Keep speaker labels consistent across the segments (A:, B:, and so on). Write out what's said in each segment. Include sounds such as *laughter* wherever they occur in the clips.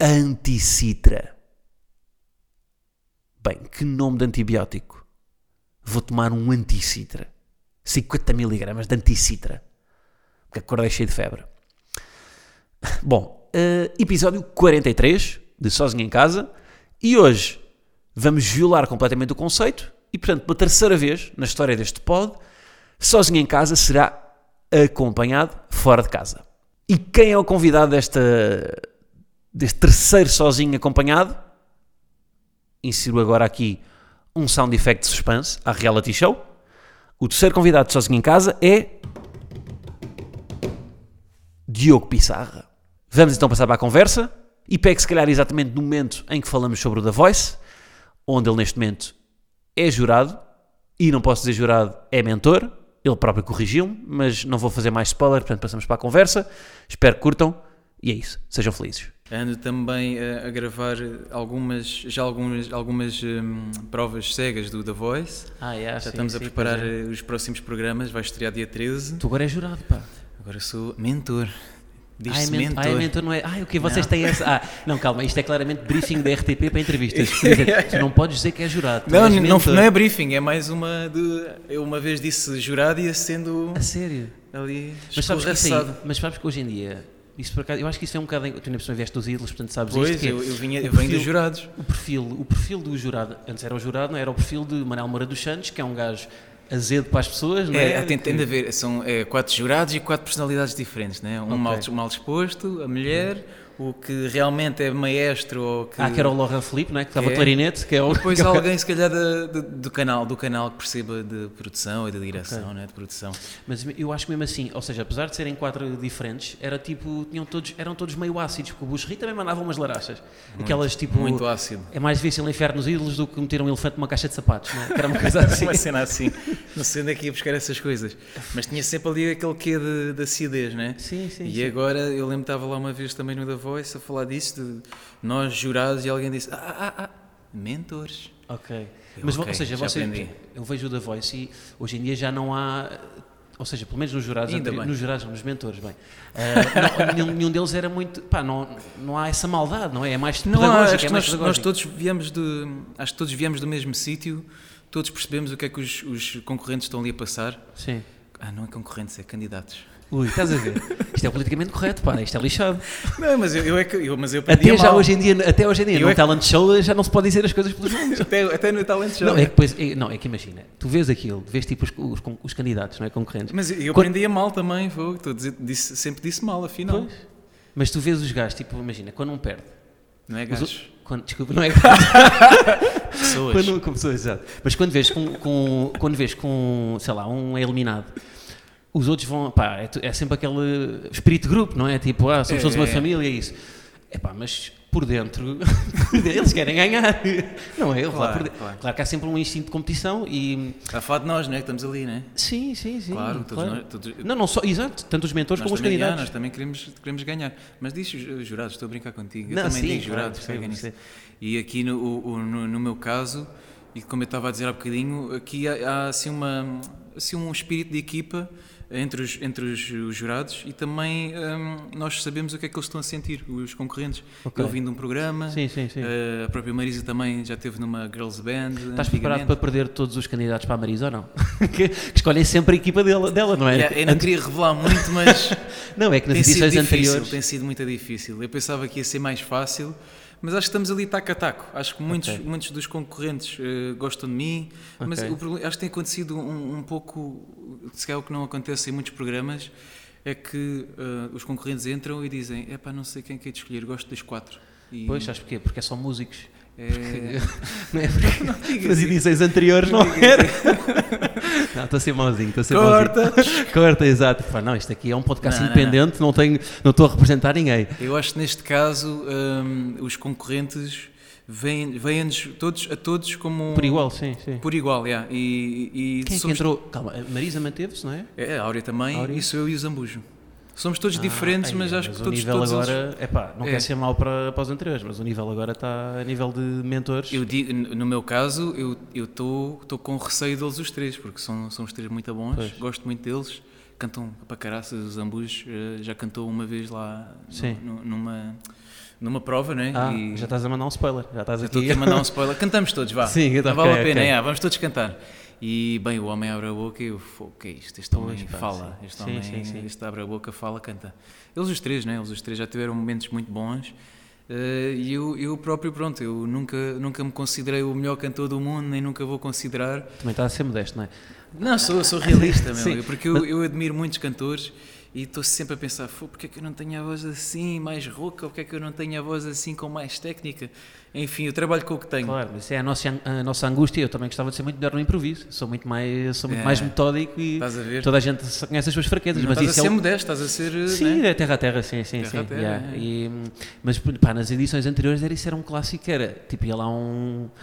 A: anticitra. Bem, que nome de antibiótico. Vou tomar um anticitra. 50 miligramas de anticitra. Porque acordei cheio de febre. Bom, eh, episódio 43 de Sozinho em Casa. E hoje vamos violar completamente o conceito. E, portanto, pela terceira vez na história deste pod, Sozinho em Casa será acompanhado fora de casa. E quem é o convidado desta, deste terceiro Sozinho acompanhado? insiro agora aqui um sound effect de suspense à reality show. O terceiro convidado de sozinho em casa é. Diogo Pissarra. Vamos então passar para a conversa e pegue se calhar exatamente no momento em que falamos sobre o The Voice, onde ele neste momento é jurado e não posso dizer jurado, é mentor. Ele próprio corrigiu-me, mas não vou fazer mais spoiler, portanto passamos para a conversa. Espero que curtam e é isso. Sejam felizes.
B: Ando também eh, a, gravar algumas, já algumas, algumas hum, provas cegas do The Voice.
A: Ah,
B: Já estamos a preparar eh, os próximos programas, vai estrear dia 13.
A: é. Tu agora é jurado, pá.
B: Agora sou mentor.
A: Ah, é
B: Diz-se
A: mentor.
B: mentor.
A: Ah, é mentor, não é? Ah, ok, vocês têm essa. Ah, não, calma, isto é claramente briefing da RTP para
B: *laughs*
A: entrevistas. Quer dizer, tu não podes dizer que é jurado. tu
B: Não,
A: és
B: não, não,
A: mentor.
B: é briefing, é mais uma de. Eu uma vez disse jurado e acendo
A: A sério.
B: ali
A: Mas sabes, que isso aí-
B: escorraçado.
A: mas sabes que hoje em dia, isso por acaso, eu acho que isso é um bocado. em- Tu ainda vieste dos ídolos, portanto sabes isto
B: Pois,
A: que é-
B: eu, eu, vinha,
A: o
B: eu venho
A: perfil-
B: dos jurados.
A: O perfil, o perfil do jurado, antes era o jurado, não era o perfil de Manuel Moura dos Santos, que é um gajo azedo para as pessoas, não é?
B: É, tem, tem de haver, são é, quatro jurados e quatro personalidades diferentes, né? Um mal, mal disposto, a mulher, o que realmente é maestro ou que.
A: Ah, que era o Laura Felipe, não é? Que estava
B: É.
A: clarinete, que é o.
B: Depois alguém, se calhar, da- da- do, canal, do canal que perceba de produção e de direção, né? De produção.
A: Mas eu acho que mesmo assim, ou seja, apesar de serem quatro diferentes, era tipo, tinham todos, eram todos meio ácidos, porque o Bush Ri também mandava umas larachas. Aquelas tipo.
B: Muito ácido.
A: É mais difícil enfiar nos ídolos do que meter um elefante numa caixa de sapatos, não é? Que era uma *laughs* coisa assim.
B: Uma cena assim. Não sei onde é que ia buscar essas coisas. Mas tinha sempre ali aquele quê de, de acidez, né?
A: Sim, sim,
B: E
A: sim.
B: agora, eu lembro que estava lá uma vez também no The Voice a falar disso, de nós jurados, e alguém disse: Ah, ah, ah, mentores.
A: Ok. Mas, vo-
B: Ok,
A: ou seja,
B: já
A: vocês,
B: aprendi.
A: eu vejo o The Voice e hoje em dia já não há. Ou seja, pelo menos nos jurados,
B: Ainda
A: anteri-
B: bem.
A: nos jurados, não, nos mentores, bem. Ah, não- *laughs* nenhum, nenhum deles era muito. Pá, não, não há essa maldade, não é? É mais
B: Não, há,
A: pedagógico,
B: acho
A: é
B: que
A: mais
B: nós, nós
A: pedagógico.
B: todos viemos de, acho que todos viemos do mesmo sítio, todos percebemos o que é que os, os concorrentes estão ali a passar.
A: Sim.
B: Ah, não é concorrentes, é candidatos.
A: Ui, estás a ver? Isto é politicamente correto, pá, isto é lixado.
B: Não, mas eu, eu é que eu, mas eu aprendi
A: Até já
B: mal.
A: hoje em dia, até hoje em dia,
B: Eu
A: no
B: é que-
A: talent show já não se pode dizer as coisas pelos nomes.
B: até, até no talento *laughs* já.
A: Não, é que depois, é- não, é que imagina, tu vês aquilo, vês tipo os, os con- os candidatos, não é? Concorrentes.
B: Mas eu
A: Quando-
B: aprendi a mal também, vou, estou a dizer, disse- sempre disse mal, afinal.
A: Pois. Mas tu vês os gajos, tipo, imagina, quando um perde.
B: Não é
A: os
B: gajos,
A: o- quando, desculpa, não é
B: *laughs* pessoas.
A: quando começou, exato. Mas quando vês com, com- quando vês com, sei lá, um é eliminado, os outros vão, pá, é, tu- é sempre aquele espírito de grupo, não é? Tipo, ah, somos
B: É,
A: todos uma
B: é.
A: família, é isso. É pá, mas por dentro, *laughs* por dentro, eles querem ganhar, não é? Eles lá
B: Claro,
A: por dentro-
B: claro.
A: claro que há sempre um instinto de competição e
B: A falar de nós, não é? Que estamos ali, não é?
A: Sim, sim, sim.
B: Claro, todos nós- todos-
A: Não, não só, exato, tanto os mentores
B: Nós
A: como os
B: também, ah,
A: candidatos.
B: nós também queremos, queremos ganhar. Mas diz ju- jurados, estou a brincar contigo. Eu
A: Não,
B: também
A: sim,
B: digo
A: claro,
B: jurados,
A: percebo,
B: pega nisso.
A: percebo.
B: E aqui no, o- o- no, no meu caso, e como eu estava a dizer há bocadinho, aqui há, há, assim, uma, assim um espírito de equipa entre os, entre os, os jurados e também hum, nós sabemos o que é que eles estão a sentir, os concorrentes.
A: Ok.
B: Eu vim de um programa,
A: Sim, sim, sim.
B: eh, a própria Marisa também já esteve numa girls band.
A: Estás
B: antigamente.
A: preparado para perder todos os candidatos para a Marisa
C: *laughs*
A: ou não? que, que escolhem sempre a equipa dela, dela não é?
B: Yeah, eu não
A: Ante-
B: queria revelar muito, mas...
A: *laughs* não, é que nas
B: Tem sido
A: edições
B: difícil,
A: anteriores.
B: tem sido muito difícil. Eu pensava que ia ser mais fácil, mas acho que estamos ali taco a taco. Acho que muitos,
A: Ok.
B: muitos dos concorrentes eh, gostam de mim, mas
A: Ok.
B: o problema, acho que tem acontecido um, um pouco, se calhar o que não acontece em muitos programas, é que eh, os concorrentes entram e dizem, epá, não sei quem que é de escolher, gosto dos quatro. E,
A: Pois, sabes porquê? Porque é só músicos.
B: eh,
A: Não é? Porque
B: digas
A: nas edições anteriores não
B: digas
A: era.
C: *laughs* Não, estou a ser mauzinho, estou a ser
B: Corta!
C: mauzinho. *laughs* Corta, exato. Pá, não, isto aqui é um podcast
B: Não, não,
C: independente, não, tenho, não estou a representar ninguém.
B: Eu acho que neste caso hum, os concorrentes vêm- vêm-nos todos, a todos como. um
C: Por igual, sim, sim.
B: Por igual, yeah. E, e
C: Quem é que
B: somos-
C: entrou? Calma, a Marisa manteve-se, não é?
B: É, a Áurea também,
C: Áurea.
B: e sou eu e o Zambujo. Somos todos diferentes,
C: Ah,
B: mas
C: ai,
B: acho que
C: o
B: todos,
C: nível
B: todos eles-
C: agora, epá, não
B: É.
C: quer ser mau para, para os anteriores, mas o nível agora está a nível de mentores.
B: Eu digo, no meu caso, eu estou com receio deles os três, porque são, são os três muito bons,
C: Pois.
B: gosto muito deles, cantam para caraças, os ambos eh, já cantou uma vez lá nu-
C: Sim.
B: nu- numa, numa prova, né?
C: ah,
B: E
C: já estás a mandar um spoiler, já estás
B: já estou
C: aqui.
B: aqui a mandar um spoiler. Cantamos todos, vá.
C: Sim,
B: Não
C: tá,
B: vale
C: ok,
B: a pena,
C: ok.
B: é, vamos todos cantar. E bem, o homem abre a boca e eu, "Fô, o que é isto? Este homem
C: Pois, pá,
B: fala,
C: sim.
B: este
C: Sim,
B: homem
C: sim, sim.
B: este abre a boca, fala, canta. Eles os três, né? Eles os três já tiveram momentos muito bons. eh, e eu, eu próprio, pronto, eu nunca, nunca me considerei o melhor cantor do mundo, nem nunca vou considerar.
C: *laughs* Também está a ser modesto, não é?
B: Hum. Não, sou, sou realista,
C: *laughs*
B: meu,
C: Sim,
B: porque eu, eu admiro muitos cantores e estou sempre a pensar, "Fô, porque é que eu não tenho a voz assim mais rouca, porque é que eu não tenho a voz assim com mais técnica? Enfim, eu trabalho com o que tenho.
C: Claro, mas isso é a nossa, a nossa angústia. Eu também gostava de ser muito melhor no improviso. Sou muito mais, sou muito
B: É.
C: mais metódico e
B: Estás a ver?
C: toda a gente só conhece as suas fraquezas.
B: Não
C: mas
B: estás
C: isso
B: a ser
C: é um-
B: modesto, estás a ser.
C: Sim,
B: né?
C: é terra a terra, sim, sim,
B: Terra a
C: sim.
B: terra,
C: yeah.
B: é.
C: E, mas pá, nas edições anteriores era isso era um clássico, era tipo, ia lá
B: *laughs*
C: um. *laughs*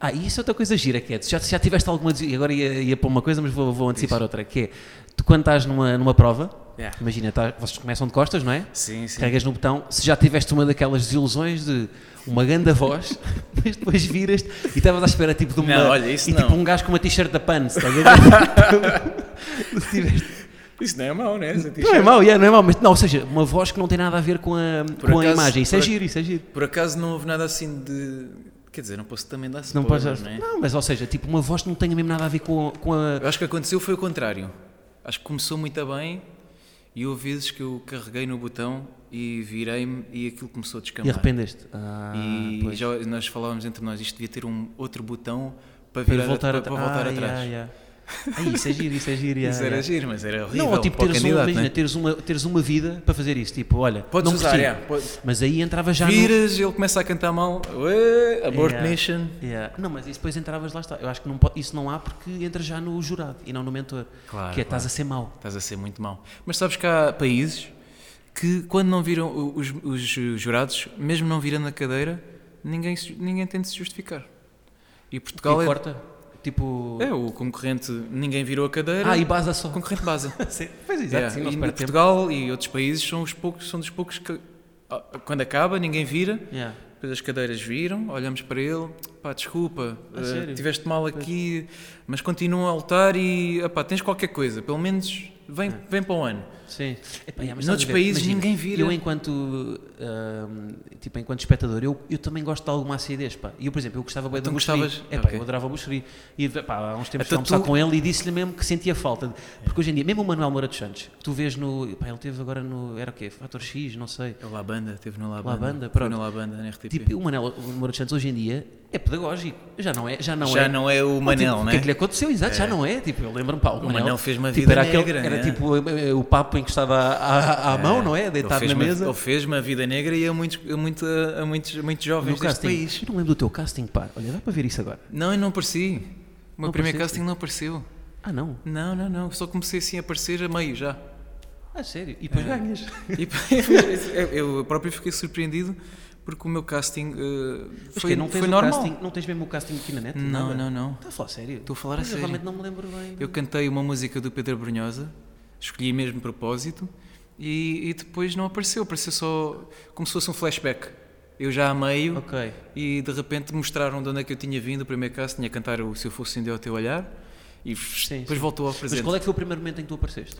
C: Ah, e isso é outra coisa gira, que é, tu já, já tiveste alguma, des- e agora ia, ia para uma coisa, mas vou, vou antecipar outra, que é, tu quando estás numa, numa prova,
B: Yeah.
C: imagina, tá- vocês começam de costas, não é?
B: Sim, sim.
C: Carregas no botão, se já tiveste uma daquelas desilusões de uma ganda
B: *laughs*
C: voz, mas depois viras e estavas à espera tipo de uma.
B: Não, olha, isso
C: e tipo
B: não.
C: um gajo com uma t-shirt da Pan, estás a ver? Se tiveste-
B: Isso não é mau, né? essa
C: não um- é
B: t-shirt?
C: mau, yeah, não é mau, mas não, ou seja, uma voz que não tem nada a ver com a,
B: Por
C: com a
B: acaso,
C: imagem. Isso é
B: por ac-
C: giro, isso é giro.
B: Por acaso não houve nada assim de. Quer dizer, não posso também dar
C: Não,
B: spoiler,
C: podes-
B: não é?
C: não, mas ou seja, tipo uma voz que não tenha mesmo nada a ver com, com a.
B: Eu acho que aconteceu foi o contrário. Acho que começou muito bem e houve vezes que eu carreguei no botão e virei-me e aquilo começou a
C: E
B: descambar.
C: arrependeste. Ah,
B: E
C: pois.
B: já nós falávamos entre nós, isto devia ter um outro botão para,
C: Para
B: virar,
C: voltar,
B: para,
C: at-
B: para voltar
C: Ah,
B: atrás.
C: yeah, yeah. Ah, isso é giro, isso é giro. yeah,
B: Isso era
C: yeah.
B: giro, mas era horrível.
C: Não, ou tipo,
B: para o
C: teres, um,
B: candidato,
C: imagina,
B: né?
C: teres, uma, teres uma vida para fazer isso. Tipo, olha,
B: Podes
C: não
B: usar, é,
C: curti.
B: yeah, podes-
C: mas aí entrava já no.
B: Viras, ele começa a cantar mal. Ué, abort
C: Yeah.
B: Nation.
C: Yeah. Não, mas isso depois entravas lá está. Eu acho que não po- isso não há porque entra já no jurado e não no mentor.
B: Claro,
C: Que é, estás a ser mau.
B: Estás a ser muito mau. Mas sabes que há países que, quando não viram o- os, os jurados, mesmo não virando a cadeira, ninguém, se- ninguém tem de se justificar. E Portugal
C: E
B: é,
C: corta. Tipo.
B: é o concorrente, ninguém virou a cadeira,
C: Ah, e baza só.
B: o concorrente base.
C: *laughs* Sim, pois
B: Yeah. E no Portugal e outros países são, os poucos, são dos poucos que, ah, quando acaba, ninguém vira. Depois as cadeiras viram, olhamos para ele, pá, desculpa,
C: A
B: eh,
C: Ah, sério?
B: tiveste mal aqui, mas continua a lutar e, ah pá, tens qualquer coisa, pelo menos vem,
C: Ah.
B: vem para o ano.
C: Sim. Epá, yeah, mas estás a
B: Noutros
C: ver,
B: países
C: imagina,
B: ninguém vira.
C: Eu enquanto, ahm, tipo, enquanto espectador, eu, eu também gosto de alguma acidez, pá. E eu, por exemplo, eu gostava bem
B: Então
C: do Buxeri.
B: gostavas?
C: Epá,
B: Ok.
C: eu adorava o Buxeri. E pá, há uns tempos fui
B: Então
C: almoçar
B: tu- É.
C: com ele e disse-lhe mesmo que sentia falta. de- Porque hoje em dia, mesmo o Manuel Moura dos Santos, tu vês no... Pá, ele teve agora no... Era o quê? Fator X, não sei.
B: É o La Banda, teve no La Banda.
C: La Banda,
B: Foi
C: pronto.
B: no La Banda, na RTP.
C: Tipo, o Manuel o Moura dos Santos hoje em dia é pedagógico. Já não é... Já não
B: já
C: é...
B: não é o
C: Pá,
B: Manel,
C: tipo, O
B: né?
C: que é que lhe aconteceu? Exato, já não é. Tipo, eu lembro-me, pá, o,
B: Manel fez uma
C: tipo,
B: vida
C: era
B: negra,
C: Aquele, era
B: né?
C: tipo eh, eh, o papo encostado à, à, à mão, não é? Deitado
B: Ele
C: na
B: fez-me-
C: mesa.
B: Ele fez-me a vida negra e a muitos, a muito, a muitos, a muitos
C: O meu
B: jovens deste
C: casting.
B: país.
C: Eu não lembro do teu casting, pá. Olha, dá para ver isso agora.
B: Não, eu não apareci. O meu
C: Não
B: primeiro
C: apareceste?
B: casting não apareceu.
C: Ah, não.
B: Não, não, não. Só comecei assim a aparecer a meio já.
C: Ah, sério? E depois
B: É.
C: ganhas.
B: E *laughs* eu- É, eu próprio fiquei surpreendido porque o meu casting eh,
C: Mas
B: foi,
C: quê, não tens
B: foi
C: o
B: normal.
C: casting- não tens mesmo o casting aqui na net?
B: Não,
C: Nada?
B: não, não.
C: Estou a falar sério?
B: Estou a falar a
C: Mas eu
B: sério.
C: realmente não me lembro bem.
B: Eu cantei uma música do Pedro Brunhosa, escolhi mesmo propósito, e, e depois não apareceu, apareceu só como se fosse um flashback. Eu já a meio,
C: Ok.
B: e de repente mostraram de onde é que eu tinha vindo, o primeiro caso, tinha a cantar o Se Eu Fosse Ainda ao Teu Olhar, e depois
C: sim.
B: voltou ao
C: Mas
B: presente.
C: qual é que foi o primeiro momento em que tu apareceste?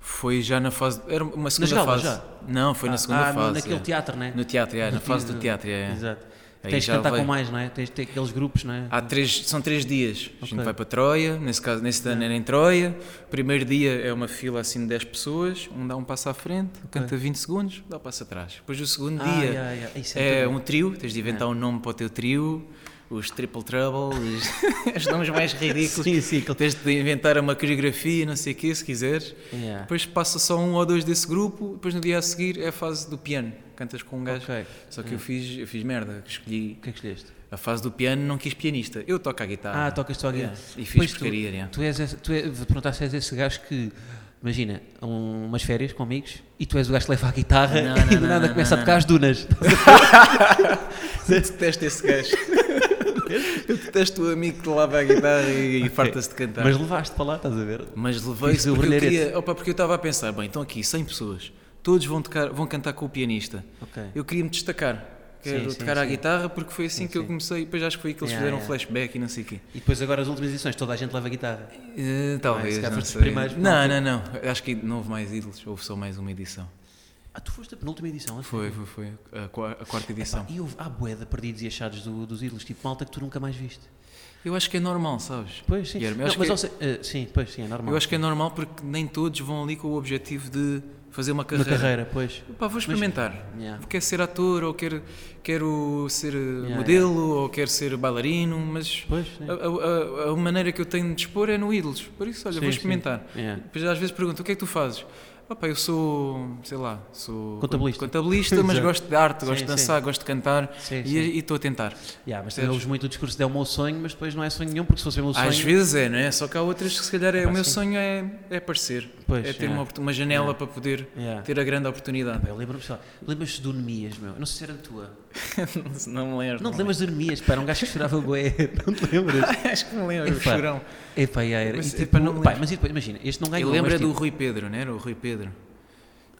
B: Foi já na fase, era uma segunda
C: galas,
B: fase.
C: já?
B: Não, foi na segunda
C: ah,
B: fase.
C: naquele
B: é.
C: teatro, né?
B: No teatro, é, na
C: No
B: fase do
C: teatro.
B: teatro, é.
C: Exato.
B: Aí
C: tens de
B: já Ah.
C: cantar
B: vai.
C: com mais, não é? Tens de ter aqueles grupos, não é?
B: Há três, são três dias. A gente
C: Ok.
B: vai para Troia, nesse caso, nesse ano era em Troia. O primeiro dia é uma fila assim de 10 pessoas, um dá um passo à frente, canta 20 segundos, dá um passo atrás. Depois o segundo
C: Ah,
B: dia
C: yeah, yeah. Isso é
B: é,
C: tudo.
B: um trio, tens de inventar um nome para o teu trio, os Triple Trouble, os, *laughs* os nomes mais ridículos.
C: Sim, sim, aquele-
B: Tens de inventar uma coreografia, não sei o quê, se quiseres.
C: Yeah.
B: Depois passa só um ou dois desse grupo, depois no dia a seguir é a fase do piano. Cantas com um gajo.
C: Ok.
B: Só que eu, fiz, eu fiz merda, escolhi
C: O que é que escolheste?
B: A fase do piano não quis pianista. Eu toco a guitarra.
C: Ah, tocas só a guiar.
B: é, E fiz
C: Pois, tu-
B: porcaria, yeah.
C: Tu és, esse- tu é, perguntaste se és esse gajo que, imagina, um- umas férias com amigos e tu és o gajo que leva a guitarra *laughs*
B: Não,
C: e
B: não,
C: do
B: não,
C: nada
B: não,
C: começa
B: não,
C: a tocar
B: não.
C: as
B: *laughs*
C: dunas.
B: *laughs* Eu detesto esse gajo. Eu detesto o amigo que lava a guitarra e, e farta-se de cantar.
C: Mas levaste para lá, estás a ver?
B: Mas levei-se
C: Fiz o
B: porque, eu
C: brilharete.
B: queria- opa, porque eu estava a pensar, bem, estão aqui 100 pessoas, todos vão, tocar, vão cantar com o pianista.
C: Ok.
B: Eu queria-me destacar. Quero
C: Sim, sim,
B: tocar à
C: sim.
B: guitarra porque foi assim
C: Sim,
B: que eu
C: sim.
B: comecei. Depois acho que foi aí que eles
C: Yeah,
B: fizeram
C: yeah.
B: flashback e não sei o quê.
C: E depois agora as últimas edições, toda a gente leva a guitarra.
B: Eh,
C: Ah, se
B: talvez.
C: calhar
B: não,
C: foste os
B: sei.
C: primeiros,
B: não, não, não. Acho que não houve mais ídolos, houve só mais uma edição.
C: Ah, tu foste a penúltima edição, é?
B: Foi, foi, foi. A, qua- a quarta
C: Epá,
B: edição.
C: e houve, há boeda perdidos e achados do- dos ídolos, tipo malta que tu nunca mais viste.
B: Eu acho que é normal, sabes?
C: Pois, sim.
B: Guilherme, eu
C: Não,
B: acho
C: mas,
B: que- é
C: ou se- eh, sim, pois, sim, é normal.
B: Eu acho que é normal porque nem todos vão ali com o objetivo de fazer uma
C: Uma
B: carreira.
C: carreira, pois.
B: Pá, vou experimentar.
C: Yeah.
B: Quero ser ator, ou quero, quero ser eh,
C: Yeah,
B: modelo, ou quero ser bailarino, mas
C: Pois, sim.
B: a, a- a- a maneira que eu tenho de dispor é no Ídolos. Por isso, olha,
C: Sim,
B: vou
C: sim.
B: experimentar.
C: Yeah.
B: Depois às vezes pergunto, o que é que tu fazes? Ah, pá, eu sou, sei lá, sou
C: Contabilista. *laughs*
B: contabilista, mas
C: Exato.
B: gosto de arte, gosto
C: Sim,
B: de dançar, gosto de cantar
C: Sim,
B: e
C: sim.
B: e estou a tentar.
C: Yeah, mas
B: Percebes?
C: também ouves muito o discurso de é o meu sonho, mas depois não é sonho nenhum, porque se fosse o meu sonho.
B: Às vezes é, não é? Só que há outras que se calhar é,
C: Epá,
B: o meu
C: sim.
B: sonho é, é aparecer,
C: Pois,
B: é ter
C: yeah.
B: uma, oportun- uma janela para poder
C: Yeah.
B: ter a grande oportunidade. *laughs*
C: Pá, eu lembro-me só. Lembras-te do Nemias, meu? Eu não sei se era da tua.
B: não me lembro.
C: Não te lembras do Nemias? Pá, era um gajo que chorava
B: *laughs*
C: bué. Não te lembras?
B: Acho que me lembro, o
C: Epá.
B: chorão.
C: Epá, já era. E
B: Mas,
C: tipo,
B: epá, não me
C: pá,
B: lembro.
C: mas e depois, imagina, este não
B: Eu
C: ganhou.
B: lembro
C: mas,
B: é do
C: tipo,
B: Rui Pedro, não era? O Rui Pedro.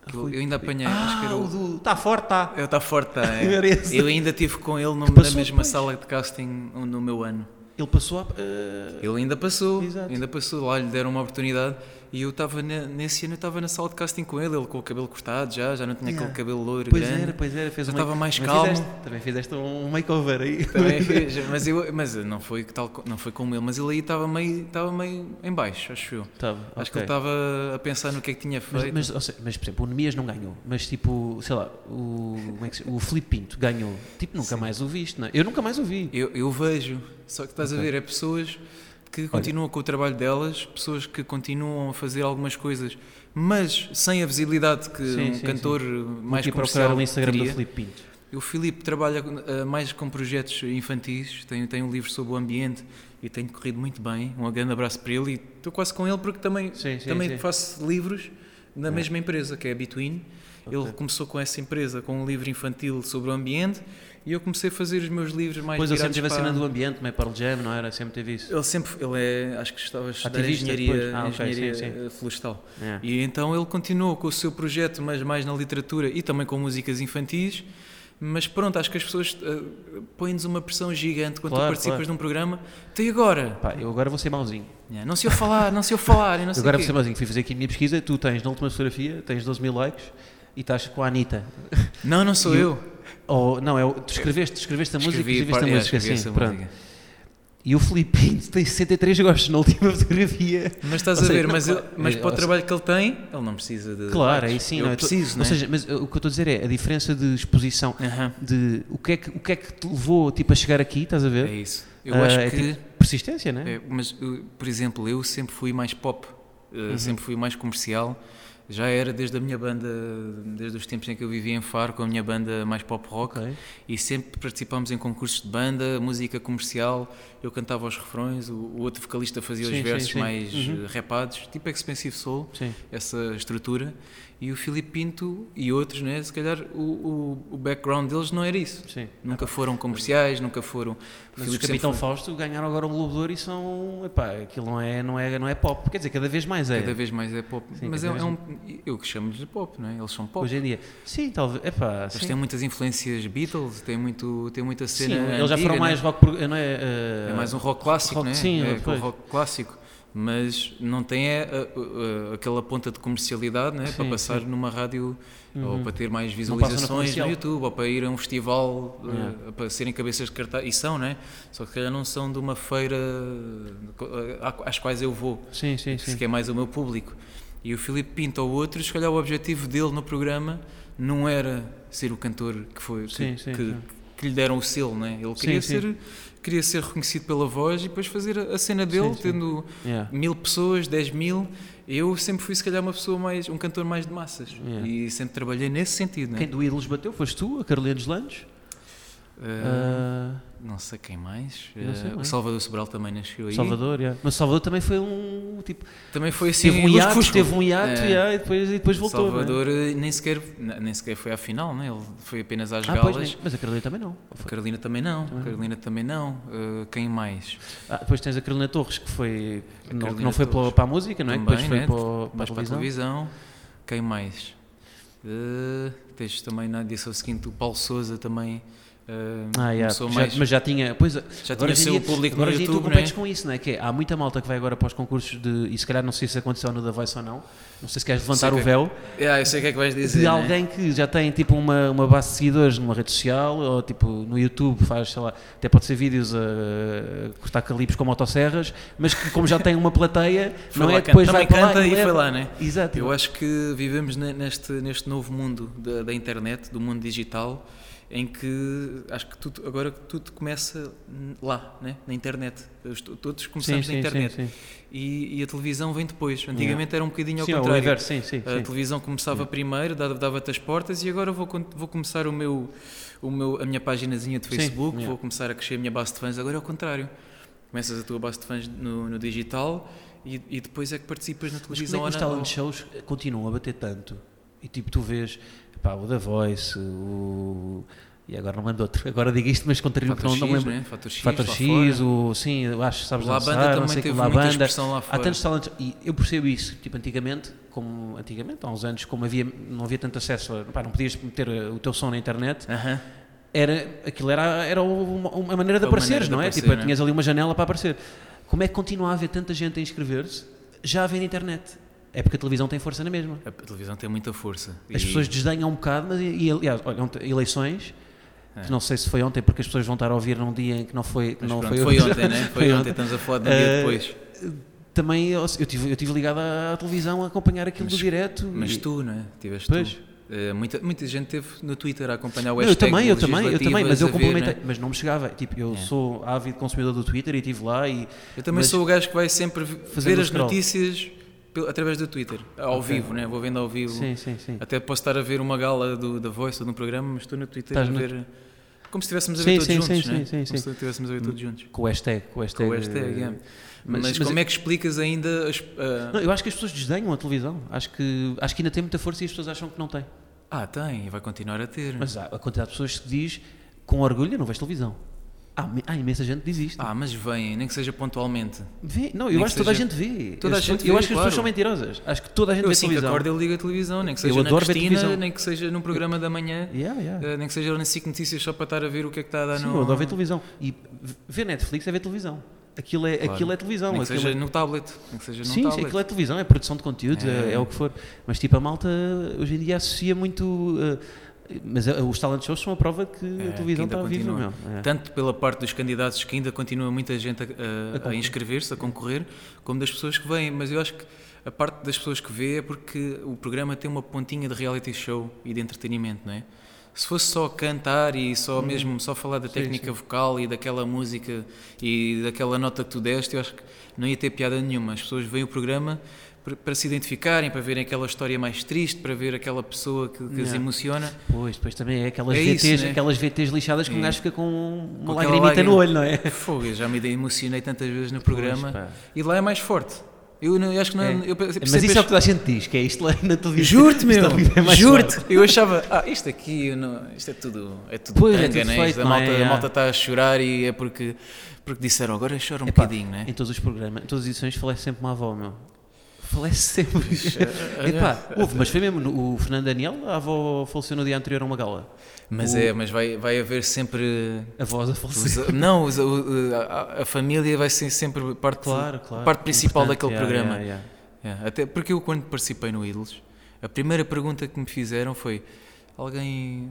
B: Que eu-
C: Rui
B: eu ainda apanhei, acho
C: Ah,
B: que era
C: o
B: o.
C: do... Está forte, está.
B: Eu está forte, tá, é.
C: Era esse.
B: Eu ainda estive com ele no- na
C: passou
B: mesma
C: depois.
B: sala de casting um, no meu ano.
C: Ele passou a... eh,
B: Ele ainda passou,
C: Exato.
B: ainda passou, lá lhe deram uma oportunidade e eu estava na- nesse ano eu estava na sala de casting com ele, ele com o cabelo cortado já, já não tinha
C: Yeah.
B: aquele cabelo loiro
C: Pois
B: grande.
C: era, pois era. Fez
B: Já
C: um
B: estava
C: make-
B: mais
C: também
B: calmo. Tá.
C: Fizeste, também fizeste um makeover aí.
B: Também fiz, mas, eu, mas não foi que tal, co- não foi como ele, mas ele aí estava meio, estava meio em baixo, acho eu.
C: *laughs* Tava,
B: Acho que ele
C: Tá, ok.
B: estava a pensar no que é que tinha
C: Mas,
B: feito.
C: mas, ou seja, mas, por exemplo, o Nemias não ganhou, mas tipo, sei lá, o, como é que se- o Filipe Pinto ganhou. Tipo, nunca mais o viste, não é? Eu nunca mais o vi.
B: Eu, eu vejo, só que estás a ver, é pessoas que continuam com o trabalho delas, pessoas que continuam a fazer algumas coisas, mas sem a visibilidade que
C: Sim,
B: um
C: sim,
B: cantor mais
C: Fui procurar
B: comercial
C: o Instagram
B: teria.
C: do Filipe Pinto.
B: O Filipe trabalha eh, mais com projetos infantis, tem, tem um livro sobre o ambiente e tem corrido muito bem. Um grande abraço para ele e estou quase com ele porque também,
C: Sim, sim,
B: também
C: sim.
B: faço livros na mesma empresa, que é a Between. Ele começou com essa empresa, com um livro infantil sobre o ambiente e eu comecei a fazer os meus livros mais
C: Depois eu sempre
B: virados
C: tive a
B: para-
C: cena do ambiente, meio para o Jam, não é? era? Sempre teve isso.
B: ele sempre, ele é, acho que estava a estudar
C: Ativista, depois.
B: engenharia,
C: Ah, ok,
B: engenharia
C: sim, sim.
B: eh, florestal.
C: É.
B: E então ele continuou com o seu projeto, mas mais na literatura e também com músicas infantis. Mas pronto, acho que as pessoas eh, põem-nos uma pressão gigante quando
C: Claro,
B: tu participas
C: claro.
B: de um programa. Até agora!
C: Pá, eu agora vou ser mauzinho.
B: Yeah, Não se eu falar, não se eu falar, e não sei
C: Agora
B: o
C: vou ser
B: quê.
C: mauzinho. Fui fazer aqui a minha pesquisa, tu tens na última fotografia, tens 12 mil likes e estás com a Anitta.
B: Não, não sou
C: E
B: eu.
C: Ou, não, é, o- tu escreveste, tu escreveste a música,
B: Escrevi
C: escreveste a
B: par- é,
C: música,
B: escrevi
C: sim,
B: essa
C: pronto.
B: música.
C: E o Filipe Pinto *laughs* tem 63 gostos na última fotografia.
B: Mas estás
C: Ou
B: a
C: seja,
B: ver,
C: não,
B: mas,
C: claro,
B: ele- mas
C: é,
B: para o
C: ou
B: trabalho que ele tem, ele não precisa de.
C: Claro, aí
B: likes.
C: sim.
B: Eu
C: não, eu tô-
B: preciso,
C: Ou
B: não é?
C: seja, mas eu- o que eu estou a dizer é a diferença de exposição,
B: Aham.
C: de o que é que, o que, é que te levou tipo, a chegar aqui, estás a ver?
B: É isso. Eu
C: Ah,
B: acho
C: é
B: que.
C: tipo persistência, né?
B: É, mas, eu, por exemplo, eu sempre fui mais pop, eh,
C: Uhum.
B: sempre fui mais comercial. Já era desde a minha banda, desde os tempos em que eu vivia em Faro, com a minha banda mais pop rock.
C: Ok.
B: E sempre participámos em concursos de banda, música comercial. Eu cantava os refrões, o, o outro vocalista fazia
C: Sim,
B: os
C: sim,
B: versos
C: sim. Uhum.
B: mais eh, rapados, tipo Expensive Soul,
C: Sim.
B: essa estrutura. E o Filipe Pinto e outros, né? se calhar o, o- o background deles não era isso.
C: Sim.
B: Nunca foram comerciais, nunca foram.
C: Mas
B: Filipe
C: os
B: sempre
C: Capitão Fausto ganharam agora um Globo de Ouro e são. Epá, aquilo não é, não, é, não é pop. Quer dizer, cada vez mais é.
B: Cada vez mais é pop.
C: Sim,
B: mas é,
C: cada
B: é
C: vez
B: um. Eu que chamo-lhes de pop, não é? Eles são pop.
C: Hoje em dia. Sim, talvez. Epá,
B: eles
C: sim.
B: têm muitas influências Beatles, têm, muito, têm muita
C: Sim,
B: cena.
C: eles já
B: antiga,
C: foram
B: né?
C: mais rock. pro- Não é, ah,
B: É mais um rock clássico,
C: rock-
B: não é?
C: sim,
B: é
C: pois.
B: o rock clássico. Mas não tem é, a- a- a- aquela ponta de comercialidade não é? para
C: Sim, Uhum.
B: passar numa rádio ou para ter mais
C: na
B: visualizações no
C: comercial.
B: YouTube ou para ir a um festival eh,
C: Yeah.
B: para serem cabeças de cartaz. E são, não é? Só que se calhar não são de uma feira eh, às quais eu vou
C: Sim, sim,
B: que se
C: sim.
B: quer mais o meu público. E o Filipe Pinto ou outro, se calhar o objetivo dele no programa não era ser o cantor que foi que,
C: Sim, sim,
B: que-
C: sim.
B: que lhe deram o selo, né? Ele
C: Sim,
B: queria
C: sim.
B: ser queria ser reconhecido pela voz e depois fazer a, a cena dele,
C: Sim, sim.
B: tendo
C: Yeah.
B: mil pessoas, dez mil. Eu sempre fui se calhar uma pessoa mais um cantor mais de massas
C: Yeah.
B: e sempre trabalhei nesse sentido, né?
C: Quem do Ídolos bateu? Foste tu, a Carolina dos Landes?
B: Ah,
C: Ah,
B: não sei quem mais.
C: não sei
B: Ah, o
C: mais.
B: Salvador Sobral também nasceu aí.
C: Salvador, yeah. mas Salvador também foi um tipo.
B: Também foi assim.
C: teve um
B: lusco-
C: hiato,
B: fusco.
C: teve um hiato,
B: É.
C: yeah, e, depois, e depois voltou. não é?
B: Salvador eh, nem, sequer, n- nem sequer foi à final, né? ele foi apenas às
C: Ah,
B: galas.
C: pois, nem- mas a Carolina também não. ou foi?
B: Carolina também não, Carolina também não. Ah, quem mais?
C: Ah, depois tens a Carolina Torres, que foi.
B: A
C: Não,
B: Carolina
C: não foi
B: Torres.
C: para, para a música, não é?
B: Também,
C: depois foi
B: né?
C: para, para a
B: mais para a
C: televisão.
B: televisão. Quem mais? Ah, tens também na edição seguinte o Paulo Souza também. ah,
C: Ah, yeah,
B: começou
C: já-
B: mais-
C: mas já tinha. Pois,
B: Já
C: agora
B: tinha o
C: hoje em
B: seu
C: dia-
B: público no
C: agora hoje em dia tu
B: YouTube, não
C: competes
B: é?
C: com isso, não é? Que é, há muita malta que vai agora para os concursos de. E se calhar não sei se aconteceu no The Voice ou não. Não sei se queres levantar
B: Sei
C: o
B: que-
C: véu.
B: Ah, eu sei o que é que vais dizer.
C: de
B: né?
C: alguém que já tem tipo uma, uma base de seguidores numa rede social ou tipo no YouTube faz, sei lá, até pode ser vídeos a, a cortar calipos com motosserras, mas que como já tem uma plateia,
B: *laughs* Foi
C: não
B: lá
C: é?
B: can-
C: Depois vai
B: também
C: para lá
B: canta e
C: leva.
B: foi lá, né?
C: Exato.
B: Eu acho que vivemos ne- neste, neste novo mundo da, da internet, do mundo digital, em que acho que tudo, agora tudo começa hum, lá, né? na internet. Os- Todos começamos
C: Sim,
B: na
C: sim,
B: internet.
C: sim, sim.
B: E, e a televisão vem depois. Antigamente era um bocadinho ao
C: Sim, é o
B: contrário. Eh,
C: inverso, sim, sim,
B: a
C: sim.
B: televisão começava primeiro, dava- dava-te as portas e agora vou, con- vou começar o meu, o meu, a minha paginazinha de
C: Sim,
B: Facebook,
C: yeah.
B: vou começar a crescer a minha base de fãs. Agora é o contrário. Começas a tua base de fãs no, no digital e, e depois é que participas na
C: Mas como
B: televisão
C: é que os
B: ou na-
C: talent shows continuam a bater tanto? E tipo, tu vês pá, o The Voice, o. E agora não me lembro de outro. Agora digo isto, mas contrario que
B: Fator
C: não, não me
B: X,
C: lembro.
B: né? Fator X,
C: Fator
B: lá
C: X,
B: fora.
C: o, sim, eu acho que sabes
B: La
C: dançar,
B: Banda
C: não
B: também
C: sei o que,
B: teve
C: La
B: muita
C: Banda.
B: expressão lá
C: Há
B: fora.
C: tantos talentos, e eu percebo isso, tipo, antigamente, como antigamente, há uns anos, como havia, não havia tanto acesso, a- pá, não podias meter uh, o teu som na internet,
B: Aham.
C: era, aquilo era, era uma, uma maneira de
B: É uma
C: apareceres,
B: maneira de
C: não é?
B: aparecer,
C: tipo,
B: né?
C: tinhas ali uma janela para aparecer. Como é que continua a haver tanta gente a inscrever-se já a ver na internet? É porque a televisão tem força na mesma.
B: A televisão tem muita força.
C: As
B: E-
C: pessoas desdenham um bocado, mas e, e, aliás, olha, ontem, eleições, que não sei se foi ontem, porque as pessoas vão estar a ouvir num dia em que não foi, que
B: É. Mas
C: não
B: pronto,
C: foi,
B: foi
C: *laughs*
B: ontem, né? Foi ontem, estamos a falar de um dia
C: Eh,
B: depois.
C: Também eu estive eu tive eu tive ligado à à televisão a acompanhar aquilo do direto.
B: Mas
C: e-
B: tu, não é? Tiveste
C: Pois.
B: tu. Eh, muita, muita gente teve no Twitter a acompanhar o
C: Não, eu
B: hashtag
C: também, eu também, eu também, mas eu
B: legislativas, a ver, né? É.
C: complementei, mas não me chegava. Tipo, eu sou ávido consumidor do Twitter e estive lá e.
B: Eu também
C: mas-
B: sou o gajo que vai sempre v-
C: Fazendo
B: ver
C: o
B: as
C: scroll.
B: notícias pel- através do Twitter, ao vivo, né? Vou vendo ao vivo.
C: Sim, sim, sim.
B: Até posso estar a ver uma gala do, da Voice ou de um programa, mas estou no Twitter
C: Estás
B: a
C: no-
B: ver. Como se estivéssemos a
C: Sim,
B: ver todos
C: sim,
B: juntos,
C: sim,
B: né?
C: sim, sim,
B: Como
C: sim. Hum.
B: se estivéssemos a ver todos juntos.
C: Com o hashtag, com o hashtag. eh,
B: Com o hashtag, é.
C: mas-
B: Mas,
C: mas
B: como
C: eu-
B: é que explicas ainda as. ah,
C: Não, eu acho que as pessoas desdenham a televisão. Acho que, acho que ainda tem muita força e as pessoas acham que não tem.
B: Ah, tem, e vai continuar a ter.
C: Mas há a quantidade de pessoas que diz com orgulho, eu não vejo televisão. Há, mi- há imensa gente que diz isto.
B: Ah, mas vêm, nem que seja pontualmente.
C: Vê- Não,
B: Nem
C: eu
B: que
C: acho que toda a
B: seja-
C: gente vê.
B: toda a
C: Eu sou-
B: gente
C: eu
B: vê,
C: acho que as
B: claro.
C: pessoas são mentirosas. Acho que toda a gente
B: Eu
C: vê
B: assim que
C: televisão.
B: acordo eu ligo a televisão, nem que seja na
C: adoro ver
B: Cristina,
C: televisão.
B: nem que seja num programa da manhã,
C: Yeah, yeah.
B: eh, nem que seja na SIC Notícias só para estar a ver o que é que está a dar
C: Sim,
B: no...
C: eu adoro ver televisão. E v- ver Netflix é ver televisão. Aquilo é,
B: Claro.
C: aquilo é televisão.
B: Nem que
C: aquilo
B: seja
C: é-
B: no tablet, nem que seja num
C: Sim, sim,
B: tablet.
C: aquilo é televisão, é produção de conteúdos, é.
B: É.
C: é o que for. Mas tipo, a malta hoje em dia associa muito. eh, mas eh, os talent shows são a prova que
B: É,
C: a televisão
B: que
C: está
B: ainda
C: viva,
B: continua. Tá.
C: meu. É.
B: Tanto pela parte dos candidatos que ainda continua muita gente a- a, a inscrever-se, a concorrer, como das pessoas que vêm. Mas eu acho que a parte das pessoas que vê é porque o programa tem uma pontinha de reality show e de entretenimento, não é? Se fosse só cantar e
C: Uhum.
B: só mesmo só falar da técnica vocal e daquela música e daquela nota que tu deste, eu acho que não ia ter piada nenhuma. As pessoas veem o programa para, para se identificarem, para verem aquela história mais triste, para ver aquela pessoa que, que as
C: Yeah.
B: emociona.
C: Pois, depois também é aquelas,
B: É isso,
C: VTs,
B: né?
C: aquelas VTs lixadas que um
B: É.
C: gajo fica com uma
B: Com aquela
C: lagrimita no olho,
B: lágrima.
C: não é?
B: *laughs* Fogo, eu já me emocionei tantas vezes no programa
C: pá.
B: e lá é mais forte. Eu, não- eu acho que não.
C: É.
B: Eu percebo
C: Mas isso é o que
B: este-
C: toda a gente diz, que é isto lá na televisão.
B: Juro-te,
C: Isto
B: meu!
C: ali é mais
B: Juro-te!
C: forte.
B: Eu achava, ah, isto aqui, eu não- isto é tudo. É tudo
C: Pois, é
B: tanga,
C: tudo
B: né?
C: feito,
B: Isto, a,
C: não é?
B: malta, a
C: Yeah.
B: malta está a chorar e é porque, porque disseram agora chora um
C: Epá,
B: bocadinho, né?
C: Em todos os programas, em todas as edições, falece sempre uma avó, meu. Falece sempre.
B: é,
C: Epá, houve, mas foi mesmo. no- O Fernando Daniel, a avó faleceu no dia anterior a uma gala.
B: Mas é, mas vai, vai haver sempre.
C: A voz a
B: os-
C: falecer.
B: não, os- o- a, a família vai ser sempre parte,
C: Claro, claro.
B: parte principal
C: Importante,
B: daquele
C: yeah,
B: programa.
C: yeah, yeah.
B: É, até porque eu, quando participei no Ídolos, a primeira pergunta que me fizeram foi: Alguém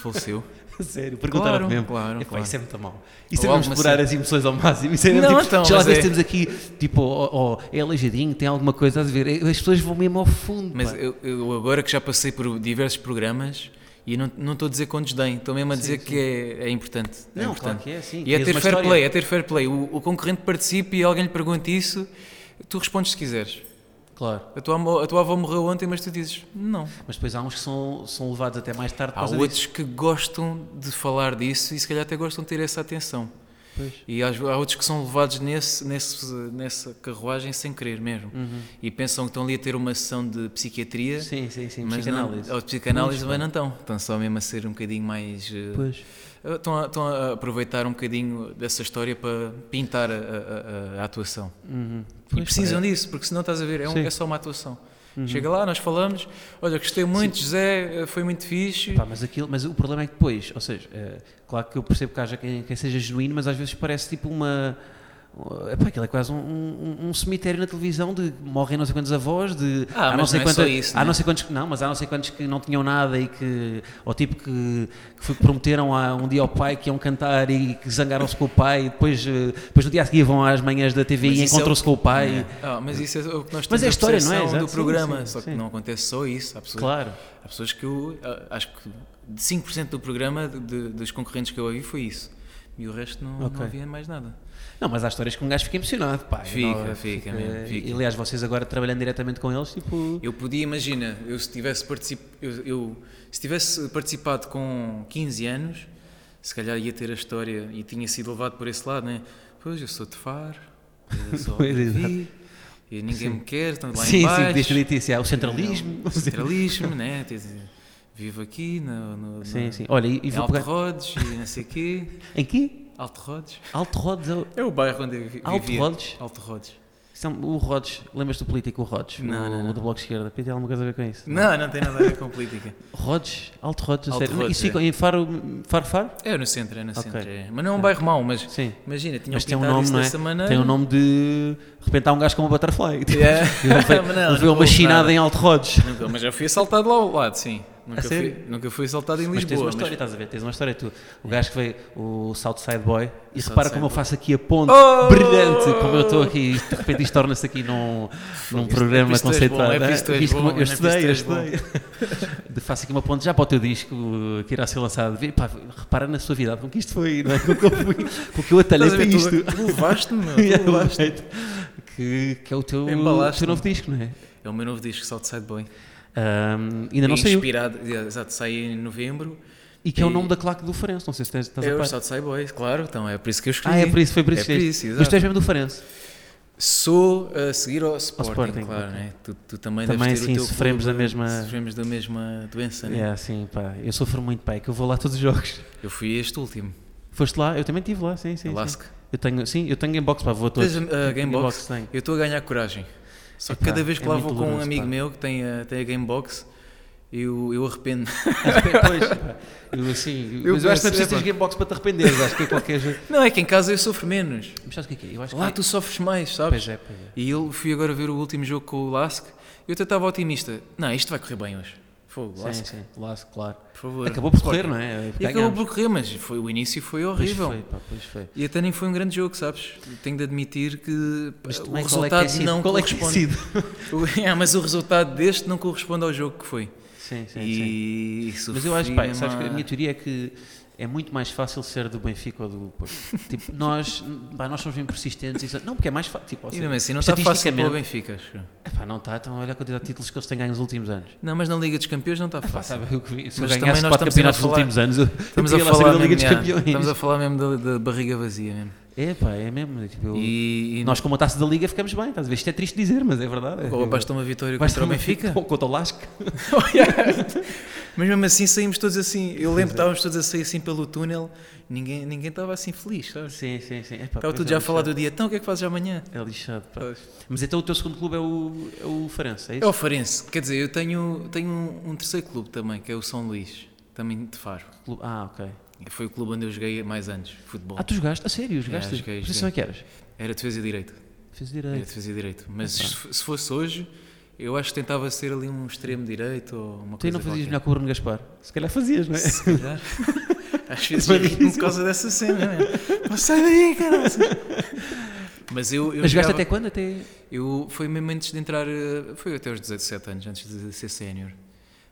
C: *laughs*
B: faleceu?
C: *laughs* Sério, perguntaram
B: Claro,
C: mesmo.
B: claro,
C: Epá,
B: claro.
C: Isso é muito mal. Isso é
B: Ou
C: mesmo
B: alguma
C: explorar
B: cena.
C: as emoções ao máximo. Isso é mesmo,
B: Não,
C: tipo,
B: então,
C: já lá
B: mas
C: vês
B: é-
C: temos aqui, tipo, ó, ó, é aleijadinho, tem alguma coisa a ver. É, As pessoas vão mesmo ao fundo.
B: Mas
C: pá.
B: eu, eu agora que já passei por diversos programas. E não, não estou a dizer com desdém, estou mesmo a dizer que é, é importante. é
C: Não,
B: importante.
C: claro que é, sim,
B: E é
C: crias
B: ter
C: uma
B: fair
C: história.
B: play, é ter fair play. O, o concorrente participa e alguém lhe pergunta isso, tu respondes se quiseres.
C: Claro.
B: A tua, amo- a tua avó morreu ontem, mas tu dizes não.
C: Mas depois há uns que são, são levados até mais tarde por
B: Há
C: causa
B: outros
C: disso.
B: que gostam de falar disso e se calhar até gostam de ter essa atenção.
C: Pois.
B: E há, há outros que são levados nesse, nesse- nessa carruagem sem querer mesmo. E pensam que estão ali a ter uma sessão de psiquiatria.
C: Uhum. Sim, sim, sim.
B: mas
C: psicanálise.
B: Não, ou de psicanálise, mas não estão. Estão só mesmo a ser um bocadinho mais. eh,
C: Pois.
B: Estão a, estão a aproveitar um bocadinho dessa história para pintar a, a- a- a atuação. e
C: Uhum. Pois,
B: precisam disso, porque senão estás a ver, é, um-
C: Sim. Uhum.
B: é só uma atuação. Chega lá, nós falamos, olha, gostei muito, José, eh, foi muito fixe.
C: Pá, mas, aquilo, mas o problema é que depois, ou seja, eh, claro que eu percebo que haja quem, quem seja genuíno, mas às vezes parece tipo uma. uh, Epá, aquilo é quase um, um- um cemitério na televisão de morrem não sei quantos avós, de
B: Ah, mas não é só isso,
C: há
B: né?
C: não sei quantos que não, mas há não sei quantos que não tinham nada e que. Ou tipo que, que foi- prometeram a, um dia ao pai que iam cantar e que zangaram-se com o pai e depois, eh, depois no dia a seguir vão às manhãs da TV
B: Mas
C: e
B: isso é o-
C: encontram-se com o pai.
B: Ah, mas isso é o que nós temos
C: Mas é
B: a
C: história, não é?
B: percepção
C: Exato,
B: do
C: sim,
B: programa.
C: sim,
B: só que
C: sim.
B: não acontece só isso. Há pessoas,
C: Claro.
B: há pessoas que eu ah, acho que de 5% do programa de- de- dos concorrentes que eu ouvi foi isso. E o resto não,
C: Ok.
B: não havia mais nada.
C: Não, mas há histórias que um gajo fica emocionado, pá.
B: Fica,
C: Não,
B: fica mesmo, fica.
C: E, aliás, vocês agora trabalhando diretamente com eles, tipo.
B: Eu podia, imagina, eu se tivesse participado, eu, eu- se tivesse participado com 15 anos, se calhar ia ter a história e tinha sido levado por esse lado, né? Pois, eu sou de Faro, eu
C: *laughs*
B: sou
C: Pois,
B: de e ninguém me quer, estão lá
C: sim,
B: em
C: sim,
B: baixo.
C: podias ter dito isso, é, o centralismo.
B: É, o Centralismo, né? Quer dizer, Vivo aqui no, no,
C: Sim,
B: no-
C: sim. Olha, e, e
B: em
C: vou
B: Alto
C: pegar.
B: Rodes e não sei o quê.
C: Em quê?
B: Alto Rodes?
C: Alto Rodes. é o-
B: É o bairro onde eu vi-
C: Alto
B: vivia.
C: Rodes?
B: Alto Rodes.
C: isso é um- O Rodes, lembras do político, o Rodes?
B: Não,
C: o,
B: não, não.
C: o do Bloco de Esquerda. Tem alguma coisa a ver com isso?
B: Não, não tem nada a ver com política.
C: Rodes, Alto Rodes, a
B: Alto é.
C: sério.
B: Rodes,
C: Isso fica em Faro, Faro, Faro?
B: É no centro, é no
C: Ok.
B: centro. é. Mas não é um bairro mau, mas
C: Sim.
B: imagina, tinham
C: Mas tem um
B: pintado
C: nome,
B: isso
C: não é?
B: dessa maneira.
C: Tem um
B: *laughs*
C: nome de. De repente há um gajo com uma butterfly. Tipo, *laughs*
B: Yeah. Mas *laughs* não,
C: Levou
B: não
C: uma
B: houve
C: chinada
B: nada.
C: em Alto Rodes.
B: Nunca, mas já fui assaltado lá ao lado, sim. Nunca, fui,
C: sério?
B: nunca fui assaltado em
C: Mas tens uma
B: Lisboa.
C: história, estás a ver? Tens uma história tu. O gajo que veio, o Southside Boy, e
B: Southside
C: repara como eu
B: Boy.
C: faço aqui a ponte
B: Oh!
C: brilhante, como eu estou aqui, de repente isto torna-se aqui num, num
B: isto- é
C: programa
B: preciso tu és bom,
C: conceituado.
B: é
C: não é?
B: preciso tu és
C: Viste como
B: bom,
C: eu
B: é preciso
C: estudei, eu
B: tu és
C: estudei. De- Faço aqui uma ponte já para o teu disco uh, que irá ser lançado. Vê, pá, repara na suavidade com que isto foi, não é? Com que eu fui, com que eu atalhei
B: Estás a
C: para
B: ver?
C: isto. *laughs*
B: Tu, tu levaste-me, meu, tu
C: E é o
B: levaste-me.
C: jeito que, que é o teu,
B: Embalaste-me.
C: teu novo disco, não é?
B: É o meu novo disco, Southside Boy.
C: Ahm, ainda não
B: É
C: saiu.
B: Inspirado, é, exato, sai em novembro.
C: E que é o
B: e-
C: nome da claque do Farense, não sei se tens, estás
B: É
C: a
B: o
C: par.
B: Southside Boy, claro, então é por isso que eu escrevi.
C: Ah, é por isso, foi por
B: É
C: isso
B: por
C: que
B: isso,
C: Mas tu
B: exato.
C: és mesmo do Farense.
B: Sou a seguir ao Sporting,
C: Sporting,
B: claro,
C: ok.
B: né? tu, tu também,
C: Também,
B: deves ter
C: sim,
B: o teu
C: sofremos
B: clube,
C: da mesma-
B: Sofremos da mesma doença, né?
C: É, assim, pá, eu sofro muito, pá, é que eu vou lá todos os jogos. *laughs*
B: Eu fui este último,
C: Foste lá? Eu também estive lá, sim, sim. sim.
B: Alaska.
C: Eu tenho, sim, eu tenho Gamebox, pá, vou a todos. *laughs*
B: Tens a a Gamebox?
C: tenho.
B: Eu estou a ganhar coragem. Só que
C: Epá,
B: cada vez que
C: é
B: lá
C: muito
B: vou com um
C: doloroso,
B: amigo
C: pá.
B: meu que tem a, tem a Gamebox, eu, eu arrependo. *laughs*
C: é, Pois, pá, eu assim,
B: Eu
C: mas eu acho que não é preciso
B: penso, epá.
C: teres Gamebox para te arrependeres, acho que é qualquer jogo.
B: *laughs* Não, é que em casa eu sofro menos.
C: Mas sabes o que é que é? Eu acho
B: Lá
C: que
B: tu sofres mais, sabes?
C: Pois é, pois é.
B: E eu fui agora ver o último jogo com o Lask. Eu até estava otimista. Não, isto vai correr bem hoje. Fogo,
C: Sim,
B: Lask,
C: sim, Lask, claro.
B: por favor.
C: Acabou por
B: Corre.
C: correr, não é?
B: E acabou por correr, mas foi, o início foi horrível.
C: Pois foi, pá, pois foi.
B: E até nem foi um grande jogo, sabes? Tenho de admitir que pá, o
C: Como é que- qual é que
B: resultado
C: é sido?
B: não
C: qual é que é
B: corresponde.
C: sido?
B: *laughs* O- Ah, mas o resultado deste não corresponde ao jogo que foi.
C: Sim, sim, sim.
B: e
C: Mas eu acho, pá, sabes que a minha teoria é que é muito mais fácil ser do Benfica ou do *laughs* Porto. tipo, nós, pá, nós somos bem persistentes. e só- Não, porque é mais fácil. Tipo, ou
B: E
C: seja,
B: mesmo assim, não está fácil para o
C: estatisticamente-
B: Benfica, acho. eu.
C: Epá, não está, então olha a quantidade de títulos que eles têm ganho nos últimos anos.
B: Não, mas na Liga dos Campeões não está
C: Ah, Pá,
B: fácil.
C: sabe, eu, que vi- se eu
B: Mas também
C: ganhasse
B: nós
C: quatro
B: estamos sempre a
C: campeonatos nos
B: falar-
C: últimos anos, eu,
B: Estamos
C: eu
B: a,
C: queria lá saber
B: falar
C: da Liga dos
B: mesmo, yeah,
C: Campeões.
B: estamos a falar mesmo da, da barriga vazia mesmo.
C: É, pá, é mesmo. tipo, eu-
B: E, e
C: Nós, como a taça da Liga, ficamos bem. Estás a ver? Isto é triste dizer, mas é verdade.
B: ou basta uma vitória contra o
C: *laughs*
B: Benfica?
C: Contra o Lasca.
B: *laughs* Mas mesmo assim saímos todos assim. Eu lembro que estávamos todos a sair assim pelo túnel, ninguém, ninguém estava assim feliz, sabes?
C: Sim, sim, sim. Epá,
B: Estava
C: pois
B: tudo
C: é
B: já a
C: lixado.
B: falar do dia, então o que é que fazes amanhã?
C: É lixado, pá. Mas então o teu segundo clube é o, é o Farense, é isso?
B: É o Farense, quer dizer, eu tenho, tenho um, um terceiro clube também, que é o São Luís, também de Faro.
C: Clube- Ah, ok.
B: Foi o clube onde eu joguei mais anos, futebol.
C: Ah, tu jogaste? A sério, jogaste?
B: joguei,
C: Que posição é que eras?
B: Era defesa direito.
C: Fez
B: Era
C: direito. Ah, tá.
B: defesa direito. Mas se, f- se fosse hoje, eu acho que tentava ser ali um extremo direito ou uma
C: Tu aí
B: coisa
C: não fazias
B: qualquer.
C: melhor que o Bruno Gaspar? Se calhar fazias, não é?
B: Se calhar. Às vezes
C: Foi
B: eu rio por
C: difícil.
B: causa dessa cena, né? Mas sai daí, cara. Mas eu, eu
C: Mas jogaste
B: jogava-
C: até quando? Até...
B: Eu foi mesmo antes de entrar, eh, foi até aos 17 anos, antes de ser sénior.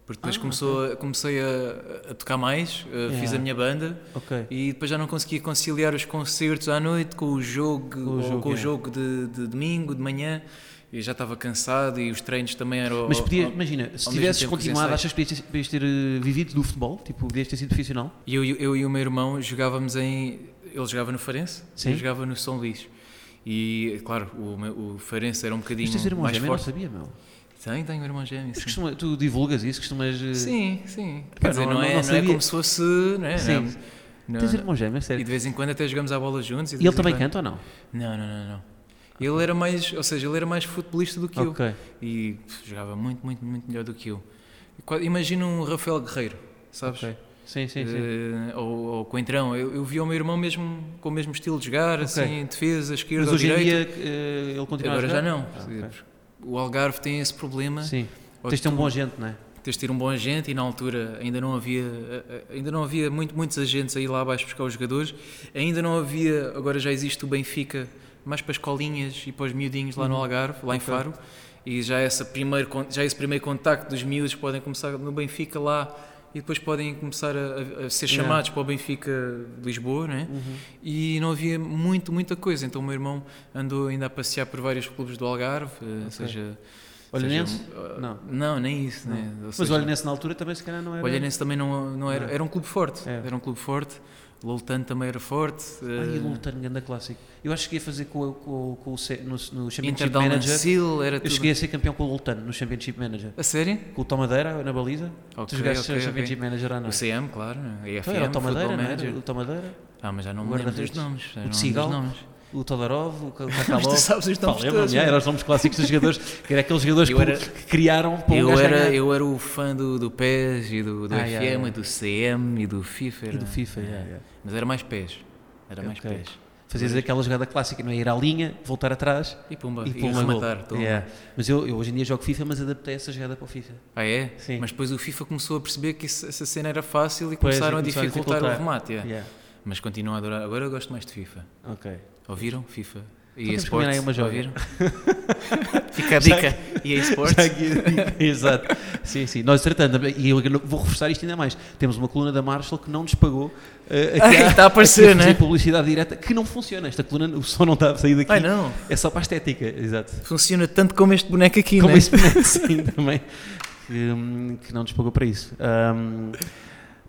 B: Porque depois começou a- comecei a, a tocar mais, eh, fiz
C: Ah, Yeah.
B: a minha banda
C: Ok.
B: e depois já não conseguia conciliar os concertos à noite com o jogo,
C: o
B: ou
C: jogo,
B: com o
C: yeah.
B: jogo de, de domingo, de manhã. e já estava cansado e os treinos também eram.
C: Mas
B: ao-
C: podia,
B: ao-
C: imagina, se
B: ao mesmo
C: tivesses
B: tempo que os
C: continuado,
B: ensaios.
C: achas que podias ter, podias ter, eh, vivido do futebol? Tipo, podias ter sido profissional?
B: E eu, eu e o meu irmão jogávamos em. Ele jogava no Farense,
C: Sim.
B: eu jogava no São Luís. E, claro, o, meu- o Farense era um bocadinho.
C: Mas tens irmão
B: mais
C: gêmeo, eu não
B: forte.
C: sabia, meu.
B: Tem, tem um irmão gêmeo.
C: Mas
B: sim.
C: costuma- tu divulgas isso, costumas... eh,
B: Sim, sim.
C: Pá,
B: Quer dizer,
C: não-
B: não,
C: não-
B: é,
C: não
B: não, é
C: sabia.
B: como se fosse. Não é,
C: Sim.
B: Não, não-
C: Tens irmão gêmeo, é sério.
B: E de vez em quando até jogamos à bola juntos. de
C: E ele
B: vez em
C: também
B: quando-
C: canta ou não?
B: Não, não, não, não. Ele era mais, ou seja, ele era mais futebolista do que eu.
C: Ok.
B: E pff, jogava muito, muito, muito melhor do que eu. E qua- Imagina um Rafael Guerreiro, sabes?
C: Ok. Sim, sim, sim.
B: Eh, ou, ou Coentrão. Eu, eu via o meu irmão mesmo com o mesmo estilo de jogar, assim, defesa, esquerda,
C: Mas hoje em
B: direita.
C: dia eh, ele continua
B: Agora
C: a
B: já
C: jogar?
B: não.
C: Ah,
B: Quer dizer,
C: ok.
B: O Algarve tem esse problema.
C: Sim.
B: Ou
C: Tens de ter
B: tu-
C: um bom agente, não é?
B: Tens de ter um bom agente e na altura ainda não havia, eh, eh, ainda não havia muito, muitos agentes aí lá abaixo buscar os jogadores. Ainda não havia, agora já existe o Benfica, mais para as colinhas e para os miudinhos lá no
C: Uhum.
B: Algarve, lá em Faro. E já, essa primeiro, con- já esse primeiro contacto dos miúdos podem começar no Benfica lá e depois podem começar a, a- a ser
C: Yeah. Uhum.
B: chamados para o Benfica de Lisboa, não é? E não havia muito, muita coisa. Então o meu irmão andou ainda a passear por vários clubes do Algarve, eh,
C: Ok.
B: seja...
C: Olhanense?
B: seja, eh,
C: Não.
B: Não, nem isso, né? Ou
C: Mas
B: seja,
C: olha, nessa na altura também se calhar não era...
B: o Olhanense também não, não era.
C: Não.
B: Era um clube forte.
C: É.
B: Era um clube forte. O Loltano também era forte.
C: Ai,
B: eh,
C: o Lutano, grande clássico. Eu acho que ia fazer com, com, com o C- no, no Championship
B: Inter de
C: Manager.
B: Almancil era
C: Eu
B: tudo.
C: cheguei a ser campeão com o Lutano no Championship Manager.
B: A sério?
C: Com o Tomadeira na baliza. tu
B: Ok,
C: jogaste
B: ok,
C: o
B: ok.
C: Championship Manager à
B: O
C: noite.
B: CM, claro. né? EFM,
C: é. Então era o Tomadeira,
B: Football
C: não era?
B: Manager.
C: O Tomadeira,
B: Ah, mas já não me lembro dos
C: guarda-redes,
B: nomes. já
C: o
B: não lembro
C: de
B: dos
C: Sigal,
B: nomes.
C: o Todorov,
B: *laughs*
C: o Kakalov.
B: Mas tu sabes os nomes todos,
C: Eram
B: não é?
C: os nomes clássicos dos jogadores, que eram aqueles jogadores
B: Eu
C: que,
B: era-
C: que criaram para um
B: Eu
C: gajo
B: era,
C: ganhar.
B: eu era o fã do, do PES e do, do
C: Ah,
B: FM,
C: yeah, yeah.
B: do CM e do FIFA.
C: E
B: era- é.
C: do FIFA, yeah, yeah.
B: Mas era mais PES. Era mais
C: Ok.
B: PES.
C: Fazias aquela jogada clássica, não é? Ir à linha, voltar atrás
B: E pumba,
C: e
B: e,
C: pôr uma gol.
B: rematar. tô-
C: Yeah. Mas eu, eu hoje em dia jogo FIFA, mas adaptei essa jogada para o FIFA.
B: Ah é?
C: Sim.
B: Mas depois o FIFA começou a perceber que isso- essa cena era fácil e
C: Pois,
B: começaram
C: e
B: a
C: começaram a
B: dificultar,
C: dificultar. é.
B: o remate. yeah.
C: Yeah.
B: Mas continuo a adorar. Agora eu gosto mais de FIFA.
C: Ok.
B: Ouviram? FIFA. E
C: Então temos que combinar aí uma joga. *laughs*
B: Ouviram? Fica a dica. E a Sports?
C: Já aqui a dica. *laughs* Exato. Sim, sim. Nós, entretanto, também- e eu vou reforçar isto ainda mais. Temos uma coluna da Marshall que não nos pagou. eh, aqui
B: Ah,
C: há-
B: *laughs* está a aparecer,
C: aqui a
B: né?
C: fazer publicidade direta que não funciona. Esta coluna, o som não está a sair daqui.
B: Ai não.
C: É só para a estética. Exato.
B: Funciona tanto como este boneco aqui,
C: Como
B: né?
C: esse boneco, *laughs* sim, também. Que, hum, que não nos pagou para isso. Hum,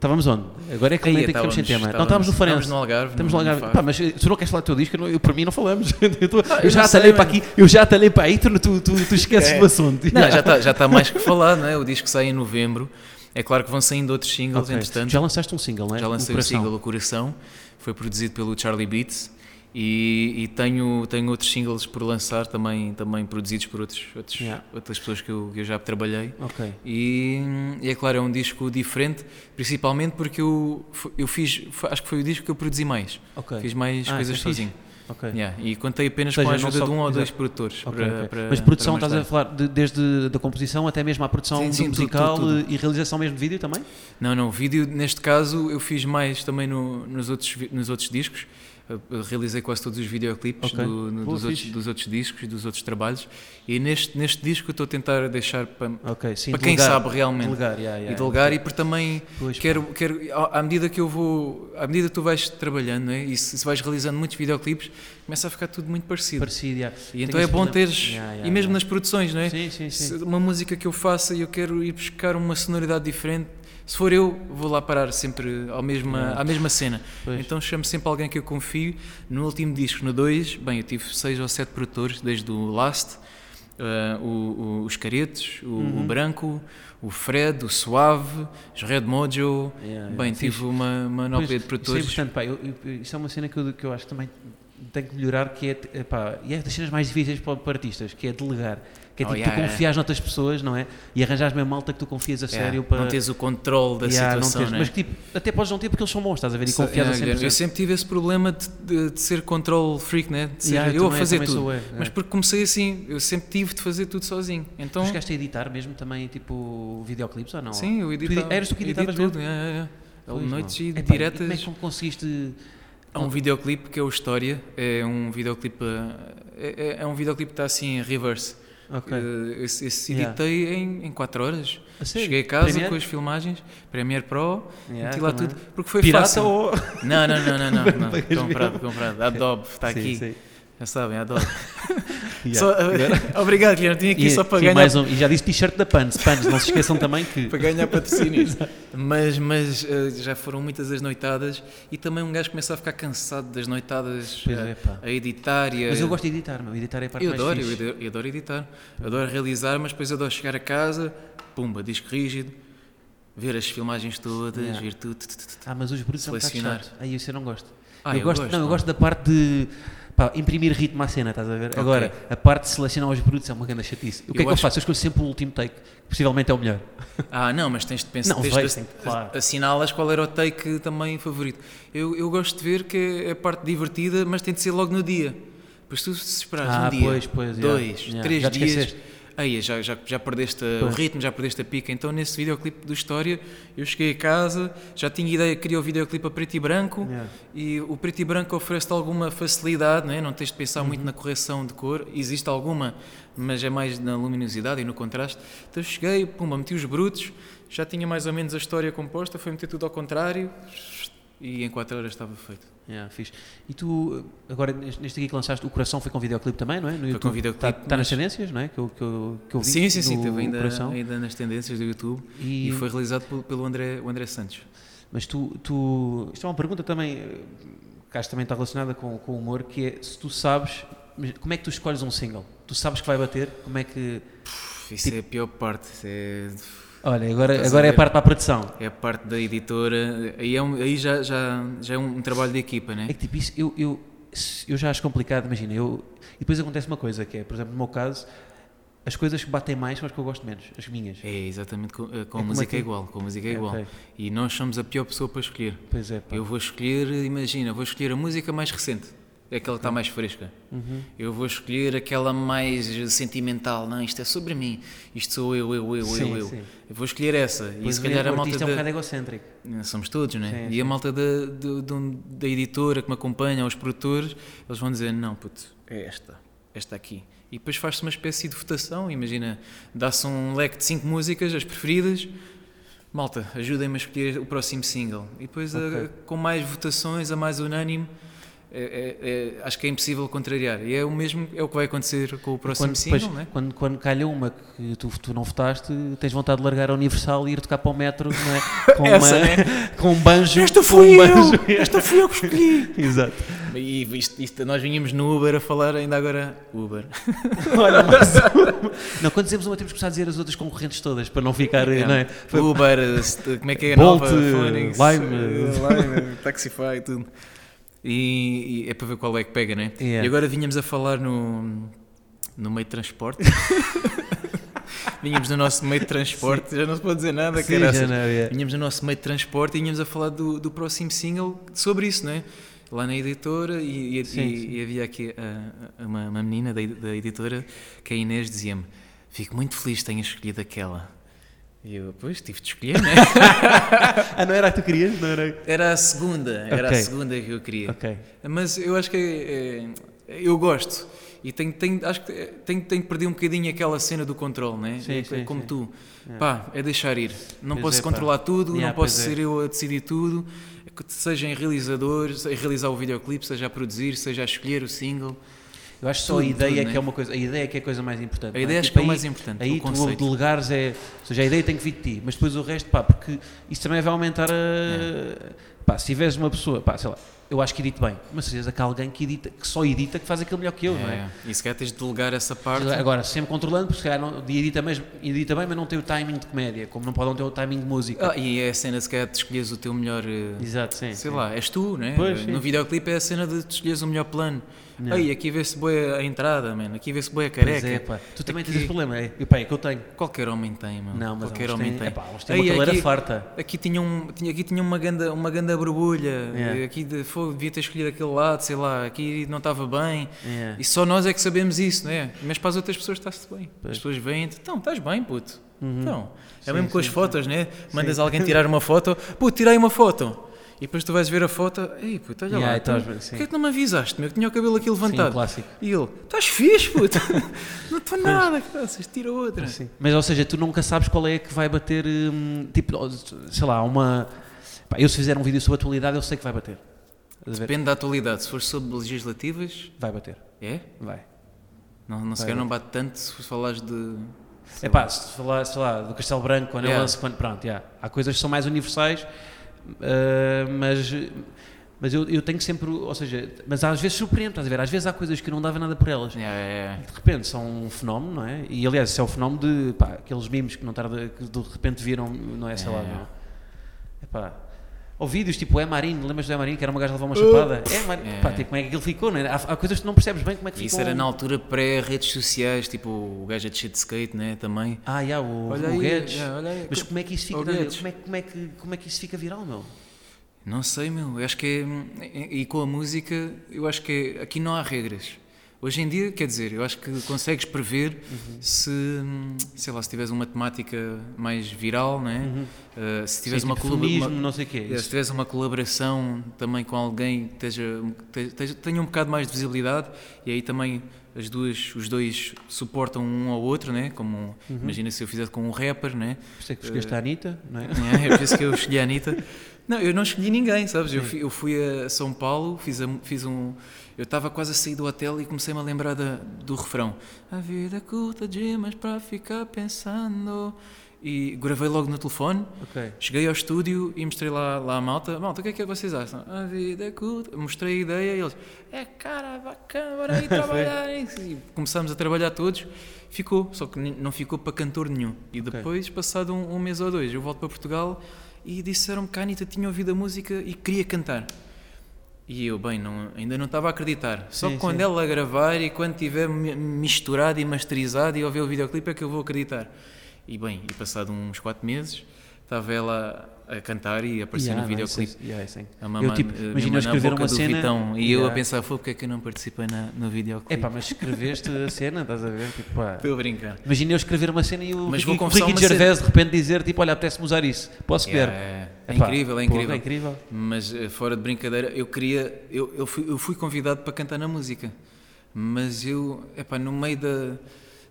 C: Estávamos onde? Agora é que
B: Aí, tá
C: realmente é que estamos sem tema. Não estávamos no Farense.
B: Estávamos no Algarve.
C: Estamos
B: no-
C: logo
B: no
C: a...
B: Faro.
C: Pá, mas eh, tu não queres falar do teu disco? Eu, não- eu, para mim não falamos. *laughs* Eu, tô- eu
B: Ah, eu
C: já
B: não sei,
C: atalhei para
B: mano.
C: aqui, eu já atalhei para aí, tu, não- tu, tu, tu esqueces
B: É.
C: do assunto.
B: Não, já
C: *laughs*
B: está já tá mais que falado, não é? O disco sai em novembro. É claro que vão saindo outros singles,
C: Ok.
B: entretanto.
C: Já lançaste um single, não é?
B: Já lancei
C: O
B: o,
C: Coração.
B: single O Coração, foi produzido pelo Charlie Beats e, e tenho, tenho outros singles por lançar também, também produzidos por outros, outros-
C: Yeah.
B: outras pessoas que eu, que eu já trabalhei.
C: Ok.
B: E, e é claro, é um disco diferente, principalmente porque eu, fo- eu fiz, fo- acho que foi o disco que eu produzi mais.
C: Ok.
B: Fiz mais
C: Ah, isso é
B: coisas
C: fixe.
B: sozinho.
C: Ok.
B: Yeah, E contei apenas
C: Ou
B: com a
C: seja, não só-
B: ajuda de um ou
C: exato.
B: dois produtores.
C: Ok,
B: para-
C: ok.
B: para-
C: Mas produção,
B: para
C: estás
B: mostrar.
C: a falar de- desde da composição até mesmo à produção
B: Sim,
C: do
B: sim, tudo,
C: musical
B: tudo,
C: eh, e realização mesmo de vídeo também?
B: Não, não, o vídeo neste caso eu fiz mais também no- nos, outros, vi- nos outros discos. Eu- eu realizei quase todos os videoclipes
C: Ok.
B: do- no-
C: Boa,
B: dos, outros,
C: fixe.
B: dos outros discos e dos outros trabalhos. E neste, neste disco eu estou a tentar deixar para,
C: Ok, sim.
B: para quem
C: delegar.
B: sabe realmente.
C: Delegar, yeah,
B: E
C: yeah.
B: delegar, e porque também
C: Pois, pá.
B: quero, quero, à à medida que eu vou, à medida que tu vais trabalhando não é? e se, se vais realizando muitos videoclipes, começa a ficar tudo muito parecido.
C: Parecido, yeah.
B: E
C: Tenho
B: então é
C: esse
B: bom
C: problema.
B: teres,
C: Yeah, yeah,
B: e mesmo
C: yeah.
B: nas produções, não é?
C: Sim, sim, sim.
B: Se uma música que eu faça e eu quero ir buscar uma sonoridade diferente, se for eu, vou lá parar sempre ao mesma, à mesma cena.
C: Pois.
B: Então chamo sempre alguém que eu confio. No último disco, no 2, bem, eu tive seis ou sete produtores, desde o Last, eh, o- o- os Caretos, o,
C: Uhum.
B: o Branco, o Fred, o Suave, os Red Mojo.
C: Yeah, yeah,
B: bem,
C: fixe.
B: tive uma
C: Pois,
B: manopla de
C: Isso é
B: produtores.
C: importante, pá. eu- eu- isso é uma cena que eu, que eu acho que também tenho que melhorar, que é, eh, pá, e é das cenas mais difíceis para, para artistas, que é delegar. Que é
B: Oh,
C: tipo,
B: yeah,
C: tu
B: yeah.
C: confias noutras pessoas, não é? E arranjas mesmo malta que tu confias a
B: Yeah,
C: sério para...
B: Não tens o controle da
C: Yeah, não
B: situação,
C: tens-
B: né?
C: Mas que, tipo, até podes não ter porque eles são bons, estás a ver? E
B: Sa-
C: confias a
B: é, Guilherme,
C: 100%.
B: eu sempre tive esse problema de, de- de ser control freak, né? De ser
C: Yeah,
B: eu
C: também-
B: a fazer
C: também
B: tudo.
C: sou eu,
B: Mas
C: é.
B: porque comecei assim, eu sempre tive de fazer tudo sozinho. Então,
C: Tu chegaste a editar mesmo também, tipo, videoclipes ou não?
B: sim, eu
C: Tu
B: editava.
C: eras tu que
B: edito
C: editavas
B: tudo,
C: mesmo?
B: é, é, é.
C: Pois,
B: Noites
C: mano.
B: e
C: Epá,
B: diretas.
C: como é que não conseguiste...
B: Há um videoclipe que é o História, é um videoclipe, ah, é, é- é um videoclipe que está assim em reverse.
C: Ok.
B: Eh, Esse, esse
C: Yeah.
B: editei em, em 4 horas.
C: A sério?
B: Cheguei a casa
C: Premiere?
B: com as filmagens, Premiere Pro,
C: Yeah,
B: meti lá
C: também.
B: tudo. Porque foi
C: Pirata
B: fácil. *laughs*
C: ou... *laughs*
B: Não, não, não, não, não, não.
C: Pagas
B: tá comprado, comprado. Adobe, está
C: Sim,
B: aqui.
C: sim.
B: Já sabem, adoro.
C: *laughs* Yeah.
B: Só- eh, *laughs* obrigado, Guilherme. Tinha aqui
C: E,
B: só para
C: sim,
B: ganhar,
C: mais um- e já disse t-shirt da Pans. Pans, não se esqueçam também que.
B: *laughs* para
C: *laughs*
B: ganhar patrocínio. mas mas eh, já foram muitas as noitadas e também um gajo começa a ficar cansado das noitadas
C: Pois
B: eh,
C: é, pá.
B: a editar e a.
C: Mas eu gosto de editar, meu. Editar é a parte
B: Eu
C: mais
B: adoro, eu
C: fixe.
B: adoro, eu adoro editar, adoro realizar, mas depois adoro chegar a casa, pumba, disco rígido, ver as filmagens todas,
C: Yeah.
B: ver tudo. tu, tu, tu, tu.
C: Ah, mas os brutos são um bocado
B: Selecionar.
C: chato. Aí isso eu não gosto.
B: Ah,
C: eu,
B: eu
C: gosto,
B: gosto,
C: não, eu
B: não.
C: gosto da parte de pá, imprimir ritmo à cena, estás a ver?
B: Ok.
C: Agora, a parte de selecionar os brutos é uma grande chatice. O que
B: Eu
C: é que eu
B: acho-
C: faço? Eu escolho sempre o último take, que possivelmente é o melhor.
B: *laughs* Ah, não, mas tens de pensar,
C: Não,
B: tens
C: vejo,
B: de
C: tem que- claro.
B: assinalas qual era o take também favorito. Eu, eu gosto de ver que é a parte divertida, mas tem de ser logo no dia. Pois tu se esperares
C: Ah,
B: um dia,
C: pois, pois, yeah,
B: dois,
C: yeah.
B: três
C: Já te
B: dias,
C: esqueceste.
B: aí já, já, já perdeste o
C: Pois.
B: ritmo, já perdeste a pica. Então nesse videoclipe do História, eu cheguei a casa, já tinha ideia, queria o videoclipe a preto e branco,
C: Yeah.
B: e o preto e branco oferece-te alguma facilidade, não, é? não tens de pensar
C: Uhum.
B: muito na correção de cor, existe alguma, mas é mais na luminosidade e no contraste. Então cheguei, pumba, meti os brutos, já tinha mais ou menos a história composta, foi meter tudo ao contrário e em 4 horas estava feito.
C: Yeah, fixe. E tu, agora, neste neste aqui que lançaste, o Coração foi com videoclipe também, não é? No YouTube.
B: com videoclipe,
C: Está tá nas
B: mas-
C: tendências, não é? Que eu, que eu, que eu vi.
B: sim, sim, sim,
C: no
B: teve ainda,
C: Coração.
B: ainda nas tendências do YouTube
C: E-
B: e, foi realizado pelo, pelo André, o André Santos.
C: Mas tu, tu. Isto é uma pergunta também. eh, Que acho que também está relacionada com, com o humor, que é se tu sabes. mas Como é que tu escolhes um single? Tu sabes que vai bater? Como é que.
B: Puf, Isso é a pior parte, isso é
C: Olha, agora,
B: Estás a
C: agora é a
B: ver?
C: parte para a produção.
B: É a parte da editora, aí, é um- aí já, já, já é um trabalho de equipa, né?
C: É que tipo, isso eu, eu, se- eu já acho complicado, imagina, eu, e depois acontece uma coisa que é, por exemplo, no meu caso, as coisas que batem mais são as que eu gosto menos, as minhas.
B: É exatamente com, eh, com a
C: É como
B: música
C: aqui.
B: é igual, com a música é
C: É,
B: igual.
C: ok.
B: E nós somos a pior pessoa para escolher.
C: Pois é, pá.
B: Eu vou escolher, imagina, vou escolher a música mais recente, aquela que
C: Uhum.
B: está mais fresca. Eu vou escolher aquela mais sentimental, não, isto é sobre mim, isto sou eu, eu, eu,
C: Sim,
B: eu, eu.
C: sim.
B: Eu vou escolher essa.
C: Pois
B: e se
C: o
B: calhar a
C: artista é
B: malta
C: um
B: da-
C: bocado egocêntrico.
B: Somos todos, né?
C: Sim,
B: E a malta da, do- do- da editora que me acompanha, os produtores, eles vão dizer: não, puto, é esta, esta aqui. E depois faz-se uma espécie de votação. Imagina, dá-se um leque de cinco músicas, as preferidas. Malta, ajudem-me a escolher o próximo single. E depois, a-
C: Ok.
B: com mais votações, a mais unânime, é- é- é- acho que é impossível contrariar. E é o mesmo, é o que vai acontecer com o próximo
C: Quando,
B: single,
C: depois,
B: né?
C: quando, quando calha uma que tu, tu não votaste, tens vontade de largar a Universal e ir tocar para o metro não
B: *laughs*
C: é? com,
B: Essa,
C: uma-
B: né?
C: *laughs* com um banjo.
B: Esta
C: com
B: fui
C: um
B: eu!
C: banjo. *laughs*
B: Esta fui eu que escolhi! *laughs*
C: Exato.
B: *laughs* E isto, isto- nós vinhamos no Uber a falar ainda agora Uber.
C: Olha, mais uma. *laughs* Não, quando dizemos uma, temos que começar a dizer as outras concorrentes todas para não ficar. Não é? Foi-
B: Uber,
C: *laughs*
B: st- como é que é a
C: Bolt,
B: nova? Phoenix,
C: Lime.
B: eh, Lime, Taxify, tudo. E, e é para ver qual é que pega, né?
C: Yeah.
B: E agora vinhamos a falar no, no meio de transporte. vinhamos no nosso meio de transporte, já não se pode dizer nada,
C: Sim,
B: caraças.
C: já não, é.
B: Vinhamos no nosso meio de transporte e vinhamos a falar do, do próximo single sobre isso, né? Lá na editora, e, e-
C: Sim,
B: e-
C: sim.
B: e havia aqui ah, uma, uma menina da, ed- da editora que é a Inês dizia-me: Fico muito feliz que tenhas escolhido aquela. E eu, pois, tive de escolher, né?
C: Ah, não era a que tu querias? Não era.
B: Era a segunda, era
C: Ok.
B: a segunda que eu queria.
C: Ok.
B: Mas eu acho que é, é, eu gosto. E tenho, tenho, acho que tenho, tenho que perder um bocadinho aquela cena do controle, né?
C: Sim,
B: é,
C: sim,
B: como
C: sim.
B: tu. Pá, é deixar ir. Não
C: Pois
B: posso
C: é, pá.
B: controlar tudo,
C: Yeah,
B: não posso
C: pois é.
B: ser eu a decidir tudo. Que Seja em realizador, seja em realizar o videoclipe, seja a produzir, seja a escolher o single.
C: Eu acho só a
B: Tudo,
C: ideia
B: tudo,
C: que
B: né?
C: é uma coisa, a ideia que é a coisa mais importante.
B: A
C: não é?
B: ideia acho
C: Tipo,
B: que é o mais importante,
C: Aí
B: o conceito.
C: tu delegares é, ou seja, a ideia tem que vir de ti, mas depois o resto, pá, porque isso também vai aumentar a,
B: É.
C: pá, se tiveres uma pessoa, pá, sei lá, eu acho que edito bem, mas se tiveres alguém que edita, que só edita, que faz aquilo melhor que eu, não é?
B: E se calhar tens de delegar essa parte.
C: Agora, sempre controlando, porque se calhar não, edita, mesmo, edita bem, mas não tem o timing de comédia, como não podem ter o timing de música.
B: Ah, e é a cena, se calhar, de escolheres o teu melhor. eh,
C: Exato, sim.
B: Sei
C: sim.
B: lá, és tu, né?
C: Pois, sim.
B: no videoclipe é a cena de tu escolheres o melhor plano.
C: Yeah.
B: Aí, aqui vê-se boa a entrada, mano. Aqui vê-se boa a
C: Pois
B: careca.
C: é, pá. Tu também tens
B: Aqui-
C: esse problema, é? E, pá, é que eu tenho.
B: Qualquer homem tem, mano.
C: Não, mas
B: Qualquer
C: eles
B: homem
C: têm-
B: tem.
C: epá, eles têm uma caleira farta.
B: Aqui tinha, um, tinha, aqui tinha uma ganda, uma ganda borbulha.
C: Yeah.
B: Aqui de, fogo, devia ter escolhido aquele lado, sei lá. Aqui não estava bem.
C: Yeah.
B: E só nós é que sabemos isso, não é? Mas para as outras pessoas está-se bem.
C: Pois. Uhum.
B: As pessoas veem-te, então, estás bem, puto. Então, é
C: Sim,
B: mesmo com as
C: sim,
B: fotos, né? Mandas alguém tirar uma foto, puto, tirei uma foto. E depois tu vais ver a foto, ei, puto, olha
C: Yeah,
B: lá.
C: estás
B: Então,
C: bem, sim.
B: Porquê é que não me avisaste, meu? Que tinha o cabelo aqui levantado.
C: clássico.
B: E ele, estás fixe, puto. *laughs* não estou nada, caraças, tira outra.
C: Mas, ou seja, tu nunca sabes qual é que vai bater, hum, tipo, ó, sei lá, uma... Pá, eu se fizer um vídeo sobre atualidade, eu sei que vai bater. Estás a ver?
B: Depende da atualidade. Se for sobre legislativas,
C: Vai bater,
B: é?
C: vai.
B: Não, não sequer não bate tanto se falares de.
C: É pá, se falar, sei lá, do Castelo Branco, quando
B: Yeah.
C: eu lanço, quando, pronto, yeah. há coisas que são mais universais, ah, mas, mas eu, eu tenho sempre, ou seja, mas às vezes surpreendo, estás a ver? Às vezes há coisas que eu não dava nada por elas.
B: Yeah, yeah, yeah.
C: De repente são um fenómeno, não é? E aliás, isso é o fenómeno de pá, aqueles mimos que, não tarda, que de repente viram, não é? Sei lá,
B: É.
C: não. Epá. Ou vídeos tipo é Marinho, lembras do é Marinho que era uma gaja a levar uma chapada? É Marinho,
B: É.
C: pá, tipo, como é que aquilo ficou, não é? Há, há coisas que tu não percebes bem como é que
B: E
C: ficou.
B: isso era na altura pré-redes sociais, tipo o gajo a descer de skate, né? Também.
C: Ah, já, o,
B: Olha
C: o
B: aí,
C: Guedes.
B: é, olha aí.
C: Mas como é que isso
B: O
C: fica? não é?
B: Guedes.
C: Como é, que- como, é que, como é que isso fica viral, meu?
B: Não sei, meu. Eu acho que é. E e com a música, eu acho que é- aqui não há regras. Hoje em dia, quer dizer, eu acho que consegues prever
C: Uhum.
B: se, hum, sei lá, se tiveres uma temática mais viral, não é? Uh, se tiveres
C: Uhum. Sim,
B: uma,
C: tipo,
B: colab-
C: feminismo,
B: uma-
C: não sei o quê.
B: Yeah, se
C: Isso.
B: tiveres uma colaboração também com alguém que esteja- te- te- tenha um bocado mais de visibilidade e aí também as duas, os dois suportam um ao outro, né? Como imagina se eu fizesse com um rapper, né?
C: Por isso é que chegaste à Anitta, não é?
B: É, é por isso que eu escolhi a Anitta. Não, eu não escolhi ninguém, sabes? Eu fui, eu fui a São Paulo, fiz, a- fiz um. Eu estava quase a sair do hotel e comecei-me a lembrar da- do refrão. A vida é curta demais para ficar pensando. E gravei logo no telefone.
C: Ok.
B: Cheguei ao estúdio e mostrei lá, lá à malta. Malta, o que é que é que vocês acham? A vida é curta. Mostrei a ideia e eles. É cara, bacana, bora aí trabalhar. e começámos a trabalhar todos. Ficou, só que ni- não ficou para cantor nenhum. E depois, passado um, um mês ou dois, eu volto para Portugal e disseram-me que a Anitta tinha ouvido a música e queria cantar. E eu, bem, não- ainda não estava a acreditar. Só
C: Sim,
B: quando
C: sim.
B: ela gravar e quando tiver mi- misturado e masterizado e eu ver o videoclipe é que eu vou acreditar. E bem, e passado uns 4 meses, estava ela a cantar e apareceu
C: Yeah,
B: no
C: não,
B: videoclipe.
C: isso é- yeah, isso é-
B: A mamãe,
C: Eu, tipo,
B: eh,
C: imagina eu
B: minha mãe na
C: escrever
B: boca
C: uma
B: do
C: cena.
B: Vitão, e eu a
C: Yeah.
B: pensar, foi porque é que eu não participei na, no videoclipe?
C: Epá, mas escreveste a cena, estás a ver? Tipo, pá.
B: Estou a brincar.
C: Imagina eu escrever uma cena e o
B: Mas vou
C: Ricky,
B: confessar
C: Ricky
B: uma
C: Gervais de repente dizer, tipo, olha, apetece-me usar isso. Posso
B: Yeah,
C: ver?
B: é, é
C: Epá,
B: incrível, é
C: pô,
B: incrível.
C: é incrível.
B: Mas eh, fora de brincadeira, eu queria. Eu, eu, fui, eu fui convidado para cantar na música, mas eu, epá, no meio da.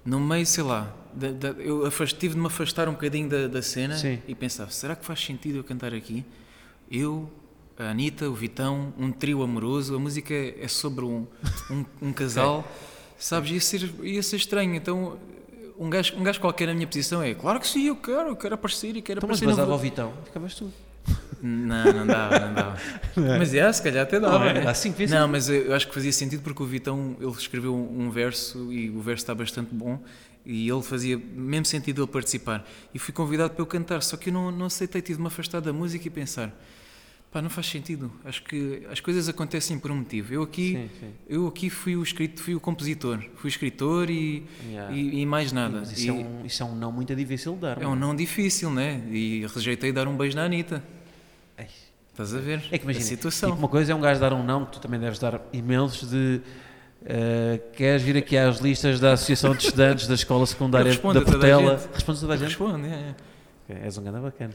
B: No meio, sei lá, da, da- eu afast, tive de me afastar um bocadinho da, da cena
C: Sim.
B: e pensava: será que faz sentido eu cantar aqui? Eu, a Anitta, o Vitão, um trio amoroso, a música é, é sobre um, um, um
C: *laughs*
B: casal, sabes? Ia ser, ia ser estranho. Então, um gajo, um gajo qualquer na minha posição é: claro que sim, eu quero, eu quero aparecer e quero
C: Então, mas
B: aparecer. no
C: basava ao Vitão. Ficavas tu.
B: não, não dava, não dava. Mas é, se calhar até
C: Não
B: dava.
C: é?
B: né?
C: Dá cinco vezes.
B: Não, mas eu eu acho que fazia sentido porque o Vitão, ele escreveu um, um verso e o verso está bastante bom e ele fazia mesmo sentido ele participar. E fui convidado para eu cantar, só que eu não, não aceitei, tive-me afastar da música e pensar, pá, não faz sentido. Acho que as coisas acontecem por um motivo. Eu aqui,
C: Sim, sim.
B: Eu aqui fui o escrito, fui o compositor, fui o escritor e,
C: Yeah.
B: e, e mais nada.
C: Mas isso, é
B: E-
C: um, isso é um não muito difícil de dar.
B: é
C: mano.
B: um não difícil, né? E rejeitei dar um beijo na Anitta.
C: Ai.
B: Estás a ver?
C: É que imagina,
B: a situação.
C: tipo, uma coisa é um gajo dar um não, que tu também deves dar imensos de eh, queres vir aqui às listas da Associação de Estudantes da Escola Secundária
B: Eu respondo
C: da
B: a toda a
C: Portela.
B: gente.
C: Respondes a toda a gente?
B: Responde, é, é.
C: Ok, és um ganda bacana.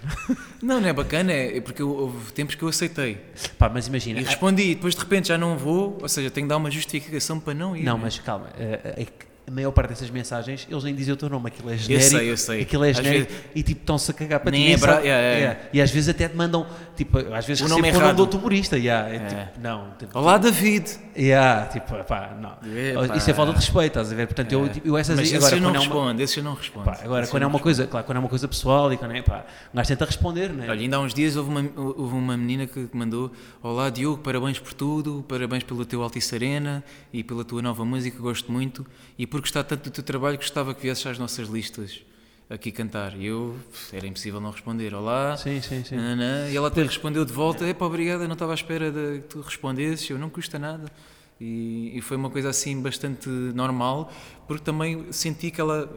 B: Não, não é bacana, é é porque eu- houve tempos que eu aceitei.
C: Pá, mas
B: E
C: imagina. ah,
B: respondi, e depois de repente já não vou, ou seja, tenho de dar uma justificação para não ir.
C: Não,
B: né?
C: mas calma. eh, é que a maior parte dessas mensagens, eles nem dizem o teu nome, aquilo é
B: sei,
C: genérico.
B: eu sei.
C: Aquilo é
B: Às
C: genérico e tipo estão-se a cagar para ti.
B: Nem é bra-
C: sabe-
B: yeah, yeah.
C: é, E às vezes até te mandam, tipo, às vezes
B: O
C: recebo
B: nome
C: o nome
B: errado.
C: do outro humorista. yeah, é,
B: É.
C: tipo, não, tipo,
B: Olá, David!
C: Yeah, tipo, pá, não.
B: Epá.
C: Isso é falta de respeito, estás a ver? Portanto, eu, tipo, eu essas
B: É. mas esse
C: agora,
B: eu não
C: quando é uma,
B: respondo, esse eu não respondo.
C: pá, agora, quando é uma coisa, claro, quando é uma coisa pessoal e quando é, pá, um gajo tenta responder, né?
B: Olha, ainda há uns dias houve uma, houve uma menina que mandou Olá Diogo, parabéns por tudo, parabéns pelo teu Altice Arena e pela tua nova música, gosto muito e por gostar tanto do teu trabalho gostava que viesses às nossas listas aqui cantar. E eu, era impossível não responder Olá,
C: Sim, sim, sim.
B: nananã. e ela até respondeu de volta Epá, obrigada, não estava à espera de que tu respondesses, eu não custa nada. E, e foi uma coisa assim bastante normal, porque também senti que ela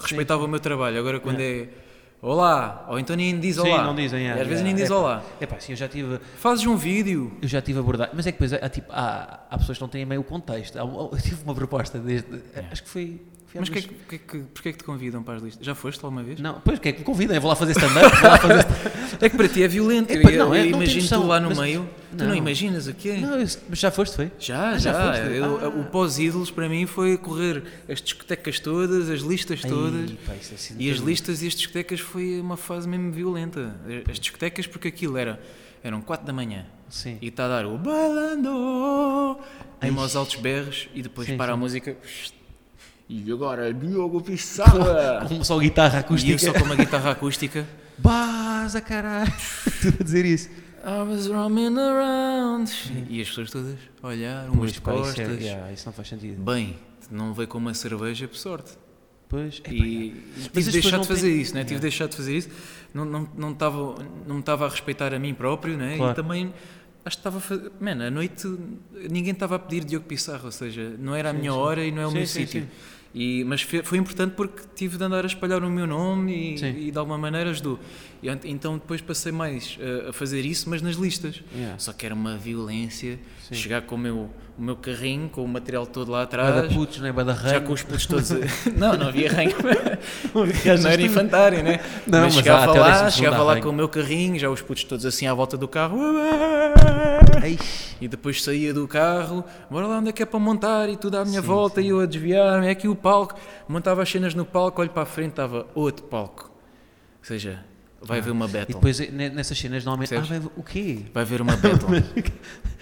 B: respeitava o meu trabalho. Agora quando é... Olá! Ou então nem diz
C: Sim,
B: olá.
C: não dizem,
B: E
C: yeah,
B: às vezes
C: yeah.
B: nem diz
C: Epá.
B: olá.
C: É pá, sim, eu já tive,
B: Fazes um vídeo.
C: eu já tive abordado, mas é que depois há, tipo, há, há pessoas que não têm meio o contexto. Há- um, Eu tive uma proposta desde,
B: É.
C: acho que foi. foi há
B: Mas
C: umas-
B: que, é que- que, é que, porquê é que te convidam para as listas? Já foste alguma vez?
C: Não, pois, que é que me convidam? Eu vou lá fazer stand-up, vou lá fazer
B: *laughs* É que para ti é violento.
C: Epá,
B: eu
C: não, é-
B: eu
C: não tem
B: imagino
C: noção,
B: tu lá no
C: mas-
B: meio. Tu não
C: não.
B: imaginas o quê?
C: Não, eu- mas já foste, foi?
B: Já,
C: Ah,
B: já.
C: foste?
B: Eu-
C: Ah.
B: O pós-ídolos para mim foi correr as discotecas todas, as listas
C: Ai,
B: todas.
C: pá, isso é assim,
B: E as
C: tudo.
B: listas e as discotecas foi uma fase mesmo violenta. As discotecas, porque aquilo era. Eram 4 da manhã.
C: Sim.
B: E está a dar o bailando. Mesmo aos altos berros e depois
C: Sim,
B: para a
C: sim.
B: música.
D: E agora, Diogo Pissarra.
C: Como só guitarra
B: E eu
C: acústica.
B: só com uma guitarra acústica.
C: *laughs* Baza, caralho. *laughs* Tudo a dizer isso.
B: I was roaming around. E as pessoas todas a olhar, umas de
C: pá, isso é-
B: costas.
C: yeah, isso não faz sentido.
B: Bem, não veio com uma cerveja, por sorte.
C: Pois, é,
B: E
C: Mas as
B: tive de
C: pessoas
B: deixar
C: não
B: de fazer
C: têm- É.
B: isso, né? tive de deixar de fazer isso. Não estava não, tava- não tava a respeitar a mim próprio né?
C: Claro.
B: e também acho que estava a fazer. Mano, à noite ninguém estava a pedir Diogo Pissarro, ou seja, não era a minha hora e não é o
C: Sim,
B: meu
C: sim,
B: sítio.
C: sim.
B: E, mas fe- foi importante porque tive de andar a espalhar o meu nome
C: Sim.
B: e, e de alguma maneira ajudou. E ent- então depois passei mais eh, a fazer isso, mas nas listas.
C: Yeah.
B: Só que era uma violência chegar com o meu, o meu carrinho, com o material todo lá atrás.
C: Bada putos, não é? Bada
B: Já
C: rei.
B: com os putos todos. a- *laughs* Não, não havia ranho.
C: gajas
B: *laughs* não
C: todas.
B: era infantário, né?
C: Não, mas
B: mas chegava
C: há até o
B: lá,
C: 12º
B: chegava lá
C: ranho.
B: com o meu carrinho, já os putos todos assim à volta do carro. E depois saía do carro, bora lá onde é que é para montar e tudo à minha volta e eu a desviar-me. É aqui o palco. Montava as cenas no palco, olho para a frente, estava outro palco. Ou seja, vai haver uma
C: E
B: battle.
C: depois ne- nessas cenas normalmente. Ah,
B: É Percebes?
C: vai- o quê?
B: Vai haver uma battle.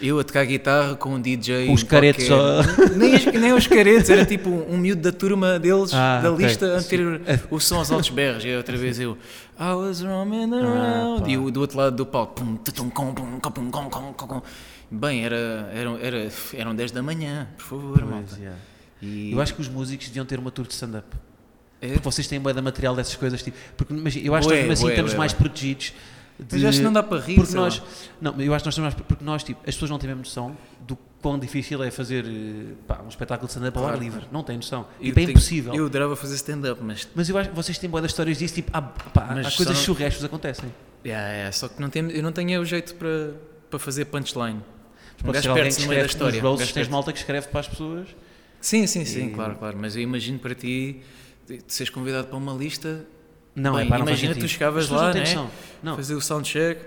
B: Eu a tocar guitarra com um DJ.
C: Os caretos
B: qualquer. Nem, os- nem os caretos, era tipo um, um miúdo da turma deles,
C: Ah,
B: da
C: ok. É.
B: lista, a ter o som aos altos berros. E outra vez eu. I was roaming around.
C: Ah, pá.
B: e o do outro lado do palco. Pum, tutum, com, pum, com, pum, com, com, com, com. Bem, era, eram, era, eram 10 da manhã, por favor, malta.
C: Pois, yeah.
B: E,
C: Eu acho que os músicos deviam ter uma tour de stand-up.
B: É?
C: Porque vocês têm bué de material dessas coisas. Tipo, porque imagina, eu acho que
B: Bué,
C: mesmo assim
B: bué,
C: estamos
B: bué,
C: mais
B: bué.
C: protegidos. De,
B: Mas eu acho que não dá para rir,
C: Porque
B: sei
C: nós,
B: lá.
C: não, eu acho que nós estamos mais. Porque nós, tipo, as pessoas não têm mesmo noção do quão difícil é fazer eh, pá, um espetáculo de stand-up ao ar
B: Claro.
C: livre. Não têm noção.
B: eu
C: e bem
B: tenho-
C: impossível.
B: Eu adorava fazer stand-up, mas
C: Mas eu acho que vocês têm boas histórias disso, tipo, há, pá, há
B: Mas
C: coisas
B: só-
C: surreais que vos acontecem.
B: Yeah, é, só que não tem, eu não tenho o jeito para, para fazer punchline. Um
C: Pode ser
B: gajo
C: alguém que
B: perde-se no meio
C: escreve
B: da história.
C: nos
B: um
C: rolls,
B: gajo
C: tens
B: perde-se.
C: malta que escreve para as pessoas.
B: Sim, sim, sim, claro, claro. Mas eu imagino para ti, de seres convidado para uma lista,
C: Não,
B: Bem,
C: é pá, não faz
B: imagina
C: sentido.
B: tu chegavas
C: As pessoas
B: lá,
C: não têm
B: né?
C: noção. Não.
B: fazer o soundcheck.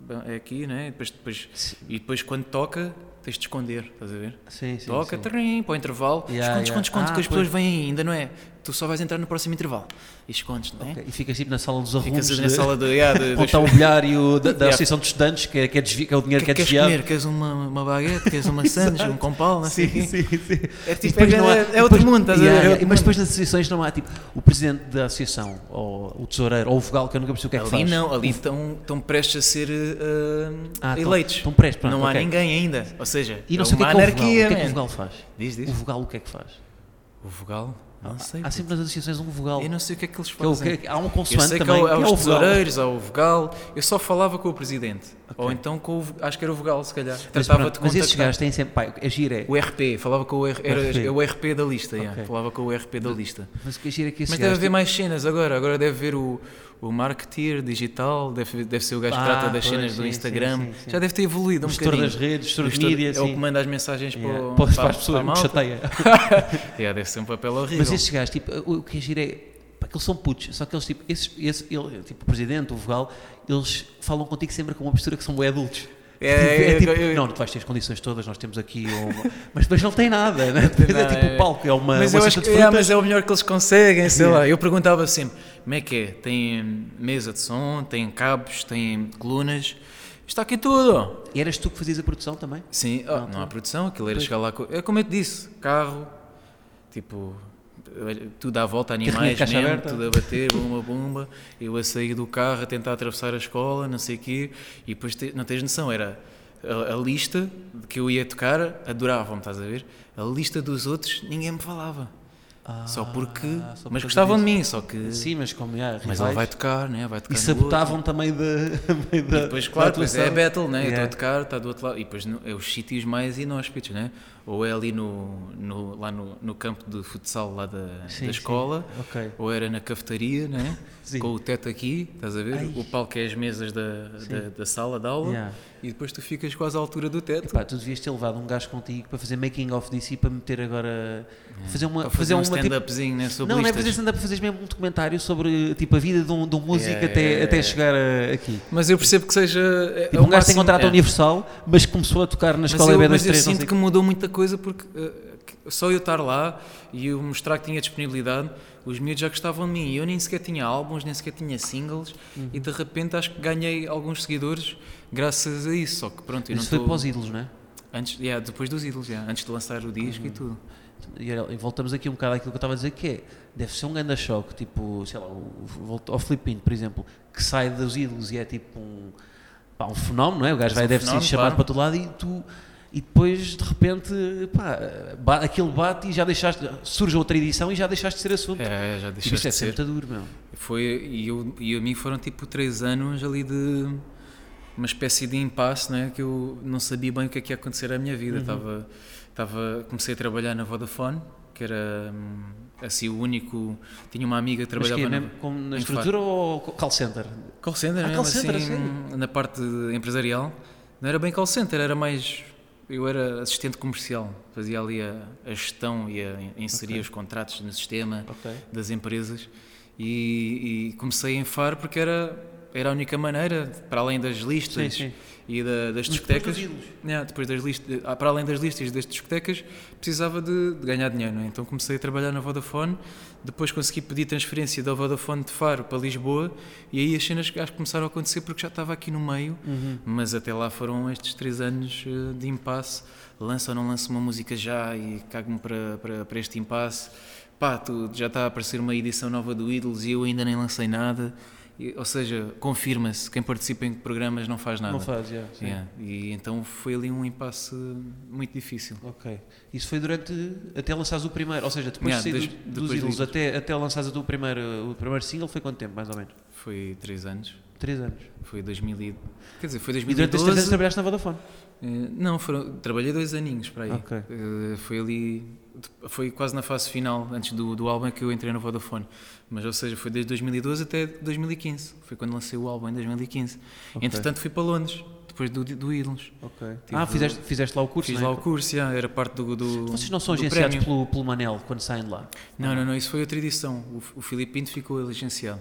B: Bom, É aqui, né? E depois, depois,
C: Sim.
B: e depois quando toca, tens de esconder, estás a ver?
C: Sim, sim,
B: toca,
C: sim.
B: tarim, para o intervalo.
C: Yeah,
B: escondes,
C: yeah.
B: escondes, escondes,
C: Ah,
B: que as
C: pois.
B: pessoas vêm ainda, não é? Tu só vais entrar no próximo intervalo. E escondes, não é?
C: Ok, E ficas tipo na sala dos arrumos.
B: Ficas na
C: de- um
B: sala do,
C: *laughs*
B: yeah, de,
C: Onde
B: dos-
C: está o bilhário da, da
B: *laughs* Yeah.
C: Associação de Estudantes, que é, que é, desvi- que é o dinheiro
B: que
C: que é
B: é que queres
C: desviado.
B: comer? Queres uma, uma baguete? Queres uma sandes? Um compal? Não sei o quê?
C: *laughs* sim, sim.
B: É tipo,
C: E depois
B: é-
C: não há-
B: é-
C: e
B: é outro
C: depois-
B: mundo, estás
C: yeah,
B: a ver? É
C: yeah,
B: outro
C: Mas depois nas associações não há, tipo, o presidente da associação, ou o tesoureiro, ou o vogal, que eu nunca percebi o que é que
B: Ali
C: faz.
B: não, ali estão, estão prestes a ser eh,
C: Ah, estão-
B: eleitos.
C: estão prestes, pronto,
B: não há
C: ok.
B: ninguém ainda. Ou seja,
C: E
B: é
C: não sei o que
B: uma
C: é que é o vogal. O que
B: anarquia.
C: é que o
B: man.
C: vogal faz?
B: Diz, diz.
C: O vogal o que é que faz?
B: O vogal? Não sei.
C: Há sempre nas associações um Ah, vogal.
B: Eu não sei o que é que eles
C: Que é o
B: fazem.
C: que- há um
B: Eu
C: consoante
B: sei que
C: também,
B: há, há
C: que é
B: os
C: o vogal.
B: tesoureiros, há o vogal. Eu só falava com o presidente. Ou então com o, vo- acho que era o vogal, se calhar.
C: Mas,
B: Tratava
C: pronto,
B: de
C: mas esses
B: contactar.
C: gajos têm sempre, pá, é giro é,
B: O RP, falava com o, R, era,
C: RP.
B: é o RP da lista. yeah.
C: Ok.
B: Falava com o RP da lista.
C: mas o que é giro é que esses
B: Mas deve
C: gajos,
B: haver mais cenas agora. Agora deve haver o, o marketeer digital, deve, deve ser o gajo
C: Ah,
B: que trata das
C: pois,
B: cenas
C: sim,
B: do
C: sim,
B: Instagram.
C: sim, sim.
B: Já deve ter evoluído
C: O
B: um
C: gestor
B: bocadinho.
C: das redes, gestor
B: O
C: de mídia,
B: É o
C: sim.
B: que manda as mensagens
C: tipo, yeah,
B: para, o-
C: para,
B: para-
C: as pessoas,
B: para a
C: o que
B: malta.
C: chateia.
B: *laughs*
C: *laughs*
B: Yeah, deve ser um papel horrível.
C: Mas esses gajos, tipo, o o que é giro é. Pá, que eles são putos, só que eles, tipo, esses, esse, ele, tipo o presidente, o vogal, eles falam contigo sempre com uma postura que são bem adultos. *laughs*
B: É,
C: tipo,
B: eu- eu-
C: não, tu vais ter as condições todas, nós temos aqui. Uma... mas depois não tem nada, né? Depois *laughs* é
B: Não,
C: tipo
B: é-
C: o palco, é uma.
B: mas
C: uma
B: eu
C: cesta
B: acho
C: de
B: que yeah,
C: frutas.
B: mas é o melhor que eles conseguem, sei lá. Eu perguntava sempre: como é que é? Tem mesa de som, tem cabos, tem colunas. Está aqui tudo.
C: E eras tu que fazias a produção também?
B: Sim, ah, não,
C: tá.
B: há produção, aquilo era chegar lá. com- É como eu te disse, carro, tipo, tudo à volta,
C: Carrinho de
B: animais
C: caixa
B: mesmo,
C: aberta.
B: tudo a bater, bumba, bumba. Eu a sair do carro, a tentar atravessar a escola, não sei o quê. E depois, te- não tens noção, era a, a lista de que eu ia tocar, adoravam-me, estás a ver? A lista dos outros, ninguém me falava. só porque.
C: Ah, só por
B: mas
C: causa
B: gostavam de
C: disso.
B: mim, só que.
C: Sim, mas como é,
B: mas ele vai tocar, né? Vai tocar
C: E
B: no
C: sabotavam *laughs* também da. da
B: e depois, claro,
C: da
B: depois
C: atuação.
B: é a battle, né?
C: Yeah.
B: Eu estou a tocar, está do outro lado. E depois no- é os sítios mais inóspitos, né? Ou é ali no, no- lá no, no campo de futsal lá da,
C: Sim,
B: da escola,
C: sim. Ok.
B: ou era na cafetaria, né?
C: *laughs* Sim.
B: Com o teto aqui, estás a ver?
C: Ai.
B: O palco é as mesas da, da, da sala de aula
C: Yeah.
B: e depois tu ficas quase à altura do teto.
C: Pá, tu devias ter levado um gajo contigo para fazer making of disso e para meter agora. Fazer uma.
B: Para fazer, um
C: uma, tipo-
B: stand-upzinho, né? Sobre
C: não, não é
B: listas.
C: fazer stand-up, fazes mesmo um documentário sobre tipo, a vida de um, de um músico
B: Yeah,
C: até,
B: yeah,
C: até
B: yeah.
C: chegar a- aqui.
B: Mas eu percebo que seja. é-
C: Tipo,
B: é
C: um gajo tem
B: o é. máximo-
C: contrato
B: é.
C: universal, mas começou a tocar na
B: Mas
C: escola
B: eu,
C: EB23.
B: mas eu
C: não sei
B: sinto que mudou muita coisa porque eh, que- só eu estar lá e eu mostrar que tinha disponibilidade, os miúdos já gostavam de mim. E Eu nem sequer tinha álbuns, nem sequer tinha singles e de repente acho que ganhei alguns seguidores graças a isso. Só que pronto, eu
C: Isso
B: não
C: foi
B: tô-
C: para os ídolos, não é?
B: Uhum. Antes, yeah, depois dos ídolos, yeah, antes de lançar o disco e tudo.
C: E era- e voltamos aqui um bocado àquilo que eu estava a dizer, que é, deve ser um grande choque, tipo, sei lá, o, volto ao Filipino, por exemplo, que sai dos ídolos e é tipo um, pá, um fenómeno, não é? O gajo
B: É
C: vai,
B: um
C: deve ser
B: fenómeno,
C: chamado
B: claro.
C: para todo lado e tu... E depois, de repente, pá, ba- aquilo bate e já deixaste, surge outra edição e já deixaste de ser assunto.
B: É, já
C: Tipo,
B: deixaste
C: isto é
B: de ser.
C: sempre duro, meu.
B: Foi, e, eu, e a mim foram tipo três anos ali de uma espécie de impasse, né? que eu não sabia bem o que é que ia acontecer à minha
C: Uhum.
B: vida. Tava, tava, comecei a trabalhar na Vodafone, que era hum, assim o único. Tinha uma amiga que
C: Mas que
B: trabalhava
C: é
B: na,
C: mesmo como na
B: em
C: estrutura ou co- call center?
B: Call center,
C: Ah,
B: mesmo
C: call center,
B: assim, na parte empresarial. Não era bem call center, era mais. Eu era assistente comercial, fazia ali a, a gestão e a, inseria os contratos no sistema
C: Ok.
B: das empresas. E, e comecei em Faro porque era, era a única maneira, para além das listas
C: Sim, sim.
B: e da- das discotecas. Yeah, depois das listas, ah, para além das listas das discotecas, precisava de, de ganhar dinheiro, não é? Então comecei a trabalhar na Vodafone, depois consegui pedir transferência da Vodafone de Faro para Lisboa e aí as cenas acho que começaram a acontecer porque já estava aqui no meio,
C: Uhum.
B: mas até lá foram estes três anos eh, de impasse, lança ou não lança uma música já e cago-me para, para, para este impasse, pá, tu, já está a aparecer uma edição nova do Ídolos e eu ainda nem lancei nada, E- ou seja, confirma-se, quem participa em programas não faz nada.
C: Não faz, já. sim.
B: Yeah, E então foi ali um impasse muito difícil.
C: Ok. Isso foi durante. até lançares o primeiro. Ou seja, depois de
B: Yeah,
C: sair
B: des-
C: do-
B: depois
C: dos
B: do
C: ídolos
B: Ídolos.
C: até, até lançares o teu primeiro, o primeiro single foi quanto tempo, mais ou menos?
B: Foi três anos.
C: Três anos.
B: Foi 2000 e... Quer dizer, foi
C: E durante estes três anos
B: 2012.
C: trabalhaste na Vodafone.
B: Eh, Não, foram... trabalhei dois aninhos para aí.
C: Ok.
B: Eh, Foi ali... Foi quase na fase final, antes do, do álbum, é que eu entrei no Vodafone. Mas, ou seja, foi desde 2012 até 2015. Foi quando lancei o álbum, em 2015. Entretanto, fui para Londres, depois do, do Ídolos.
C: Ok.
B: Tive-
C: ah, fizeste, fizeste lá o curso,
B: Fiz
C: não
B: lá
C: é?
B: o curso, yeah, era parte do, do
C: Vocês não são
B: do
C: agenciados
B: prémio.
C: pelo, pelo Manel quando saem de lá?
B: Não, não, não, isso foi outra edição. O, o Filipe Pinto ficou licenciado.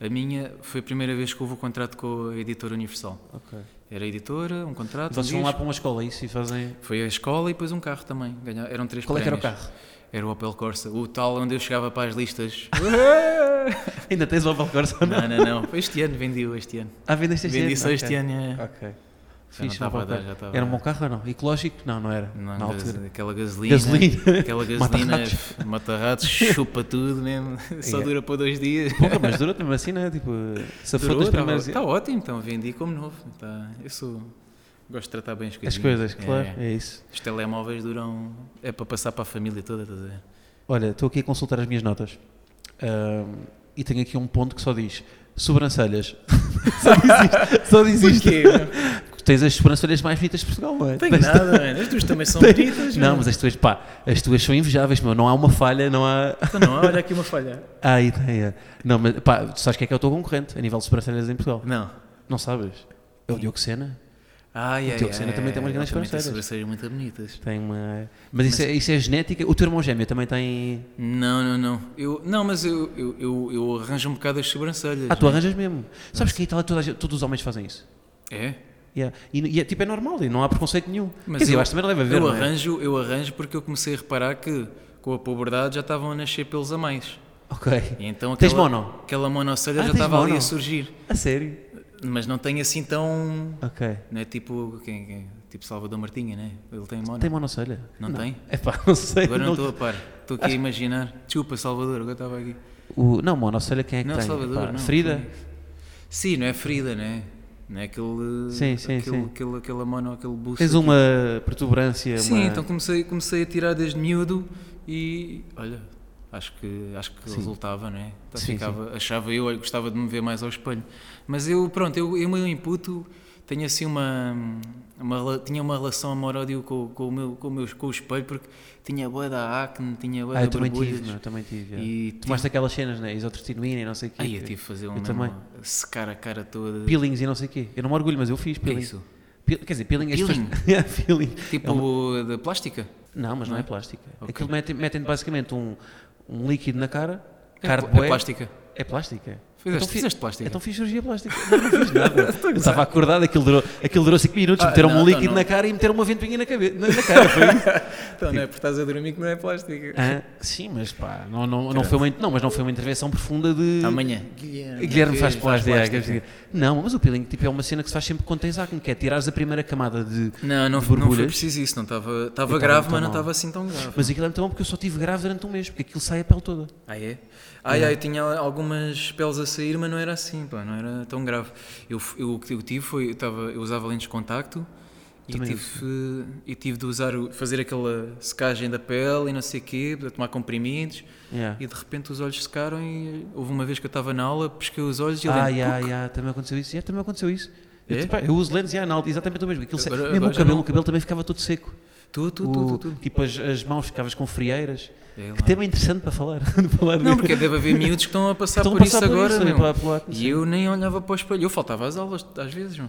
B: A minha foi a primeira vez que houve o contrato com a editora Universal.
C: Ok.
B: Era a editora, um contrato.
C: Vocês
B: um
C: vão lá
B: disco.
C: para uma escola, é isso, e
B: *laughs*
C: fazem.
B: Foi a escola e depois um carro também. Ganha- Eram três
C: Qual é que era o
B: prémios.
C: carro?
B: Era o Opel Corsa, o tal onde eu chegava para
C: *laughs*
B: as listas.
C: Ainda tens o Opel Corsa ou não?
B: não, não, não. Foi Este ano vendi-o, este ano.
C: *laughs* Ah, vendeste este
B: Vendi só
C: ano?
B: este
C: Ok.
B: ano. é.
C: Ok.
B: Já não
C: Fixe,
B: estava a
C: Opel
B: dar,
C: Corsa.
B: já estava.
C: Era um bom carro ou não? Ecológico? Não, não era. na
B: Não, gas-
C: altura.
B: Aquela gasolina.
C: Gasolina. *laughs*
B: Aquela
C: Mata
B: gasolina mata-ratos, chupa tudo mesmo.
C: *laughs*
B: Só
C: Yeah.
B: dura para dois dias.
C: Pouca, mas dura mesmo assim, não é? Tipo, se for das primeiras.
B: Está ótimo, então vendi como novo. Tá, eu sou. Gosto de tratar bem as coisas.
C: As coisas, claro,
B: É,
C: é, isso.
B: Os telemóveis duram. É para passar para a família toda, estás
C: *laughs*
B: a ver?
C: Olha, estou aqui a consultar as minhas notas. Ahm, e tenho aqui um ponto que só diz sobrancelhas. *laughs* só diz isto. Só diz isto. Tens as sobrancelhas mais bonitas de Portugal, não é?
B: Tenho
C: Tens-
B: nada, mano. As tuas também são
C: *laughs* Tem-
B: bonitas.
C: Não, mas as tuas, pá, as tuas são invejáveis, meu. Não há uma falha, não há. *laughs*
B: Então não, olha aqui uma falha.
C: Ah, aí tem. é. Não, mas pá, tu sabes quem é que é o teu concorrente a nível de sobrancelhas em Portugal?
B: Não.
C: Não sabes? É o Diogo Sena.
B: Ai, ai,
C: Diogo Sena
B: ai,
C: também tem umas
B: ele
C: grandes
B: também tem
C: sobrancelhas.
B: sobrancelhas muito bonitas.
C: Tem uma. Mas isso, é, isso é genética. O teu irmão gêmeo também tem.
B: Não, não, não. Eu, não, mas eu, eu, eu, eu arranjo um bocado as sobrancelhas.
C: Ah, tu arranjas mesmo. Sabes que em Itália toda a gente- todos os homens fazem isso.
B: É?
C: Yeah. E, e é, tipo, é normal e não há preconceito nenhum.
B: Mas
C: Quer dizer,
B: eu-
C: eu acho que também deve haver.
B: eu
C: não é?
B: arranjo, eu arranjo porque eu comecei a reparar que com a pobreza já estavam a nascer pelos a mais.
C: Ok.
B: *laughs* E então
C: Tens
B: aquela,
C: mono?
B: aquela monocelha
C: Ah,
B: já
C: tens
B: estava ali
C: mono?
B: a surgir.
C: A sério?
B: Mas não tem assim tão.
C: Ok.
B: Não é tipo. Quem, quem- tipo Salvador Martinha, né? Ele tem mono.
C: Tem monocelha? *laughs*
B: Não tem?
C: É pá, não sei.
B: Agora não
C: não...
B: estou a par. Estou aqui a imaginar. Desculpa, Salvador, agora estava aqui.
C: O... não, monocelha quem é que
B: Não,
C: tem?
B: Salvador,
C: Epá,
B: não.
C: Frida?
B: foi- Sim, não é Frida, né? Não é aquele.
C: Sim, sim,
B: aquele,
C: sim.
B: Aquele, aquela mono, aquele buço.
C: Tens
B: aqui.
C: uma protuberância.
B: Sim,
C: uma-
B: então comecei, comecei a tirar desde miúdo e. Olha. Acho que, acho que resultava, não é? Então
C: Sim,
B: ficava, Achava eu, olha, gostava de me ver mais ao espelho. Mas eu, pronto, eu, eu meu inputo, tenho assim uma, uma rela- tinha uma relação amor-ódio com, com, o meu, com, o meu, com o espelho, porque tinha boa da acne, tinha boa
C: Ah, eu
B: da
C: também
B: borbulhas.
C: tive, não, eu também tive. é.
B: E
C: Tomaste aquelas cenas, né? Isotrotinuína e não sei o quê.
B: Aí eu tive que fazer um
C: Eu
B: mesmo,
C: também.
B: secar a cara toda.
C: Peelings e não sei o quê. Eu não me orgulho, mas eu fiz
B: que é
C: peeling.
B: isso?
C: Peel- Quer dizer, peeling é as
B: Peeling?
C: pessoas- *laughs* Yeah, peeling.
B: Tipo de plástica?
C: Não, mas não, é plástica. Aquilo metem, metem basicamente um, um líquido na cara.
B: É
C: Cara
B: pl-
C: de bué.
B: é plástica.
C: É plástica.
B: Fizeste,
C: Então fi-
B: fizeste plástico.
C: Então fiz cirurgia plástica. Não, não fiz *laughs* nada. Eu estava acordado, aquilo durou 5 aquilo durou cinco minutos, meteram-me
B: não,
C: um líquido
B: não.
C: na cara e meteram uma ventoinha na, cabe- na, na cara. Foi isso. *laughs*
B: Então,
C: Tipo,
B: não é porque estás a dormir que não é plástica.
C: Hã? sim, mas pá, não, não, não, foi uma, in- não, mas não foi uma intervenção profunda de.
B: Amanhã.
C: Ah, Guilherme faz plástica. Não, mas o peeling tipo, é uma cena que se faz sempre quando tens acne, que é tirares a primeira camada de.
B: Não, não,
C: de
B: foi- não foi
C: borbulhas.
B: preciso isso. Não estava, estava
C: Eu
B: grave,
C: tava
B: mas
C: muito
B: não
C: mal.
B: estava assim tão grave.
C: Mas aquilo é muito bom porque eu só tive grave durante um mês, porque aquilo sai a pele toda.
B: Ah, é? Ah, é, eu tinha algumas peles a sair, mas não era assim, pá, não era tão grave. Eu, f- eu, o que eu tive foi, eu, tava, eu usava lentes de contacto e
C: Também
B: tive, e tive de usar, o- fazer aquela secagem da pele e não sei o quê, de tomar comprimidos
C: Yeah.
B: e de repente os olhos secaram e houve uma vez que eu estava na aula, pesquei os olhos e ele
C: Ah, yeah, yeah, também aconteceu isso. Yeah, também aconteceu isso. Eu,
B: É?
C: tipo, eu uso lentes e yeah, não, exatamente o mesmo. Aquilo se-
B: Agora-
C: mesmo
B: agora
C: o
B: já
C: cabelo,
B: não.
C: o cabelo também ficava todo seco.
B: tu, tu,
C: O-
B: tu, tu, tu.
C: Tipo, as, as mãos ficavas com frieiras.
B: É lá.
C: que tema interessante para falar. *laughs* de falar
B: Não,
C: de-
B: porque deve haver miúdos que estão a passar
C: Estão a
B: por
C: passar
B: isso
C: por
B: agora,
C: isso,
B: meu.
C: pela- pela acne,
B: E
C: sim.
B: eu nem olhava para o espelho, eu faltava às aulas às vezes, meu.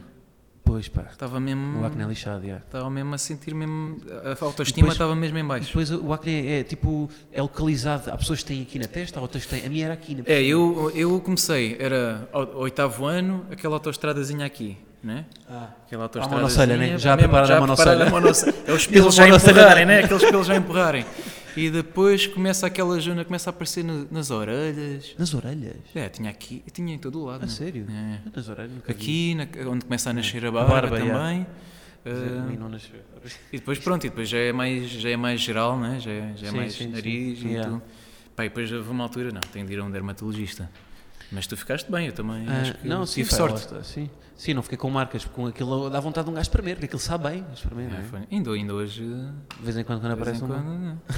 C: Pois pá,
B: Estava
C: o
B: mesmo...
C: acne é lixado, yeah.
B: Estava mesmo a sentir mesmo. A autoestima
C: depois-
B: estava mesmo em baixo.
C: Depois o acne é, é, tipo, é localizado. Há pessoas que têm aqui na testa, há outras que têm. A minha era aqui na
B: É, eu, eu comecei, era o- oitavo ano, aquela autoestradazinha aqui, né? Aquela autoestradazinha.
C: Ah. monocelha, né? Já
B: mesmo,
C: prepararam a monocelha.
B: monocelha. É os pelos já a
C: monocelha.
B: empurrarem, né? Aqueles pelos já a empurrarem. E depois começa aquela zona, começa a aparecer no- nas orelhas.
C: Nas orelhas.
B: É, tinha aqui, eu tinha em todo o lado.
C: A
B: não.
C: sério?
B: É.
C: Eu Nas orelhas nunca vi.
B: Aqui, na- onde começa a nascer a barba,
C: barba,
B: também.
C: yeah.
B: Ah,
C: A mim não nasceu.
B: E depois pronto, e depois já é mais, já é mais geral, né? já é, já é
C: Sim,
B: mais
C: sim, sim.
B: nariz e
C: Yeah.
B: tudo. Pá, e depois houve uma altura, não, tenho de ir a um dermatologista. Mas tu ficaste bem, eu também
C: Ah,
B: acho que
C: não, sim,
B: tive
C: pá, lá
B: sorte.
C: está, sim. sim, não fiquei com marcas, porque com aquilo dá vontade de um gajo espremer, porque aquilo sabe bem. Espremer,
B: É,
C: não é?
B: foi- ainda, ainda hoje, de
C: De vez em quando, quando
B: vez
C: aparece
B: em
C: um.
B: quando, *laughs* não.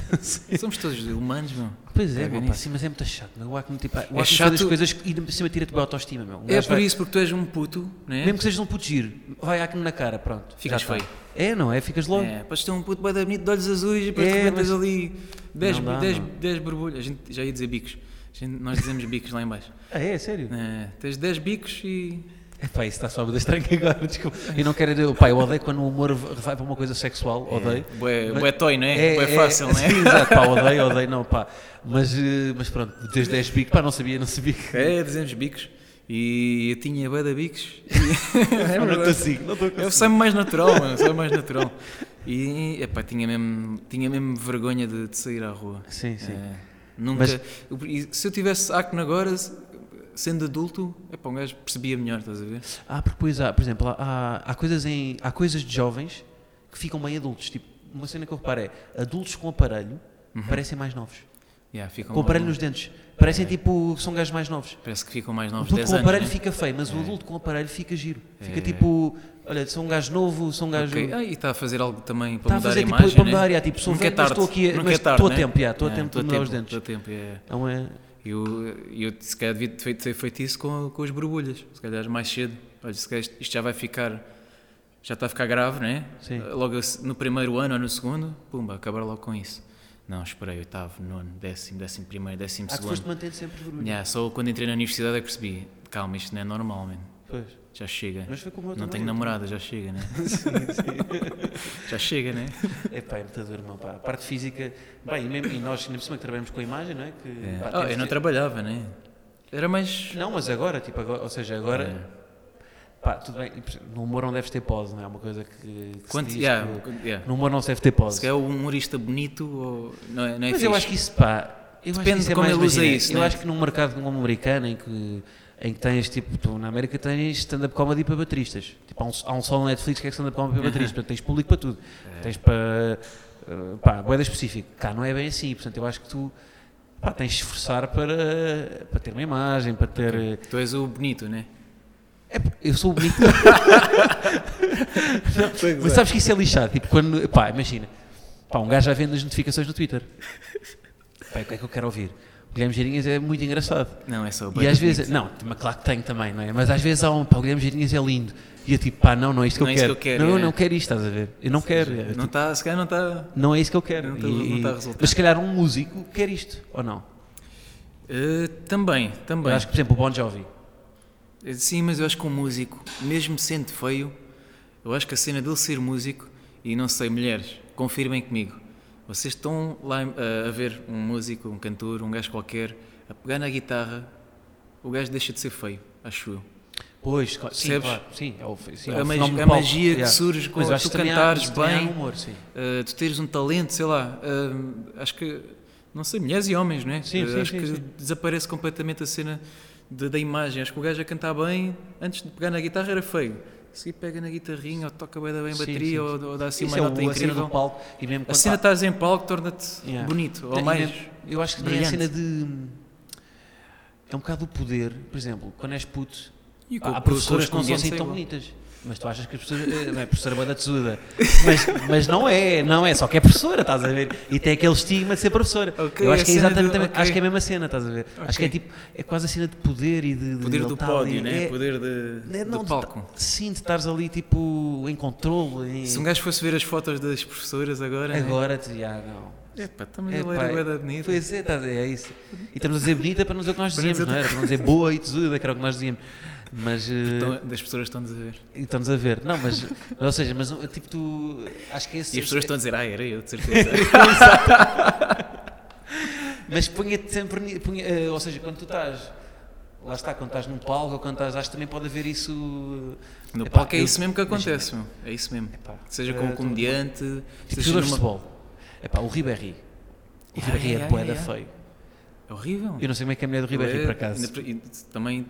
B: somos todos humanos, meu.
C: Pois é,
B: Pega
C: meu, pá,
B: nisso.
C: sim, mas é muito chato. Meu. O acne, tipo, o acne
B: chato-
C: faz as coisas que- e de cima tira-te a autoestima, meu. Um
B: É
C: gajo
B: por
C: vai-
B: isso, porque tu és um puto, né?
C: Mesmo que sejas um puto giro, vai acne na cara, pronto.
B: Ficas
C: já tá.
B: feio.
C: É, não é? Ficas logo.
B: É, podes ter um puto bem bonito de olhos azuis e depois
C: É,
B: de repente tens
C: mas-
B: ali 10,
C: Não dá,
B: 10,
C: não.
B: 10 borbulhas. A gente já ia dizer bicos. A gente- nós dizemos bicos lá em baixo.
C: Ah, é, sério?
B: É, tens 10 bicos e
C: É pá, isso está só a da estranha agora, *laughs* desculpa. Eu não quero. Eu, pá, eu odeio quando o humor vai para uma coisa sexual, odeio.
B: É. Bué,
C: Mas-
B: bué toy, não é? bué fácil, *laughs* não é?
C: Sim, exato, pá, odeio, odeio, não, pá. Mas, eh, mas pronto, desde 10 bicos, pá, não sabia, não sabia que.
B: É, 200 bicos. E eu tinha bué de bicos.
C: *laughs*
B: assim.
C: É, não consigo, não estou
B: Eu sou mais natural, mano, sou mais natural. E, epá, tinha mesmo, tinha mesmo vergonha de, de sair à rua.
C: Sim, sim.
B: É, nunca...
C: Mas-
B: eu- e se eu tivesse acne agora, se- sendo adulto, epá, um gajo percebia melhor, estás a ver?
C: Ah, porque pois há, por exemplo, há- há, há, coisas em, há coisas de jovens que ficam meio adultos. Tipo, uma cena que eu reparo é adultos com aparelho
B: Uhum.
C: parecem mais novos.
B: Yeah, ficam
C: Com aparelho nos
B: algum-
C: dentes. Parecem tipo que são gajos mais novos.
B: Parece que ficam mais
C: O
B: novos,
C: puto
B: 10
C: com
B: É. anos.
C: aparelho
B: né?
C: fica feio, mas o adulto com aparelho fica giro. Fica
B: É.
C: tipo, olha, sou um gajo novo, sou um gajo.
B: Ok, ah, e está a fazer algo também
C: Está
B: para
C: a
B: mudar
C: fazer
B: a
C: tipo
B: imagem,
C: para
B: né?
C: mudar, yeah, tipo, sou
B: Nunca
C: velho,
B: é
C: mas
B: tarde,
C: estou aqui,
B: nunca
C: mas
B: é tarde,
C: estou a
B: né?
C: tempo, yeah, estou a
B: É,
C: tempo de
B: estou a
C: mudar os
B: tempo, estou
C: dentes.
B: a tempo, é.
C: Não é?
B: Eu, eu se calhar devia ter feito, ter feito isso com, com as borbulhas, se calhar mais cedo. Olha, se calhar isto isto já vai ficar, já está a ficar grave, não é?
C: Sim.
B: Logo a se- no primeiro ano ou no segundo, pumba, acabar logo com isso. Não, esperei oitavo, nono, décimo, décimo primeiro, décimo
C: Há que Ah, foste
B: segundo.
C: mantendo sempre vermelho.
B: Yeah, só quando entrei na universidade é que percebi, calma, isto não é normal, man.
C: Pois.
B: já chega.
C: Mas foi como eu
B: Não
C: também,
B: tenho
C: eu
B: namorada, já chega,
C: *laughs*
B: né? *laughs* já chega, né?
C: É pá, é muita dor, meu pá. A parte física. Bem, e, mesmo, e nós, ainda por cima, que trabalhamos com a imagem, não é? Que,
B: É.
C: pá,
B: Ah,
C: temos
B: eu não
C: que-
B: trabalhava, né? Era mais.
C: Não, mas agora, tipo, agora- ou seja, agora.
B: É.
C: Pá, tudo bem, no humor não deves ter pose, não é? É uma coisa que. que se
B: Quanto,
C: diz
B: yeah,
C: que-
B: yeah.
C: No humor não se deve ter pose.
B: Se é um humorista bonito ou não é, não é
C: mas
B: fixe.
C: eu acho que isso, pá. Eu acho que
B: Depende
C: isso
B: de
C: é
B: como
C: mais,
B: ele usa
C: imagina,
B: isso,
C: Eu
B: né?
C: acho que num mercado como o americano, em que, em que tens, tipo, tu na América tens stand-up comedy para bateristas. Tipo, há um, há um só na Netflix que é stand-up comedy para bateristas. Portanto, tens público para tudo.
B: É.
C: Tens para. eh, Pá, boeda específica. Cá não é bem assim. Portanto, eu acho que tu. Pá, tens de esforçar para, para ter uma imagem, para ter. eh,
B: Tu és o bonito, né?
C: É, pá, eu sou o
B: *laughs*
C: bonito. Não, mas sabes que isso é lixado? Tipo, quando. Pá, imagina. Pá, um gajo vai vendo as notificações no Twitter. Pá, o que é que eu quero ouvir? O Guilherme Girinhas é muito engraçado.
B: Não, é só o
C: E
B: bonito.
C: às vezes. Não, mas claro que tenho também, não é? Mas às vezes há um. Pá, o Guilherme Girinhas é lindo. E eu tipo, pá, não, não é isto que,
B: Não
C: eu,
B: é isso
C: quero.
B: que eu quero,
C: Não, eu
B: é.
C: não quero isto, estás a ver? Eu não quero. é,
B: Não
C: tipo,
B: está, se calhar não está.
C: não é isso que eu quero.
B: Não tá-
C: E-
B: não tá a
C: e-
B: resultar.
C: mas se calhar um músico quer isto, ou não?
B: eh, também, também.
C: Eu acho que, por exemplo, o Bon Jovi.
B: Eh, Sim, mas eu acho que um músico, mesmo sendo feio, eu acho que a cena dele ser músico, e não sei, mulheres, confirmem comigo. Vocês eh, estão lá em- a- a ver um músico, um cantor, um gajo qualquer, a pegar na guitarra, o gajo deixa de ser feio, acho eu.
C: Pois, claro, sim,
B: Percebes?
C: claro, sim, é o, sim, é
B: A
C: o
B: mag-
C: fenómeno
B: a
C: palco,
B: magia que surge
C: Mas
B: com-
C: eu acho
B: tu
C: que também há-
B: cantares
C: isso também há
B: bem.
C: no humor, sim.
B: Uh, tu teres um talento, sei lá, uh, acho que, não sei, mulheres e homens, não é?
C: Sim,
B: Uh,
C: sim,
B: acho
C: sim,
B: que
C: sim.
B: desaparece completamente a cena de- da imagem. Acho que o gajo a cantar bem, antes de pegar na guitarra, era feio. A seguir pega na guitarrinha, ou toca bem, bem a
C: Sim,
B: bateria,
C: sim,
B: Ou, ou dá assim
C: Isso
B: uma
C: é
B: nota
C: o, a cena do
B: incrível.
C: palco. E mesmo
B: A
C: quando
B: cena
C: há-
B: estás em palco torna-te
C: Yeah.
B: bonito, ou
C: Não, e
B: mais.
C: mesmo- Eu acho que também é a
B: brilhante.
C: cena de. É um bocado o poder. Por exemplo, quando és puto,
B: E com-
C: há
B: com-
C: professoras que
B: com
C: não são assim
B: ambiente
C: tão
B: é igual.
C: bonitas. Mas tu achas que as pessoas. eh, Não é professora banda tesuda. Mas, mas não é, não é. Só que é professora, estás a ver? E tem aquele estigma de ser professora.
B: Ok,
C: eu acho
B: a
C: que é
B: cena
C: exatamente.
B: do-
C: também- Acho
B: ok.
C: que é a mesma cena, estás a ver? Acho que é
B: Ok.
C: tipo. É quase a cena de poder e de. de
B: Poder
C: ele
B: do
C: estar ali,
B: pódio, né?
C: é-
B: Poder de,
C: é,
B: do
C: não, de-
B: palco.
C: Sim, de estares ali tipo em controle. em-
B: Se um gajo fosse ver as fotos das professoras agora. né?
C: Agora te. Ah, não.
B: Epá, também
C: É,
B: ele
C: pá,
B: era bué da bonita.
C: Pois é, estás a dizer, é isso. E estamos a dizer bonita para não dizer o que nós
B: Para não
C: dizíamos, não
B: dizer
C: era? Para não dizer boa e tesuda, que era o que nós dizíamos. Mas. eh,
B: Então, das pessoas estão-nos a ver.
C: e estamos a ver. Não, mas. Ou seja, mas eh, tipo tu. Acho que é esse.
B: E as pessoas estão a dizer, ah, era eu, de certeza.
C: Mas punha-te sempre. ni- punha- eh, ou seja, quando tu estás. Lá está, quando estás num palco ou quando estás. Acho que também pode haver isso.
B: No
C: Epá,
B: palco é
C: eu-
B: isso mesmo que acontece, meu. É isso mesmo.
C: Epá,
B: seja
C: eh,
B: com um
C: tô-
B: comediante,
C: Tipo
B: seja
C: jogadores de
B: numa...
C: futebol. Epá, o Ribéry. O
B: Yeah,
C: Ribéry é
B: yeah,
C: boeda
B: yeah.
C: feio.
B: É horrível.
C: Eu não sei como é que é a mulher do Ribéry,
B: É,
C: por acaso.
B: ainda por- e Também,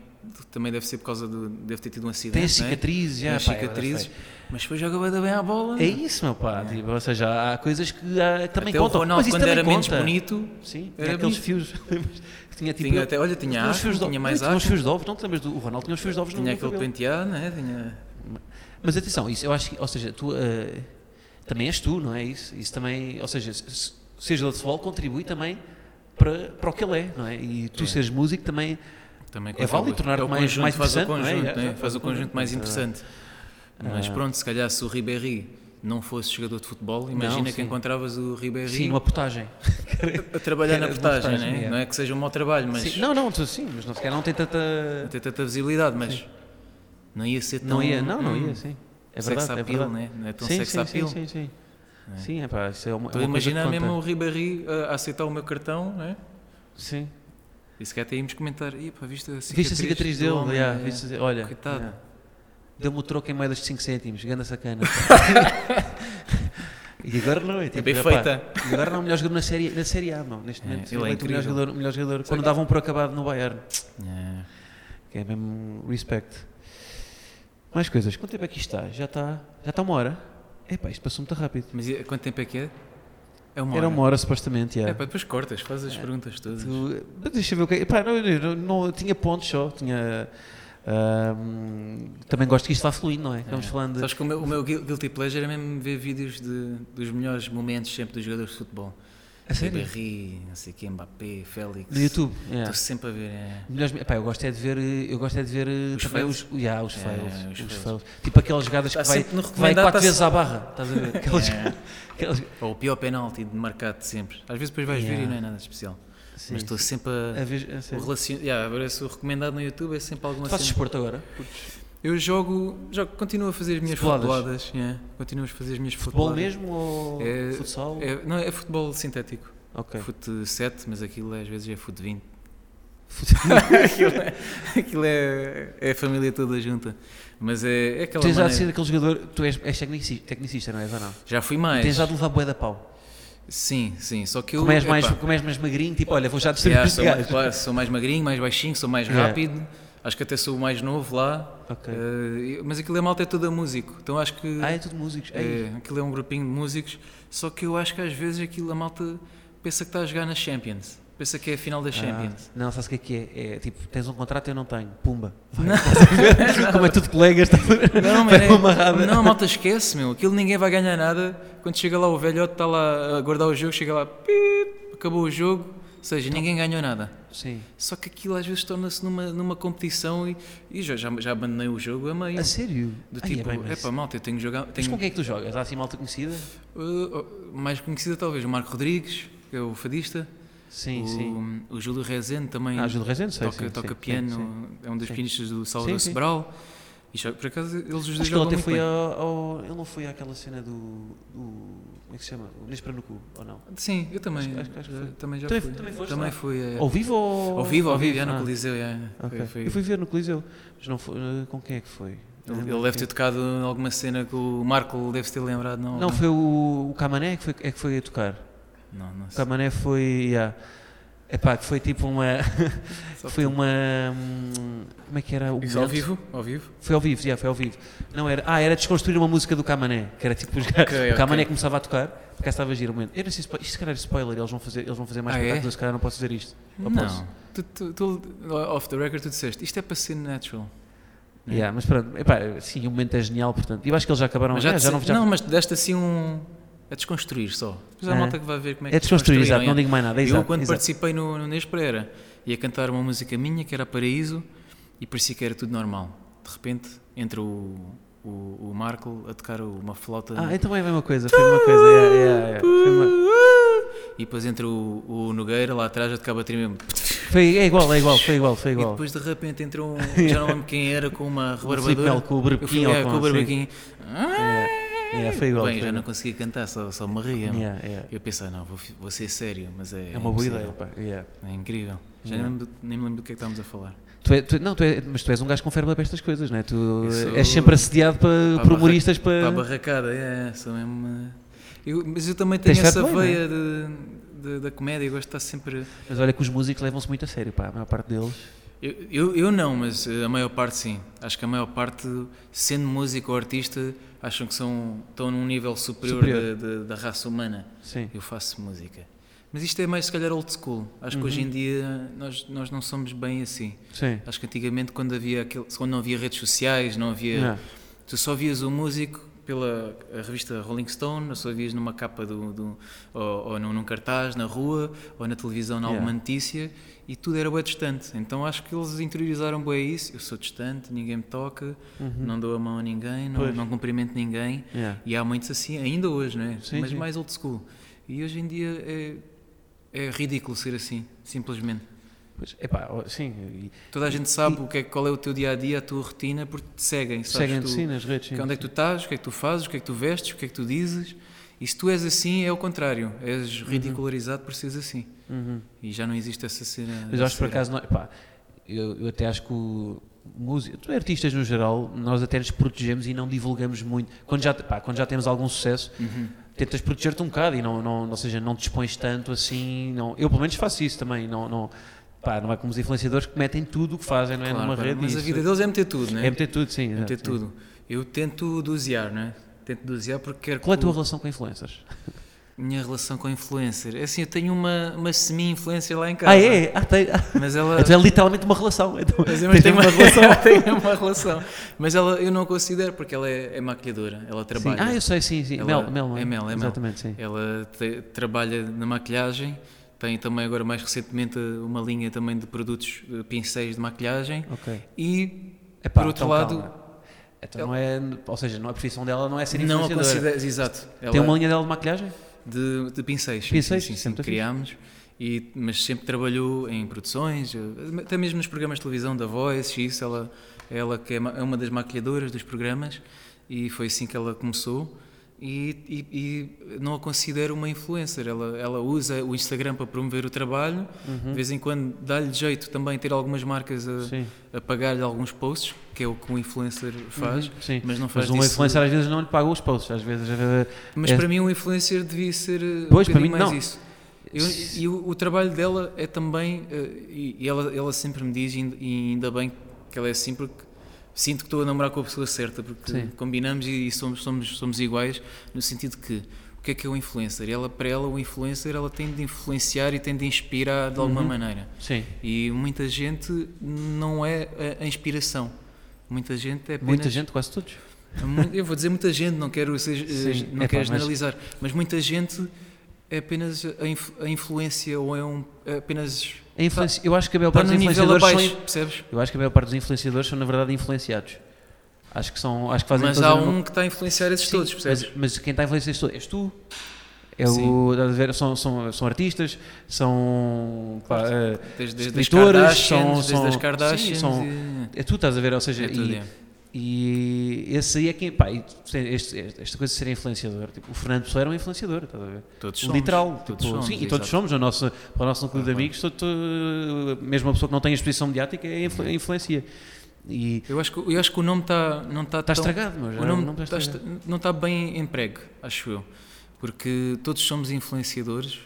B: também deve ser por causa do. Deve ter tido um acidente.
C: Tem as
B: não é?
C: cicatrizes,
B: Tem
C: já.
B: as
C: pá, é bué da
B: cicatrizes.
C: feio.
B: Mas depois joga bué da bem à bola.
C: É isso, meu pá. Tipo, ou seja, há coisas que há- também
B: Até
C: contam.
B: o Ronaldo,
C: mas isso
B: quando
C: também
B: era menos
C: conta.
B: bonito,
C: Sim, tinha
B: era
C: aqueles
B: bonito.
C: fios. *laughs* tinha tipo.
B: Tinha até- olha, tinha
C: uns
B: acne,
C: fios de-
B: tinha mais
C: tinha uns
B: acne.
C: fios de ovos, não te lembras do o Ronaldo? Tinha uns fios de ovos no
B: tinha aquele
C: cabelo.
B: penteado, não é? Tinha.
C: Mas atenção, isso eu acho que, ou seja, tu eh, também és tu, não é isso? Isso também, ou seja, se- se- seja do futebol, contribui também para, para o que ele é, não é? E tu seres músico também.
B: Também
C: É válido
B: contribui.
C: tornar-o
B: É o
C: mais-
B: conjunto,
C: mais
B: faz o
C: interessante, não é?
B: conjunto,
C: É, Ah.
B: não é?
C: já
B: Faz o conjunto mais interessante. Mas pronto, se calhar se o Ribéry não fosse jogador de futebol, imagina que
C: sim.
B: encontravas o Ribéry
C: Sim, uma potagem.
B: *laughs* a trabalhar na
C: Era de
B: portagem,
C: portagem,
B: não é?
C: é.
B: Não é que seja um mau trabalho, mas
C: Sim, não, não, tu, sim, mas não, se calhar não tem tanta.
B: tem tanta visibilidade, mas não ia ser tão.
C: Não ia, não, não
B: hum,
C: ia, sim. É
B: sex
C: verdade, é
B: appeal,
C: verdade.
B: né? não é tão
C: sim,
B: sex
C: sim,
B: appeal.
C: Sim, sim, sim. Sim, é pá, isso é uma,
B: Estou a
C: é uma coisa que
B: imaginar
C: conta.
B: mesmo o Ribéry uh, a aceitar o meu cartão, não é?
C: Sim.
B: E se calhar até íamos comentar, "Ih, pá, viste a cicatriz,
C: Viste a cicatriz
B: do
C: dele?
B: homem,
C: yeah,
B: é,
C: viste- olha,
B: Coitado.
C: yeah. deu-me o troco em moedas de 5 cêntimos, ganda
B: *laughs*
C: sacana. e agora não é? Tipo,
B: bem
C: rapá,
B: feita.
C: e agora não é o melhor jogador na série, na série A, não, neste
B: É,
C: momento.
B: ele é
C: eleito o melhor
B: incrível.
C: jogador, o melhor jogador quando davam por acabado no Bayern.
B: É.
C: Que é mesmo respeito. Mais coisas, quanto tempo é que isto está? Já está, já está uma hora? Epá, isto passou muito rápido.
B: Mas e- quanto tempo é que é? É uma
C: Era
B: hora.
C: uma hora supostamente,
B: É,
C: yeah.
B: pá, depois cortas, faz as perguntas todas.
C: É. Tu- mas deixa eu ver o que é. Pá, não, não, não- tinha pontos só, tinha. ahm, também gosto que isto vá fluindo, não é? Vamos falando.
B: Sabes que o meu, o meu guil- guilty pleasure é mesmo ver vídeos de, dos melhores momentos sempre dos jogadores de futebol.
C: A sério?
B: Ribéry, não sei quem, Mbappé, Félix.
C: No YouTube. é.
B: Estou sempre a ver. é.
C: Melhores, epá, eu gosto é de ver, eh, eu gosto é de ver eh,
B: Os
C: também
B: fails?
C: os, yeah, os
B: É,
C: fails,
B: é, os
C: os
B: fails.
C: fails. Tipo aquelas jogadas
B: Tá
C: que vai,
B: sempre no
C: vai
B: recomendado,
C: quatro
B: tá É.
C: vezes à barra, estás a
B: *laughs*
C: ver? Aquelas, aquelas-
B: Ou o pior penalti de marcado de sempre. Às vezes depois vais ver e
C: Yeah.
B: não é nada especial.
C: Sim.
B: Mas estou sempre
C: a
B: a.
C: vez- a sério.
B: O relacion... yeah, parece o recomendado no YouTube é sempre alguma
C: Tu fazes
B: cena.
C: desporto agora?
B: Eu jogo, jogo, continuo a fazer as minhas
C: Futeboladas.
B: futeboladas. yeah. Continuo a fazer as minhas
C: Futebol
B: futeboladas.
C: mesmo ou
B: né? É-
C: futsal?
B: É, não, é futebol sintético.
C: ok.
B: Fute 7, mas aquilo às vezes é fute 20. *laughs*
C: Futsal.
B: aquilo é, *laughs* aquilo é, é a família toda junta. Mas é, é aquela
C: Tu és a
B: maneira.
C: ser aquele jogador, tu és, és tecnici- tecnicista, não és ou não?
B: Já fui mais.
C: Tens já de levar bué da pau.
B: Sim, sim. Só que eu.
C: Como és,
B: epá,
C: mais, como és mais magrinho, tipo, olha, vou já distribuir
B: yeah,
C: este
B: sou, mais,
C: gajo.
B: claro, sou mais magrinho, mais baixinho, sou mais
C: Yeah.
B: rápido. Acho que até sou o mais novo lá.
C: Ok.
B: Eh, mas aquilo é malta, é toda músico. Então acho que.
C: Ah, é tudo músicos. Ei,
B: É, aquilo é um grupinho de músicos, só que eu acho que às vezes aquilo a malta pensa que está a jogar na Champions. Pensa que é a final da
C: ah,
B: Champions.
C: não, sabes o que é que é? É tipo, tens um contrato, eu não tenho. Pumba. Vai, *laughs* Como é tudo colegas, estás a ver?
B: Não,
C: Vai
B: mas é-
C: uma amarrada.
B: não, a malta esquece, meu. Aquilo ninguém vai ganhar nada. Quando chega lá o velhote, está lá a guardar o jogo, chega lá, pip, acabou o jogo. Ou seja,
C: Então.
B: ninguém ganhou nada.
C: Sim.
B: Só que aquilo às vezes torna-se numa, numa competição e, e já, já, já abandonei o jogo a meio.
C: A sério?
B: Do
C: Ai, Ah, é
B: tipo,
C: bem, mas-
B: epá, malta, eu tenho que jogar.
C: Mas
B: Tenho,
C: com quem é que tu jogas? Há assim malta conhecida?
B: Uh, uh, mais conhecida talvez, o Marco Rodrigues, que é o fadista.
C: Sim,
B: o,
C: sim.
B: o Júlio Rezende também
C: Ah, Júlio Rezende, sei,
B: toca,
C: sim,
B: toca
C: sim,
B: piano,
C: sim,
B: é um dos
C: Sim.
B: pianistas do Salvador
C: Sim, sim.
B: Sobral. E já, por acaso eles os dois
C: Acho que ele
B: jogam
C: até
B: muito
C: foi
B: bem.
C: ao, ao- Ele não foi àquela cena do. do como é que se chama? O Nespera no cu, ou não?
B: Sim, eu também.
C: Acho- acho- acho que
B: eh,
C: foi.
B: Também já
C: Também-
B: fui.
C: também foste
B: Também
C: lá?
B: fui. eh,
C: Ao vivo ou.
B: Ao vivo, ao vivo, já no
C: Ah,
B: Coliseu. já,
C: ok.
B: foi- foi-
C: Eu fui ver no Coliseu, mas não foi, eh, com quem é que foi?
B: Ele,
C: Não
B: ele
C: lembro
B: deve
C: quem. é.
B: ter tocado em alguma cena que o Marco deve ter lembrado. Não,
C: Não, foi o, o Camané que foi, é que foi a tocar.
B: Não, não
C: O
B: sei.
C: Camané foi. Yeah. Epá, que foi tipo
B: *laughs*
C: uma.
B: Só
C: foi uma. hum, Como é que era o
B: Isso ao
C: momento?
B: vivo? Ao vivo?
C: Foi ao vivo, já, foi ao vivo. Não era. Ah, era desconstruir uma música do Camané, que era tipo os gajos.
B: ok.
C: O Camané começava a tocar, por acaso estava a girar o momento. Eu não sei se. po- Isto se calhar é spoiler, eles vão fazer, eles vão fazer mais
B: Ah, é?
C: espetáculos, se calhar não posso dizer isto. Ou posso?
B: Não. Tu, tu, tu- off the record, tu disseste isto é para ser natural. Não. é?
C: Yeah, mas pronto, epá, sim, o momento é genial, portanto. E eu acho que eles já acabaram.
B: Mas já
C: é,
B: te-
C: já não, já-
B: não, mas deste assim um. a desconstruir só. Depois há
C: É.
B: malta que vai ver como é que
C: é desconstruir, exato,
B: desconstruem,
C: não
B: é?
C: digo mais nada. é
B: eu,
C: exato,
B: quando
C: exato.
B: participei no, no Nespera, era, ia cantar uma música minha que era Paraíso e parecia que era tudo normal. De repente, entra o, o, o Marco a tocar uma flauta.
C: Ah, então é a mesma coisa, foi a mesma coisa. yeah, yeah, yeah, Foi, uma-
B: E depois entra o, o Nogueira lá atrás a tocar bateria mesmo.
C: foi- é igual, é igual, foi igual, foi
B: E
C: igual.
B: depois de repente
C: *laughs*
B: entrou um. já não lembro quem era, com uma
C: Filipe Melo
B: rebarbadora.
C: com o
B: Eu fui
C: barbequinho
B: é,
C: ou
B: com
C: com assim.
B: o barbequinho.
C: É, é, foi igual.
B: Bem,
C: foi
B: já não
C: igual.
B: conseguia cantar, só, só me ria.
C: Yeah, yeah.
B: Eu pensei, não, vou, fi- vou ser sério, mas
C: É
B: é.
C: uma boa
B: impossível.
C: ideia, pá. yeah.
B: É incrível. Já
C: Yeah.
B: nem, me- nem me lembro do que é que estávamos a falar.
C: Tu é- tu- não, tu é- mas tu és um gajo com ferba para estas coisas, não é? Tu
B: Eu sou-
C: és sempre assediado para,
B: Pá,
C: por humoristas para.
B: Para a barracada, é, é, sou mesmo. eh, eu- mas eu também
C: Tens
B: tenho essa
C: feito bem, é?
B: veia de- de- da comédia, eu gosto de estar sempre.
C: Mas olha que os músicos levam-se muito a sério, pá. A maior parte deles.
B: Eu, eu, eu não, mas eh, a maior parte sim. Acho que a maior parte, sendo músico ou artista, acham que são, estão num nível superior,
C: Superior.
B: de- de- da raça humana.
C: Sim.
B: Eu faço música. Mas isto é mais, se calhar, old school. Acho que hoje
C: Uhum.
B: em dia nós, nós não somos bem assim.
C: Sim.
B: Acho que antigamente, quando, havia aquele, quando não havia redes sociais, não havia.
C: Yeah.
B: Tu só vias o músico pela a revista Rolling Stone, ou só vias numa capa do, do- ou, ou num, num cartaz na rua, ou na televisão, na
C: Yeah.
B: alguma notícia, e tudo era bem distante. Então acho que eles interiorizaram bem isso. Eu sou distante, ninguém me toca,
C: Uhum.
B: não dou a mão a ninguém, não, não cumprimento ninguém.
C: Yeah.
B: E há muitos assim, ainda hoje, não é?
C: Sim,
B: Mas
C: sim.
B: mais old school. E hoje em dia é, é ridículo ser assim, simplesmente.
C: Pois, epá, ó, sim. e-
B: Toda a gente sabe o que é, qual é o teu dia a dia, a tua rotina, porque te seguem. Sabes
C: Seguem-te
B: tu,
C: sim nas redes. Sim.
B: Onde é que tu estás, o que é que tu fazes, o que é que tu vestes, o que é que tu dizes. E se tu és assim, é o contrário. És ridicularizado por seres assim.
C: Uhum.
B: E já não existe essa cena.
C: Mas eu acho que por
B: essa-
C: acaso. Não, epá, eu, eu até acho que o. Músico, artistas no geral, nós até nos protegemos e não divulgamos muito. Quando já, pá, quando já temos algum sucesso,
B: Uhum.
C: tentas proteger-te um bocado e não, não, ou seja, não te expões tanto assim. Não, eu pelo menos faço isso também. Não, não, pá, não é como os influenciadores que metem tudo o que fazem, não é?
B: Claro,
C: numa
B: claro.
C: rede.
B: mas a
C: isso-
B: vida deles é meter tudo, não é?
C: é meter tudo, sim.
B: É
C: exato,
B: meter
C: sim.
B: tudo. Eu tento dosear, não é? Tento dosear porque quero
C: Qual é a
B: que
C: tua
B: o-
C: relação com influencers?
B: minha relação com influencer. É assim, eu tenho uma, uma semi-influencer lá em casa.
C: Ah, é? Ah, tem, ah,
B: Mas ela.
C: então é literalmente uma relação. Então,
B: Mas eu
C: tens
B: tenho
C: mesmo
B: uma,
C: *laughs* uma relação.
B: tenho uma relação. Mas ela, eu não a considero porque ela é, é maquilhadora, ela
C: Sim.
B: trabalha.
C: Ah, eu sei, sim, sim.
B: Ela-
C: Mel, Mel, não
B: é Mel, é Mel.
C: Exatamente, sim.
B: Ela te- trabalha na maquilhagem, tem também agora mais recentemente uma linha também de produtos, eh, pincéis de maquilhagem
C: Ok.
B: e
C: Epá,
B: por outro
C: então,
B: lado
C: calma. Então não é, ou seja, não, a profissão dela não é ser
B: não a
C: influenciadora.
B: considero, exato, ela é-
C: Tem uma linha dela de maquilhagem?
B: de, de pincéis, sim,
C: Pincéis,
B: sim, sim,
C: sempre
B: sim,
C: fixe.
B: criámos. E, mas sempre trabalhou em produções, eh, até mesmo nos programas de televisão da Voice, e isso ela, ela que é ma- é uma das maquilhadoras dos programas e foi assim que ela começou. E, e- e não a considero uma influencer, ela, ela usa o Instagram para promover o trabalho, de vez em quando dá-lhe jeito também ter algumas marcas
C: Uhum. Sim.
B: a, a pagar-lhe alguns posts, que é o que um influencer faz,
C: Sim.
B: Uhum. mas não faz
C: um
B: disso-
C: influencer às vezes não lhe paga os posts, às vezes. eh,
B: mas
C: é-
B: para mim um influencer devia ser eh,
C: Pois,
B: um
C: para
B: bocadinho
C: mim,
B: mais
C: não.
B: isso. Eu- e o, o trabalho dela é também, eh, e, e ela, ela sempre me diz, e ainda- e ainda bem que ela é assim, porque sinto que estou a namorar com a pessoa certa, porque
C: Sim.
B: combinamos e, e somos, somos, somos iguais, no sentido que o que é que é o influencer? Ela, para ela, o influencer ela tem de influenciar e tem de inspirar de
C: Uhum.
B: alguma maneira.
C: Sim.
B: E muita gente não é a, a inspiração. Muita gente é apenas
C: Muita gente, quase todos.
B: É Mu- Eu vou dizer muita gente, não quero, ser- eh,
C: Sim,
B: não
C: epá,
B: quero
C: mas-
B: generalizar, mas... muita gente é apenas a, inf- a influência ou é, um, é apenas.
C: A influenci- eu acho que a maior
B: Está
C: parte
B: no
C: dos
B: nível
C: influenciadores
B: abaixo,
C: são.
B: percebes?
C: Eu acho que a maior parte dos influenciadores são, na verdade, influenciados. Acho que são. Acho que fazem
B: Mas
C: todos a
B: há
C: mesma-
B: um que está a influenciar esses
C: Sim,
B: todos, percebes?
C: Mas, mas quem está a influenciar isto és tu. É
B: Sim.
C: o, estás a ver, são, são, são artistas, são pá, eh,
B: Desde, desde as
C: escritores,
B: Kardashians,
C: são,
B: desde
C: são,
B: as Kardashians.
C: sim, são-
B: e-
C: é tu estás a ver, ou seja,
B: É tudo,
C: e,
B: é.
C: E esse aí é quem. Pá, e este- este- esta coisa de ser influenciador. Tipo, o Fernando Pessoa era um influenciador, estás a ver?
B: Todos somos.
C: Literal.
B: Todos
C: tipo,
B: somos,
C: sim, e todos
B: exato.
C: somos. O nosso, para o nosso núcleo de amigos, todo- todo- mesmo a pessoa que não tem exposição mediática é
B: Uhum.
C: influ- influencia. E
B: Eu acho que, eu acho que o nome tá, não está
C: Tá estragado, meu, já,
B: O nome
C: o nome tá
B: tá est- não está bem emprego, acho eu. Porque todos somos influenciadores,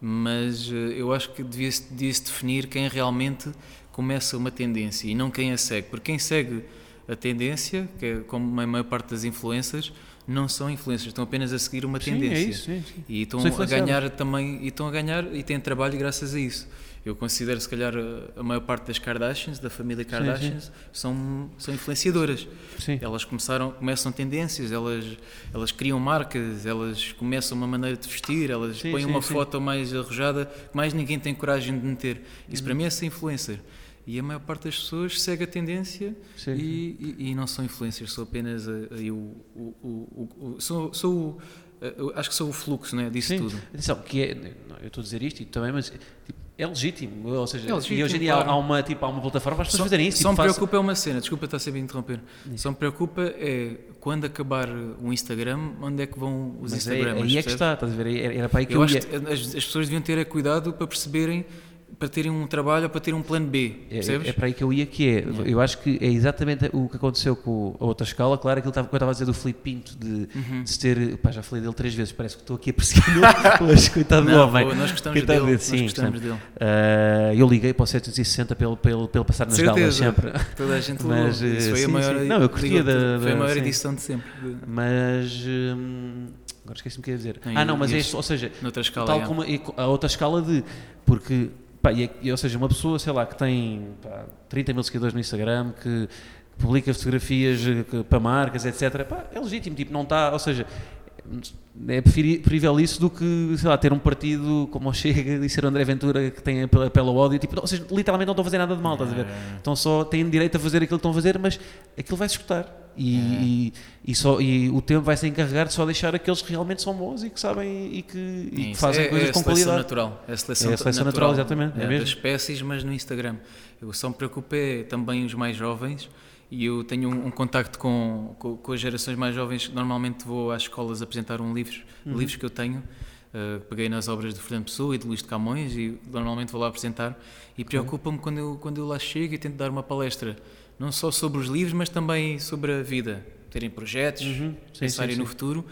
B: mas eh, eu acho que devia-se devia -se definir quem realmente começa uma tendência e não quem a segue. Porque quem segue a tendência, que é como a maior parte das influencers, não são influencers, estão apenas a seguir uma
C: Sim, é
B: tendência.
C: isso, sim, sim.
B: E estão
C: São
B: a
C: influenciadas.
B: ganhar também, e estão a ganhar e têm trabalho graças a isso. Eu considero, se calhar, eh, a- a maior parte das Kardashians, da família Kardashians, São, são influenciadoras.
C: Sim.
B: Elas começaram, começam tendências, elas, elas criam marcas, elas começam uma maneira de vestir, elas
C: Sim,
B: põem
C: sim,
B: uma
C: sim.
B: foto mais arrojada que mais ninguém tem coragem de meter. Isso para mim é ser influencer. E a maior parte das pessoas segue a tendência
C: Sim,
B: e, e- e não são influencers, sou apenas a- a- o, o- o- o- o- sou, sou o- eu acho que sou o fluxo né, disso
C: Sim,
B: tudo.
C: atenção, que é, não, eu estou a dizer isto e também, mas tipo, é legítimo, ou seja,
B: É legítimo,
C: e hoje em dia há-
B: claro.
C: há, uma, tipo, há uma plataforma para as pessoas
B: Só-
C: fazerem isso. tipo,
B: Só me
C: façam-
B: preocupa é uma cena, desculpa estar sempre a interromper. Só me preocupa é quando acabar o Instagram, onde é que vão os
C: Mas é, aí
B: Instagrams?
C: é que
B: percebe?
C: está, estás a ver? Era era para aí que eu,
B: Eu acho
C: ia.
B: que as, as pessoas deviam ter é cuidado para perceberem, para terem um trabalho ou para terem um plano B,
C: É,
B: percebes?
C: é para aí que eu ia, que é, eu acho que é exatamente o que aconteceu com a outra escala, claro, aquilo que eu estava a dizer do Filipe Pinto, de,
B: Uhum.
C: de se ter, pá, já falei dele três vezes, parece que estou aqui a perseguir
B: *laughs*
C: hoje, coitado do
B: Não,
C: homem.
B: pô, nós gostamos
C: Coitado
B: dele,
C: sim,
B: nós gostamos
C: gostamos.
B: dele.
C: Ah, eu liguei para o 760 pelo, pelo, pelo passar nas galas sempre.
B: Toda a gente
C: Mas,
B: levou. Isso
C: eh,
B: foi a
C: sim,
B: maior,
C: sim. Não, eu curtia
B: digo-te,
C: da-
B: foi a
C: da-
B: maior
C: sim.
B: edição de sempre. de-
C: Mas. hum, agora esqueci-me o que ia dizer.
B: Não,
C: ah,
B: e-
C: não, mas
B: e
C: é
B: este-
C: isto, ou seja,
B: noutra escala,
C: tal
B: é.
C: como e co- a outra escala de. Porque, pá, e, é- e, ou seja, uma pessoa, sei lá, que tem pá, 30 mil seguidores no Instagram, que publica fotografias eh, que- para marcas, etc. Pá, é legítimo, tipo, não está. Ou seja. É preferi- preferível isso do que, sei lá, ter um partido como o Chega e ser o André Ventura que tem apela apela ao ódio. Tipo, não, ou seja, literalmente não estão a fazer nada de mal, estás a ver? Estão só, têm direito a fazer aquilo que estão a fazer, mas aquilo vai-se escutar. E, e, e só, e o tempo vai se encarregar de só deixar aqueles que realmente são bons e que sabem e que, e que
B: Isso.
C: fazem
B: é,
C: coisas
B: é a
C: com
B: seleção
C: qualidade.
B: Natural. É a seleção,
C: É a seleção natural, exatamente, é
B: é,
C: mesmo.
B: Das espécies, mas no Instagram. Eu só me preocupo é também os mais jovens e eu tenho um, um contacto com, com, com as gerações mais jovens. Normalmente vou às escolas apresentar um livro,
C: Uhum.
B: livros que eu tenho. eh, que peguei nas obras de Fernando Pessoa e de Luís de Camões e normalmente vou lá apresentar e preocupa-me quando eu, quando eu lá chego e tento dar uma palestra não só sobre os livros mas também sobre a vida terem projetos
C: Uhum. Sim,
B: pensarem
C: sim,
B: no
C: sim.
B: futuro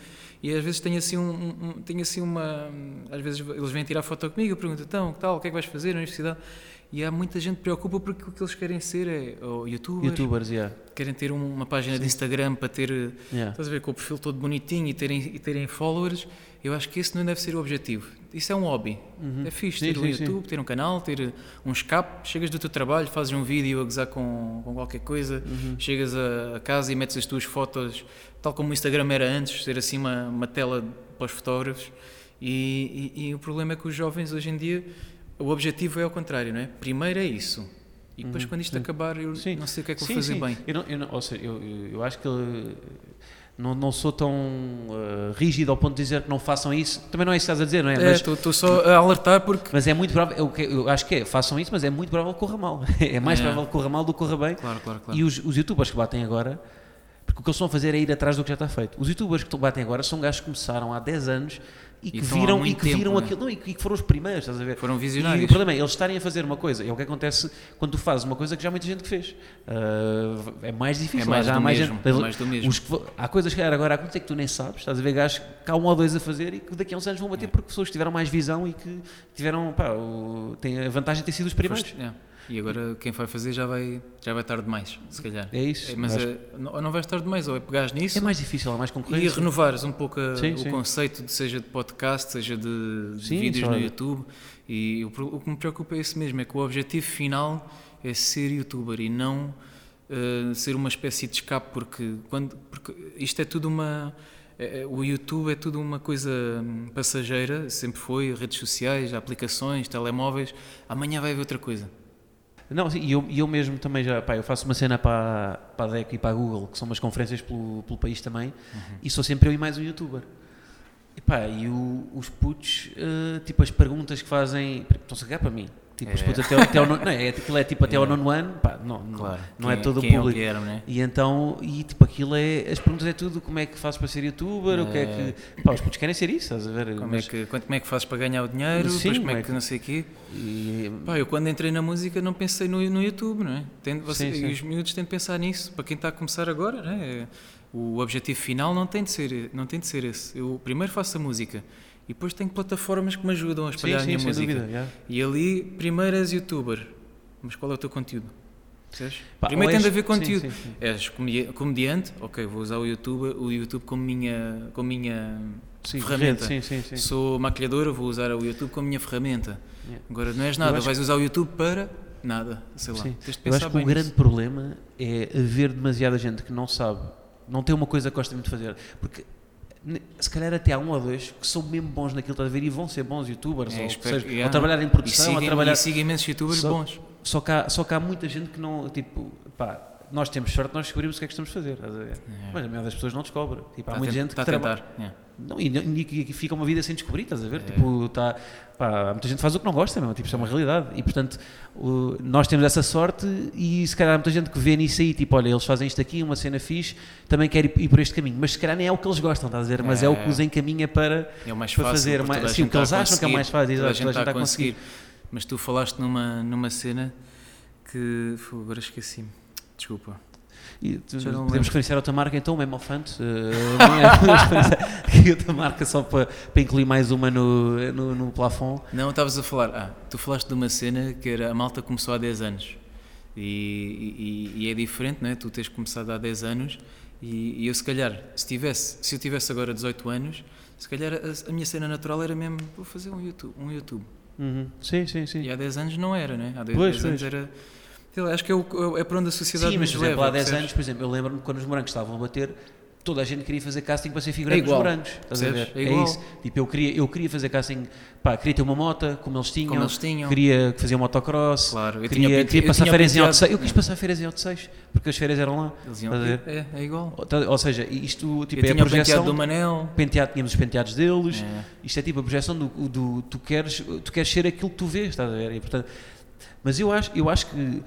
B: e às vezes tenho assim um, um- um- tenho assim uma às vezes eles vêm tirar foto comigo eu pergunto então que tal o que é que vais fazer na universidade e há muita gente que preocupa porque o que eles querem ser é ou youtubers
C: Youtubers, yeah.
B: querem ter um- uma página de Instagram para ter eh,
C: Yeah.
B: estás a ver com o perfil todo bonitinho e terem e terem followers eu acho que esse não deve ser o objetivo isso é um hobby é fixe
C: Uhum. Sim,
B: ter o
C: sim, sim.
B: YouTube ter um canal ter um escape chegas do teu trabalho fazes um vídeo a gozar com, com qualquer coisa
C: Uhum.
B: chegas a, a casa e metes as tuas fotos tal como o Instagram era antes ter assim uma, uma tela para os fotógrafos e, e- e o problema é que os jovens hoje em dia o objetivo é ao contrário não é primeiro é isso e depois quando isto acabar eu
C: Uhum. Sim.
B: não sei o que é que
C: Sim,
B: vou fazer
C: sim.
B: bem
C: Eu, não, eu, não, ou seja, eu, eu- eu acho que eh, não, não sou tão eh, rígido ao ponto de dizer que não façam isso. Também não é isso que estás a dizer, não é?
B: É,
C: Mas-
B: estou estou só a alertar porque.
C: Mas é muito provável, eu, que- eu acho que é, façam isso, mas é muito provável que corra mal. *laughs* É mais
B: É.
C: provável que corra mal do que corra bem.
B: Claro, claro, claro.
C: E os, os youtubers que batem agora, porque o que eles estão a fazer é ir atrás do que já está feito. Os youtubers que batem agora são gajos que começaram há 10 anos e que
B: estão há
C: viram, e
B: muito
C: que viram
B: tempo, né?
C: aquilo, não, e que e que foram os primeiros, estás a ver?
B: Foram
C: E o
B: visionários.
C: problema é, eles estarem a fazer uma coisa, é o que acontece quando tu fazes uma coisa que já muita gente que fez. Ah, é mais difícil,
B: É mais
C: já há
B: do
C: mais
B: mesmo,
C: gente.
B: é mais do mesmo.
C: Os que vo- há coisas que agora acontecem que tu nem sabes, estás a ver gajos que há um ou dois a fazer e que daqui a uns anos vão
B: É.
C: bater porque pessoas que tiveram mais visão e que tiveram, pá, o- têm a vantagem de ter sido os primeiros.
B: Foste- é. E agora quem vai fazer já vai, já vai tarde demais, se calhar.
C: É isso,
B: mas
C: acho-
B: é, não- ou não vais tarde demais, ou é pegares nisso
C: É mais difícil, é mais
B: e
C: concorrência.
B: renovares um pouco a-
C: Sim,
B: o
C: sim.
B: conceito, de, seja de podcast, seja de, de
C: Sim,
B: vídeos
C: só- é.
B: no YouTube. E o, pro- o que me preocupa é esse mesmo: é que o objetivo final é ser youtuber e não eh, ser uma espécie de escape, porque, quando, porque isto é tudo uma. é- é- O YouTube é tudo uma coisa hum, passageira, sempre foi, redes sociais, aplicações, telemóveis. Amanhã vai haver outra coisa.
C: Não, sim, e eu, e eu mesmo também já, pá, eu faço uma cena para, para a DEC e para a Google, que são umas conferências pelo, pelo país também,
B: Uhum.
C: e sou sempre eu e mais um youtuber. E pá, e o- os putos, eh, tipo, as perguntas que fazem, estão-se a cagar para mim. Tipo, os putos até, ao- até ao nono, não, é, aquilo é tipo até ao nono ano, pá, não, não-
B: Claro.
C: não
B: Quem
C: é
B: é-
C: todo
B: quem é o
C: o público.
B: Guilherme, né?
C: E então, e tipo, aquilo é, as perguntas é tudo, como é que fazes para ser youtuber, o que é que, pá, os putos querem ser isso, estás a ver?
B: Como é,
C: Mas-
B: que, quanto, como é que fazes para ganhar o dinheiro?
C: Sim,
B: depois como
C: como é
B: é
C: que-
B: que não sei o quê?
C: e-
B: Pá, eu quando entrei na música não pensei no, no YouTube, não é? Tem, você,
C: Sim, sim.
B: E os miúdos têm de pensar nisso. Para quem está a começar agora, não é? o objetivo final não tem de ser, não tem de ser esse. Eu primeiro faço a música e depois tenho plataformas que me ajudam a
C: sim,
B: espalhar a
C: sim,
B: minha
C: sem
B: música.
C: dúvida, yeah.
B: E ali, primeiro és youtuber, mas qual é o teu conteúdo? Percebes?
C: Pá,
B: primeiro
C: ou és-
B: tem de haver
C: sim,
B: conteúdo.
C: sim, sim.
B: És comedi- comediante, ok, vou usar o YouTube, o YouTube como minha, como minha
C: Sim,
B: ferramenta.
C: rede, sim, sim, sim.
B: Sou maquilhadora, vou usar o YouTube como minha ferramenta.
C: Yeah.
B: Agora não és nada,
C: acho
B: vais usar o YouTube para nada, sei lá.
C: Sim.
B: Tens de
C: Eu
B: pensar
C: acho que o
B: bem
C: grande
B: nisso.
C: problema é haver demasiada gente que não sabe, não tem uma coisa que gosta muito de fazer. Porque ne- se calhar até há um ou dois que são mesmo bons naquilo, estás a ver, e vão ser bons youtubers,
B: É,
C: ou,
B: espero
C: seja,
B: que-
C: ou
B: yeah.
C: trabalhar em produção,
B: e
C: ou
B: sigo,
C: trabalhar.
B: e sigo imensos youtubers
C: Só-
B: bons.
C: Só, que há, só que há muita gente que não, tipo, pá, nós temos sorte, nós descobrimos o que é que estamos a fazer, estás a ver? Mas a maioria das pessoas não descobre. Tipo, há
B: É. Tá a
C: muita
B: ten-
C: gente
B: tá
C: que
B: a
C: trabalha.
B: tentar. yeah.
C: Não, e, e- e fica uma vida sem descobrir, estás
B: É.
C: a ver? Tipo, tá, pá, há muita gente que faz o que não gosta mesmo, tipo, isso é uma realidade. E portanto, o- nós temos essa sorte e se calhar há muita gente que vê nisso aí, tipo, olha, eles fazem isto aqui, uma cena fixe, também quer ir, ir por este caminho. Mas se calhar nem é o que eles gostam, estás a ver? Mas é, o que os encaminha para,
B: É o mais
C: para
B: fácil.
C: fazer.
B: porque
C: mais-
B: toda a
C: sim, o
B: gente
C: que eles
B: está a tá
C: acham que é o
B: conseguir,
C: mais fácil,
B: toda
C: exato, toda a gente está a conseguir.
B: Mas tu falaste numa, numa cena que. Fogo, agora esqueci-me. Desculpa.
C: E tu-
B: Já não
C: podemos
B: um lembro.
C: referenciar outra marca, então, o Memofante. *laughs* Podemos referenciar *laughs* aqui é. outra marca só para, para incluir mais uma no, no, no plafond.
B: Não, estavas a falar. Ah, tu falaste de uma cena que era a malta começou há 10 anos. E, e- e é diferente, não é? Tu tens começado há 10 anos e, e eu, se calhar, se, tivesse, se eu tivesse agora 18 anos, se calhar a, a minha cena natural era mesmo: vou fazer um YouTube. Um YouTube.
C: Uhum. Sim, sim, sim.
B: E há 10 anos não era, né? Há 10,
C: Pois,
B: anos
C: pois.
B: era. Sei lá, acho que é, o, é para onde a sociedade
C: Sim, mas por
B: nos
C: exemplo,
B: leva,
C: há 10
B: percebes?
C: anos, por exemplo, eu lembro-me quando os morangos estavam a bater, toda a gente queria fazer casting para ser figurante
B: É igual,
C: nos morangos. Estás a ver?
B: percebes? É igual.
C: isso. Tipo, eu queria, eu queria fazer casting, pá, queria ter uma moto, como eles tinham,
B: Como eles tinham.
C: queria fazer um motocross,
B: Claro, eu
C: queria,
B: tinha pinte-
C: queria
B: eu
C: passar
B: tinha
C: férias em
B: penteado.
C: Odisseis. Eu quis passar férias em Odisseis, porque as férias eram lá.
B: Eles
C: estás a ver?
B: iam, é, é igual.
C: Ou, tá- ou seja, isto tipo,
B: eu
C: é a
B: tinha o penteado
C: projeção.
B: do Manel.
C: penteado, tínhamos os penteados deles.
B: É.
C: Isto é tipo a projeção do, do- tu, queres, tu queres ser aquilo que tu vês, estás a ver? E, portanto, mas eu acho, eu acho que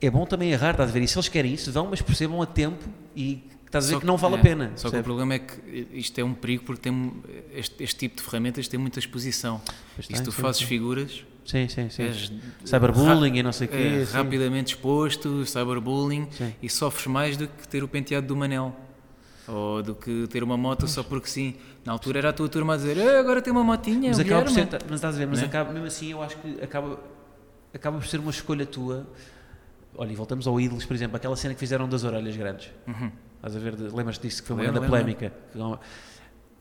C: é bom também errar, estás a ver? E se eles querem isso, vão, mas percebam a tempo e estás a ver
B: Só
C: que não vale
B: é,
C: a pena.
B: Só que o
C: percebes?
B: problema é que isto é um perigo porque tem, este, este tipo de ferramentas tem muita exposição.
C: Pois
B: E
C: tem,
B: se tu
C: sim,
B: fazes
C: sim.
B: figuras,
C: Sim, sim, sim.
B: és
C: Cyberbullying
B: ra-
C: e não sei o quê.
B: é,
C: sim.
B: rapidamente exposto, cyberbullying,
C: Sim.
B: e sofres mais do que ter o penteado do Manel. Ou do que ter uma moto só porque sim. Na altura era a tua turma a dizer, "Eh, agora tem uma motinha,
C: mas
B: o
C: acaba por ser,
B: Guilherme."
C: mas estás a ver, mas
B: Né?
C: acaba, mesmo assim eu acho que acaba, acaba por ser uma escolha tua. Olha, e voltamos ao Ídolos, por exemplo, aquela cena que fizeram das orelhas grandes. Estás a ver, de- lembras-te disso que foi uma
B: Uhum. Lembro,
C: grande
B: lembro.
C: polémica. Que não-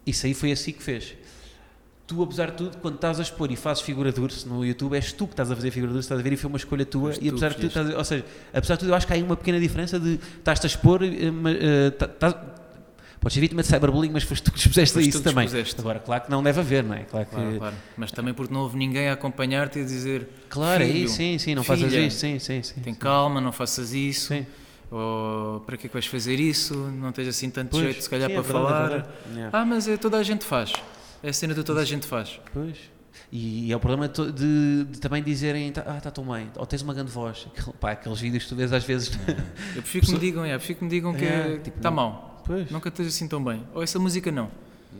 C: Isso aí foi assim que fez. Tu, apesar de tudo, quando estás a expor e fazes figura de urso no YouTube, és tu que estás a fazer figura de urso, estás a ver, e foi uma escolha tua.
B: Mas
C: E
B: tu
C: apesar de tudo,
B: fizeste.
C: estás a- ou seja, apesar de tudo, eu acho que há aí uma pequena diferença de estás-te a expor, eh, ma- eh, ta- ta- podes ser vítima de cyberbullying, mas foste tu que expuseste a
B: Foste tu
C: isso
B: que
C: também.
B: expuseste.
C: Agora, claro que não deve haver, não é? Claro que.
B: Claro, claro. Mas também porque não houve ninguém a acompanhar-te e a dizer.
C: Claro,
B: "Filho,
C: aí sim, sim, não fazes
B: filha,
C: isto, sim, sim, sim.
B: Tem calma, não faças isso.
C: Sim.
B: Ou para que é que vais fazer isso? Não tens assim tanto
C: Pois,
B: jeito, se calhar,
C: sim, é
B: para
C: verdade, é
B: falar.
C: verdade. Yeah.
B: Ah, mas é, toda a gente faz. É a cena do toda a gente faz.
C: Ah, Pois. E é o problema to- de, de também dizerem, "Tá- ah, está tão bem, ou tens uma grande voz. Aquele- pá, aqueles vídeos que tu vês às vezes.
B: Eu prefiro que me digam, é, prefiro que me digam que
C: É,
B: é,
C: tipo,
B: está
C: não-
B: mal.
C: *laughs* Pois.
B: Nunca esteja assim tão bem. Ou essa música não.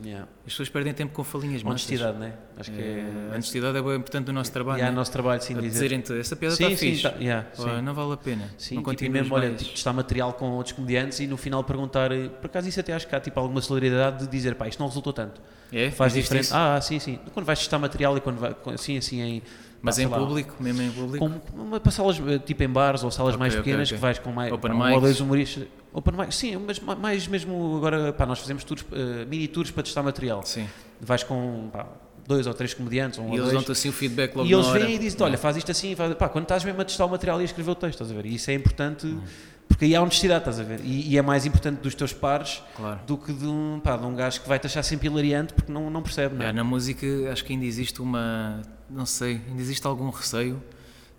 C: Yeah.
B: As pessoas perdem tempo com falinhas mansas.
C: Honestidade, não é? Acho que
B: É,
C: é.
B: a honestidade é bem importante no nosso trabalho.
C: E há o
B: né?
C: nosso trabalho, sim,
B: A
C: dizer.
B: Dizerem-te, essa piada
C: Sim,
B: está
C: sim,
B: fixe.
C: tá- yeah,
B: Ou,
C: sim.
B: não vale a pena.
C: Sim, tipo,
B: não
C: e
B: continues
C: mesmo, olha,
B: mais.
C: tipo, testar material com outros comediantes e no final perguntar, eh, por acaso isso até acho que há tipo, alguma solidariedade de dizer, pá, isto não resultou tanto.
B: É?
C: Faz
B: Existe
C: diferente.
B: isso?
C: Ah, sim, sim. Quando vais testar material e quando vai, assim, assim, em. pá,
B: Mas
C: sei
B: em
C: lá,
B: público, mesmo em público.
C: Com, com- para salas eh, tipo em bares ou salas
B: Ok,
C: mais
B: ok,
C: pequenas
B: ok.
C: que vais com mais
B: Open
C: pá, um ou
B: mics.
C: dois humoristas. Open mic, sim, mas ma- mais mesmo agora pá, nós fazemos tours, eh, mini tours para testar material.
B: Sim.
C: Vais com pá, dois ou três comediantes um
B: E
C: ou
B: eles
C: dois,
B: dão-te assim o feedback logo
C: e eles
B: na hora.
C: vêm e dizem olha, faz isto assim, faz... Pá, quando estás mesmo a testar o material e a escrever o texto, estás a ver? E isso é importante
B: Hum.
C: porque aí há honestidade, estás a ver? E, e é mais importante dos teus pares
B: Claro.
C: do que de um, pá, de um gajo que vai te achar sempre hilariante porque não, não percebe, não é?
B: É, na música acho que ainda existe uma, não sei, ainda existe algum receio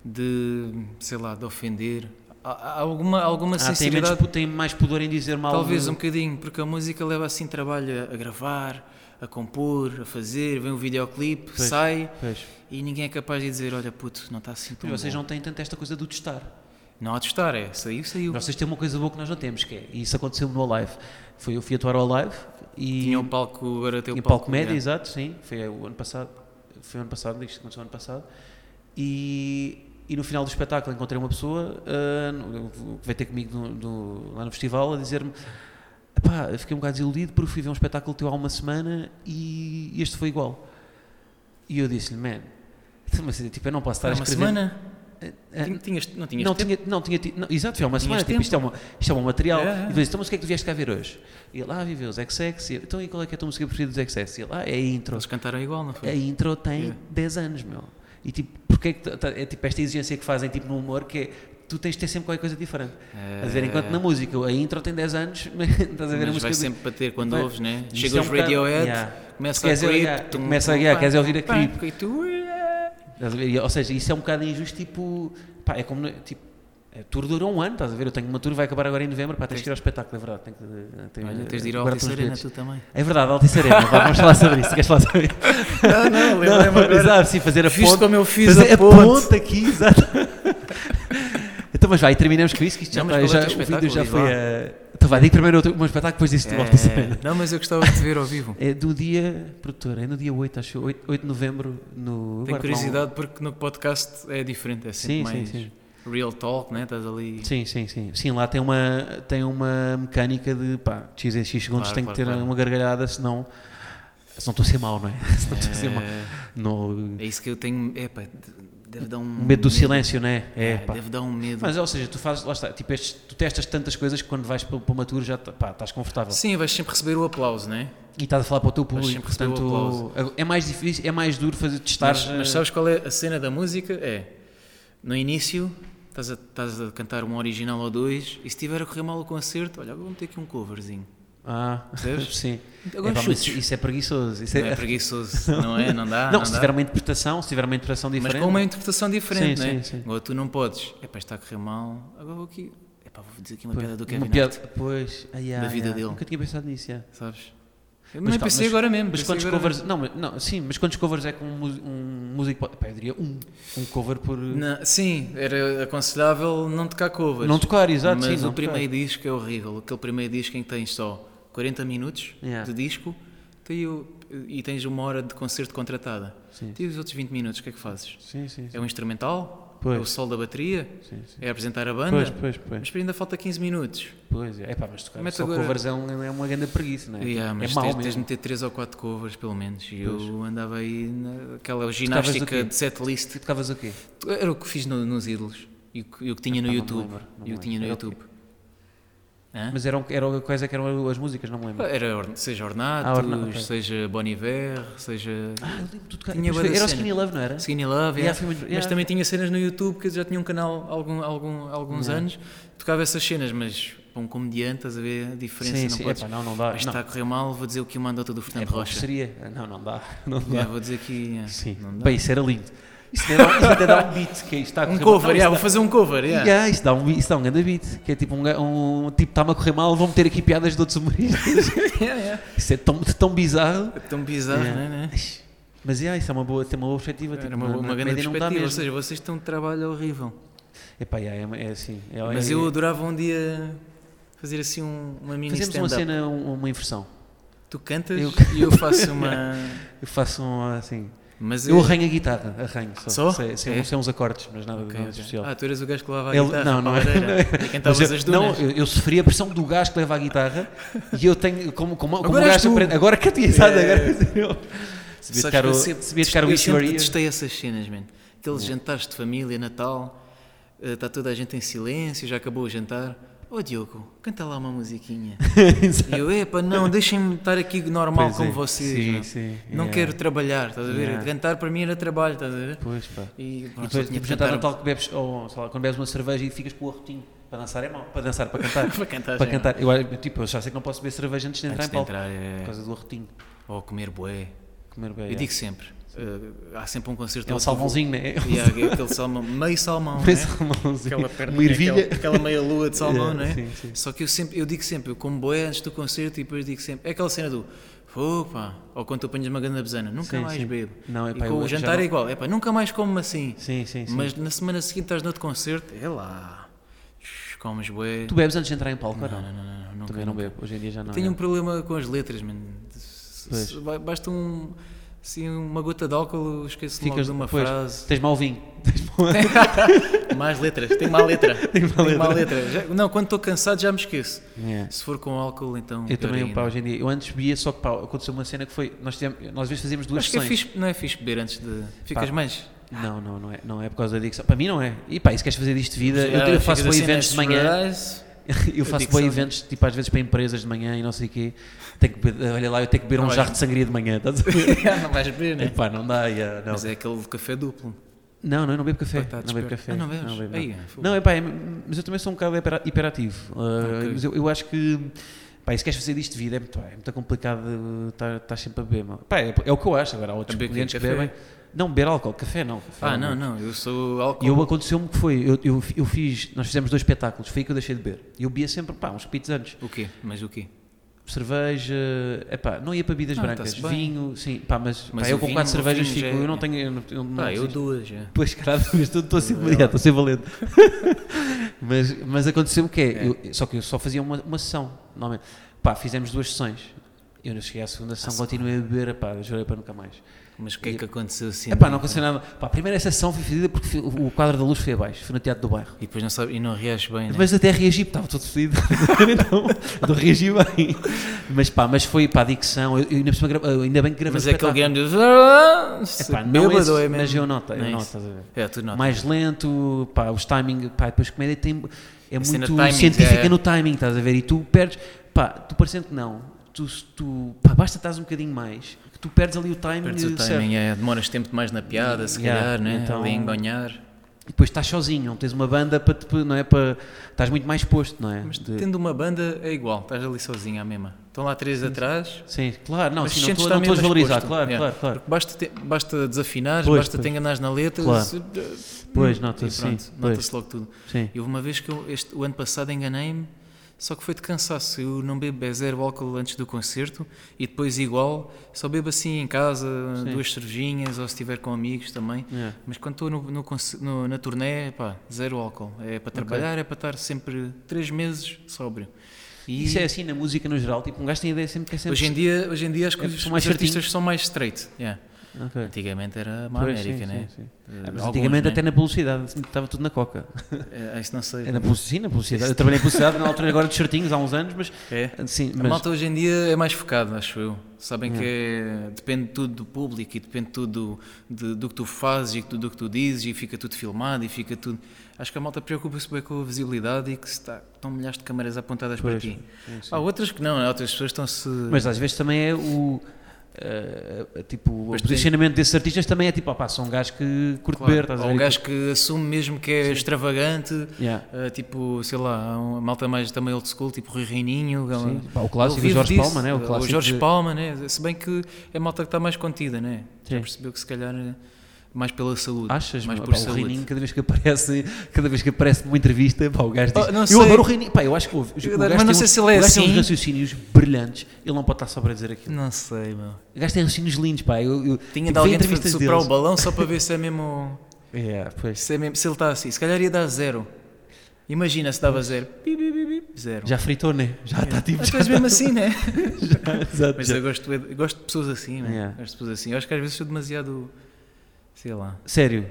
B: de, sei lá, de ofender Há há alguma, alguma
C: Ah, tem, menos,
B: sinceridade.
C: pu- tem mais pudor em dizer mal.
B: Talvez
C: de-
B: um bocadinho, porque a música leva assim trabalho a- a gravar, a compor, a fazer, vem o videoclipe,
C: Pois,
B: sai
C: Pois.
B: e ninguém é capaz de dizer, olha puto, não está assim tão
C: Pois, vocês
B: bom.
C: não têm tanto esta coisa do testar.
B: Não há de estar, é, saiu, saiu.
C: Vocês têm uma coisa boa que nós não temos, que é, e isso aconteceu no Alive. Foi, eu fui atuar ao Alive e...
B: Tinha o palco, agora tem o
C: Em
B: palco.
C: palco média,
B: é.
C: exato, sim. Foi o ano passado. Foi o ano passado, isto aconteceu ano passado. E, e no final do espetáculo encontrei uma pessoa ah, no- que veio ter comigo no- no- lá no festival a dizer-me. "Epá, eu fiquei um bocado desiludido porque fui ver um espetáculo teu há uma semana e este foi igual. E eu disse-lhe, man, *laughs* mas, tipo, eu não posso estar
B: Era
C: a
B: uma
C: escrever.
B: semana?
C: Ah,
B: Tinha- tinhas- não tinhas
C: não
B: tempo?
C: tinha, não tinha tido- não, exato, foi uma semana, tipo,
B: tempo.
C: isto é, uma, isto é um material.
B: É, é.
C: E depois, então, mas o que é que tu vieste cá ver hoje? E ele, ah, viveu os XX. E eu, então, e qual é que é a tua música preferida dos XX? E ele, ah, é a intro.
B: Eles cantaram igual, não
C: A
B: foi?
C: intro tem
B: Yeah.
C: 10 anos, meu. E tipo, porque é que tu- tá- é tipo esta exigência que fazem tipo no humor que é tu tens de ter sempre qualquer coisa diferente. A ver, enquanto na música a intro tem 10 anos, *laughs* mas estás a ver a
B: É. Mas
C: música.
B: vai
C: do-
B: sempre bater quando
C: Vai-
B: ouves, né?
C: Isto é
B: Chega
C: um
B: os
C: bocado-
B: Radiohead,
C: Yeah.
B: começa
C: Queres
B: a
C: ouvir-
B: creep. tum,
C: começa a-
B: tum,
C: yeah,
B: pá,
C: queres ouvir a
B: pá,
C: creep.
B: e tu, yeah.
C: Estás a ver? E, Ou seja, isso é um bocado injusto, tipo, pá, é como, no- tipo, a tour dura um ano, estás a ver? Eu tenho uma tour, vai acabar agora em novembro, pá, tens que ir ao espetáculo, é verdade. Tenho que, tenho,
B: Olha, tens de ir ao
C: guardo-te
B: Altice
C: uns
B: Arena
C: bilhetes. *laughs*
B: tu também.
C: É verdade, Altice Arena, vá, vamos falar sobre isso, queres falar sobre isso?
B: *laughs* Não, não,
C: Exato, sim, fazer a
B: Viste
C: ponte.
B: como eu fiz
C: fazer
B: a ponte?
C: ponte aqui, exato. *laughs* então, mas vai, e terminamos com isso, que isto já,
B: Não,
C: está-
B: mas qual é o
C: já-
B: teu
C: o vídeo já
B: espetáculo?
C: foi
B: Diz
C: a... Então vai, digo primeiro o teu- o meu espetáculo, depois disso tu, Altice Arena.
B: É, Não, mas eu gostava de te ver
C: *laughs*
B: ao vivo.
C: É do dia, produtor, é no dia 8, acho, eu, 8, 8 de novembro, no...
B: Tenho
C: agora,
B: curiosidade porque no podcast é diferente, é sempre
C: Sim, sim,
B: mais
C: sim.
B: real talk, né? Estás ali.
C: Sim, sim, sim. Sim, lá tem uma, tem uma mecânica de pá, x em x segundos
B: Claro,
C: tem
B: claro,
C: que ter
B: claro.
C: uma gargalhada, senão. Senão estou a ser mau, não é? *laughs* Senão estou a ser mau.
B: É,
C: No,
B: é isso que eu tenho. É, pá, de- deve dar um.
C: medo do silêncio, não é? É,
B: É,
C: pá.
B: deve dar um medo.
C: Mas, ou seja, tu fazes, lá está, tipo, estes- tu testas tantas coisas que quando vais para para uma tour já tá- pá, estás confortável.
B: Sim, vais sempre receber o aplauso, né?
C: E estás a falar para o teu público,
B: sempre receber o
C: portanto, é mais difícil, é mais duro fazer testar.
B: Mas, mas sabes qual é a cena da música? É no início estás a, estás a cantar um original ou dois e se tiver a correr mal o concerto, olha, vou meter aqui um coverzinho.
C: *laughs* Ah,
B: Percebes?
C: sim.
B: Agora
C: É, pá, mas
B: chutes.
C: isso é preguiçoso. Isso
B: Não é preguiçoso, não é? Não dá.
C: *laughs* não,
B: Não,
C: se
B: dá.
C: tiver uma interpretação, se tiver uma interpretação
B: Mas
C: diferente.
B: com uma interpretação diferente,
C: Sim,
B: né?
C: sim, sim.
B: Agora tu não podes. É pá, está a correr mal. Agora vou aqui. É pá, vou dizer aqui uma
C: Pois,
B: piada do Kevin
C: uma
B: Hart,
C: piada- é Pois, ai, ai,
B: Da vida
C: ai,
B: dele.
C: Nunca tinha pensado nisso, já.
B: sabes?
C: Mas
B: Eu mas,
C: calma,
B: pensei
C: mas-
B: agora mesmo.
C: Mas
B: pensei
C: quantos
B: agora
C: covers. Não, mas- não, sim, mas quantos covers é que um, mu- um músico pode. Pá, eu diria um. Um cover por.
B: mesmo.
C: Não,
B: Não, sim, era aconselhável não tocar covers.
C: tocar, exato,
B: Mas
C: sim.
B: o
C: não tocar.
B: primeiro disco é horrível. Aquele primeiro disco em que tens só 40 minutos
C: Yeah.
B: de disco tem o- e tens uma hora de concerto contratada.
C: Sim.
B: E os outros 20 minutos, o que é que fazes?
C: Sim, sim.
B: É o instrumental?
C: Pois.
B: É o sol da bateria?
C: sim, sim.
B: É apresentar a banda?
C: Pois, pois, pois.
B: Mas ainda falta 15 minutos.
C: Pois, é pá, mas tocar
B: Mete
C: só
B: agora-
C: covers é, um, é uma grande preguiça, não é?
B: Yeah,
C: é
B: ah, mas
C: mau
B: tens,
C: mesmo.
B: tens de meter 3 ou 4 covers, pelo menos. E eu
C: Pois.
B: andava aí naquela
C: Tocavas do quê?
B: ginástica de setlist.
C: Tu tocavas o quê?
B: Era o que fiz no- nos ídolos. E o que- e o que tinha
C: Epá,
B: no
C: não me
B: YouTube.
C: lembro, não me
B: E o que tinha no
C: lembro. Era o
B: YouTube. Hã?
C: Mas eram, eram, quais é que eram as músicas, não me lembro.
B: Era, orna- seja
C: Ah,
B: Ornatos,
C: Orna- ok.
B: seja Bon Iver, seja
C: Ah, eu lembro de tu tocar.
B: Tinha
C: mas
B: bué
C: foi-
B: da
C: Era o
B: cena.
C: Skinny Love, não era?
B: Skinny
C: Yeah,
B: Love, yeah.
C: foi muito-
B: mas
C: yeah.
B: também tinha cenas no YouTube, que eu já tinha um canal há algum, algum, alguns anos, tocava essas cenas, mas para um comediante, estás a ver a diferença,
C: Sim,
B: não
C: sim.
B: podes,
C: Epá, não, não dá.
B: "Ah,
C: não.
B: está a correr mal, vou dizer aqui uma andota do
C: É
B: Fernando
C: pá,
B: Rocha,
C: seria. Não, não dá. *laughs* Não dá.
B: Yeah, vou dizer aqui, yeah,
C: Sim.
B: não dá.
C: Bem, isso era lindo. Isso até dá, isso até dá um beat, que isto está a
B: um
C: correr
B: cover,
C: mal.
B: yeah, vou fazer um cover,
C: Yeah.
B: yeah.
C: isso, dá um, isso dá um grande beat, que é tipo um, ga- um tipo, está-me a correr mal, vão meter aqui piadas de outros *laughs* humoristas.
B: Yeah, yeah.
C: isso é tão, tão bizarro.
B: É tão bizarro,
C: Yeah.
B: não é?
C: Mas yeah, isso é uma boa, tem uma boa perspectiva.
B: Era
C: tipo,
B: uma,
C: na-
B: uma
C: na
B: grande
C: comédia não dá
B: perspectiva, ou
C: mesmo.
B: seja, vocês têm um trabalho horrível.
C: Epá, yeah, é, é assim. é-
B: Mas
C: é-
B: eu adorava um dia fazer assim um- uma mini
C: Fazemos uma
B: stand-up.
C: cena, um- uma inversão.
B: Tu cantas
C: Eu-
B: e eu faço
C: *laughs*
B: uma.
C: Eu faço um assim.
B: Mas
C: Eu arranho a guitarra, arranho só.
B: Só?
C: Sei, sei,
B: É?
C: sei uns acordes, mas nada, de
B: Ok,
C: nada de
B: ok.
C: especial.
B: Ah, então tu eras o gajo que lavava a
C: Ele-
B: guitarra
C: não,
B: para
C: não
B: a
C: é.
B: lareira e cantavas
C: Mas eu-
B: as
C: não,
B: dunas.
C: eu, eu sofri a pressão do gajo que leva a
B: *laughs*
C: guitarra e eu tenho. Como, como, como
B: Agora
C: o
B: és
C: gajo
B: tu.
C: aprende. Agora que eu tinha estado, agora eu. Se
B: Sabes
C: devia
B: que
C: tocar
B: eu
C: o-
B: sempre-
C: se devia tocar o
B: eu
C: Wish You Were
B: sempre
C: Here.
B: detestei essas cenas, mano. Aqueles jantares de família, Natal, eh, está toda a gente em silêncio, já acabou o jantar. Ô Diogo, canta lá
C: *laughs*
B: uma musiquinha. e eu, epá, não, deixem-me estar aqui normal
C: Pois é.
B: como vocês.
C: Sim,
B: meu.
C: sim,
B: não
C: yeah.
B: quero trabalhar, estás a ver?
C: Yeah.
B: Cantar para mim era trabalho, estás a ver?
C: Pois pá.
B: E,
C: E
B: pronto, Ah, só
C: depois,
B: tinha
C: tipo,
B: de
C: jantar
B: cantar.
C: Natal que bebes, ou sei lá, quando bebes uma cerveja e ficas com o arrotinho. Para dançar é mau. Para dançar, para cantar.
B: *laughs* Para cantar,
C: Para
B: já é
C: cantar. Eu, acho- tipo, eu já sei que não posso beber cerveja antes de entrar
B: Antes
C: em
B: de
C: palco.
B: entrar, é,
C: Por causa do arrotinho.
B: ou comer bué.
C: Comer bem.
B: Eu digo sempre, eh, há sempre um concerto.
C: É um
B: onde tu-
C: é. salmãozinho, não é? *laughs*
B: E há aquele salmão, meio salmão,
C: Um
B: né?
C: salmãozinho.
B: Aquela perna,
C: Uma ervilha.
B: Aquela, aquela meia lua de salmão,
C: *laughs* Yeah,
B: não é?
C: sim, sim.
B: Só que eu sempre, eu digo sempre, eu como boé antes do concerto e depois digo sempre, é aquela cena do, opa, ou quando tu apanhas uma grande besana, nunca
C: Sim,
B: mais
C: sim.
B: bebo.
C: Não,
B: e
C: epá,
B: com
C: eu
B: o
C: já
B: jantar
C: não-
B: é igual, epá, nunca mais como assim.
C: Sim, sim, sim.
B: Mas na semana seguinte estás no outro concerto, é lá, shhh, comes boé.
C: Tu bebes antes de entrar em palco, ou não?
B: Não, não, não, não, nunca,
C: Também não bebo. Hoje em dia já não.
B: tenho
C: é.
B: um problema com as letras, mano. Se-
C: Pois.
B: se- ba- Basta um, assim, uma gota de álcool, eu esqueço logo
C: Ficas
B: de uma
C: depois-
B: frase.
C: Tens mau
B: *laughs*
C: vinho. Tens mau...
B: Mais letras, tem má letra.
C: *laughs* Tenho má
B: Tenho má
C: letra.
B: letra. Já- não, quando estou cansado já me esqueço.
C: Yeah.
B: Se for com álcool, então.
C: Eu
B: pior
C: também,
B: ainda.
C: pá, hoje em dia. Eu antes bebia só que, pá, aconteceu uma cena que foi. Nós, tivemos, nós às vezes fazíamos duas
B: Acho que é
C: sessões.
B: fixe, não é fixe beber antes de. Ficas
C: Pá,
B: mais.
C: Não, não, não é, não é por causa da adicção. Para mim não é. E pá, e se queres fazer disto de vida, eu, eu
B: Ficas
C: faço boi
B: assim,
C: eventos de
B: nas
C: manhã.
B: *laughs* reais.
C: *laughs* Eu faço
B: Adicção,
C: boi
B: né?
C: eventos, tipo, às vezes para empresas de manhã e não sei o quê. Tenho que, be- olha lá, eu tenho que beber um
B: mas-
C: jarro de sangria de manhã. Estás a
B: *laughs*
C: ver?
B: não vais beber, né?
C: Epá, não dá, yeah, não.
B: Mas é aquele de café duplo.
C: Não, não, eu não bebo café.
B: Ah, tá,
C: não bebo
B: desperto.
C: café.
B: Ah, não bebes?
C: bebo,
B: Aí,
C: não.
B: fogo.
C: Não, epá, é, mas eu também sou um bocado hipera- hiperativo. Uh,
B: Ok.
C: Mas eu, eu acho que. Pá, e se queres fazer disto de vida é muito, é muito complicado uh, estar estar sempre a beber. Mano. Pá, é, é o que eu acho. Agora há outros
B: A beber quê?
C: clientes que
B: Café?
C: bebem. Não, beber álcool, café não. Café
B: Ah, não, não, eu sou álcool.
C: Tá E eu aconteceu-me que foi, eu, eu, eu fiz, nós fizemos dois espetáculos, foi aí que eu deixei de beber. E eu bebia sempre, pá, uns pitos antes.
B: O quê? Mas o quê?
C: Cerveja, epá, não ia para bebidas
B: Ah,
C: brancas,
B: tá-se bem.
C: vinho, sim, pá, mas,
B: Mas
C: pá,
B: o
C: eu com
B: vinho-
C: quatro
B: o
C: cervejas
B: vinho
C: fico,
B: já é-
C: eu não tenho, eu não, eu não
B: Ah, eu
C: resisto.
B: duas já.
C: Pois, caralho, *laughs* mas tu- estou a ser, yeah, estou a ser valente. *laughs* mas, mas aconteceu o que é, eu- só que eu só fazia uma, uma sessão, normalmente. Pá, fizemos duas sessões. Eu não cheguei à segunda sessão, continuei a beber, epá, jurei para nunca mais.
B: Mas o que é que aconteceu assim?
C: Epá,
B: né?
C: não aconteceu nada. Pá, a primeira sessão foi fedida porque fi- o o quadro da luz foi abaixo, foi no teatro do bairro.
B: E depois não sabe, e não reage bem, né?
C: Mas até reagi, porque estava todo fedido. *laughs* então, não reagi bem. Mas pá, mas foi para a dicção. Eu, eu ainda, por cima grava- eu ainda bem que gravei
B: Mas
C: o
B: é aquele
C: um espetáculo.
B: grande.
C: Epá,
B: Epá,
C: não esse, mas eu noto, eu
B: Não é
C: noto,
B: isso.
C: estás a ver?
B: É, tu notas.
C: Mais lento, pá, os timing, pá, depois comédia tem, é
B: cena
C: muito
B: de timings,
C: científica
B: é.
C: no timing, estás a ver? E tu perdes, pá, tu parecendo que não, tu, tu pá, basta estás um bocadinho mais, que tu perdes ali o timing,
B: Perdes o
C: certo.
B: timing, é, demoras tempo demais na piada, se
C: Yeah,
B: calhar, né?
C: então-
B: ali a engonhar.
C: E depois estás sozinho, não tens uma banda para, te- não é, para, estás muito mais exposto, não é?
B: Mas
C: De-
B: tendo uma banda é igual, estás ali sozinho à mesma. Estão lá três atrás.
C: Sim, claro, não,
B: mas
C: assim, não
B: sentes-te
C: estou não estou a
B: ao mesmo
C: desvalorizar,
B: exposto.
C: claro,
B: Yeah.
C: claro, claro.
B: Porque Basta, te- basta desafinares,
C: Pois,
B: basta
C: pois.
B: te enganares na letra.
C: Claro.
B: se-
C: Pois,
B: e
C: nota-se, sim,
B: pronto,
C: pois.
B: Nota-se logo tudo.
C: Sim.
B: E houve uma vez que eu, este, o ano passado enganei-me, só que foi de cansaço. Eu não bebo é zero álcool antes do concerto e depois igual, só bebo assim em casa, duas cervejinhas ou se estiver com amigos também.
C: Yeah.
B: Mas quando estou no, no conce- no- na turnê, pá, zero álcool. É para trabalhar, é para estar sempre três meses sóbrio. E
C: Isso é assim na música no geral, tipo, um gajo tem ideia sempre que é sempre...
B: hoje, em dia, hoje em dia acho que
C: É,
B: os,
C: são mais
B: os artistas são mais straight. yeah.
C: Ok.
B: Antigamente era uma
C: Pois,
B: América,
C: sim,
B: né?
C: sim, sim.
B: Eh,
C: Ah, mas
B: alguns,
C: antigamente
B: né?
C: até na publicidade, estava tudo na coca.
B: Eh, isso não sei.
C: É na publicidade, sim, na publicidade. Eu trabalhei em é publicidade na altura agora de shortinhos, há uns anos, mas... Ah,
B: É?
C: Sim,
B: A
C: mas...
B: malta hoje em dia é mais focada, acho eu. Sabem que é, depende tudo do público e depende tudo do, de- do que tu fazes e do, do que tu dizes e fica tudo filmado e fica tudo. Acho que a malta preocupa-se bem com a visibilidade e que se está, estão milhares de câmaras apontadas para
C: Pois,
B: ti. Há outras que não, há outras pessoas que estão-se.
C: Mas às vezes também é o... eh, tipo,
B: Mas
C: o
B: tem-
C: posicionamento desses artistas também é tipo, opá, são um gajo que curte
B: Claro,
C: beber, estás a
B: há
C: ver?
B: um gajo que assume mesmo que é extravagante,
C: Yeah.
B: eh, tipo, sei lá, há um- a malta mais também old school, tipo Rui Reininho,
C: Sim,
B: gal-
C: pá, o clássico
B: Eu vivo
C: do Jorge
B: disso,
C: Palma, né? O clássico
B: Jorge
C: de-
B: Palma, né? Se bem que é a malta que está mais contida, né? Já
C: Sim.
B: percebeu que se calhar é mais pela saúde.
C: Achas,
B: mais
C: mas
B: por
C: pá, o
B: saúde.
C: Reininho, cada vez que aparece, cada vez que aparece numa entrevista, pá, o gajo diz,
B: Oh, não sei.
C: eu adoro o Reininho, pá, eu acho que o, o gajo,
B: adoro, mas
C: tem
B: não sei
C: uns,
B: se ele é
C: o gajo tem
B: assim.
C: uns raciocínios brilhantes, ele não pode estar só para dizer aquilo.
B: Não sei, meu.
C: O gajo tem raciocínios lindos, pá, eu, eu
B: Tinha
C: tipo,
B: de
C: vi
B: alguém de
C: entrevistas
B: soprar o
C: deles.
B: balão só para ver se é mesmo.
C: É, pois.
B: Se, é mesmo- se ele está assim. Se calhar ia dar zero. Imagina se dava zero. Pi, pi, pi, pi, Zero.
C: Já fritou, né? Já está tipo.
B: É. Mas
C: *laughs* Já,
B: depois mesmo assim, né?
C: exato,
B: Mas é-
C: já. *laughs*
B: eu gosto, eu gosto de pessoas assim, né?
C: Yeah.
B: Gosto de pessoas assim. Eu acho que às vezes sou demasiado. Sei lá.
C: Sério,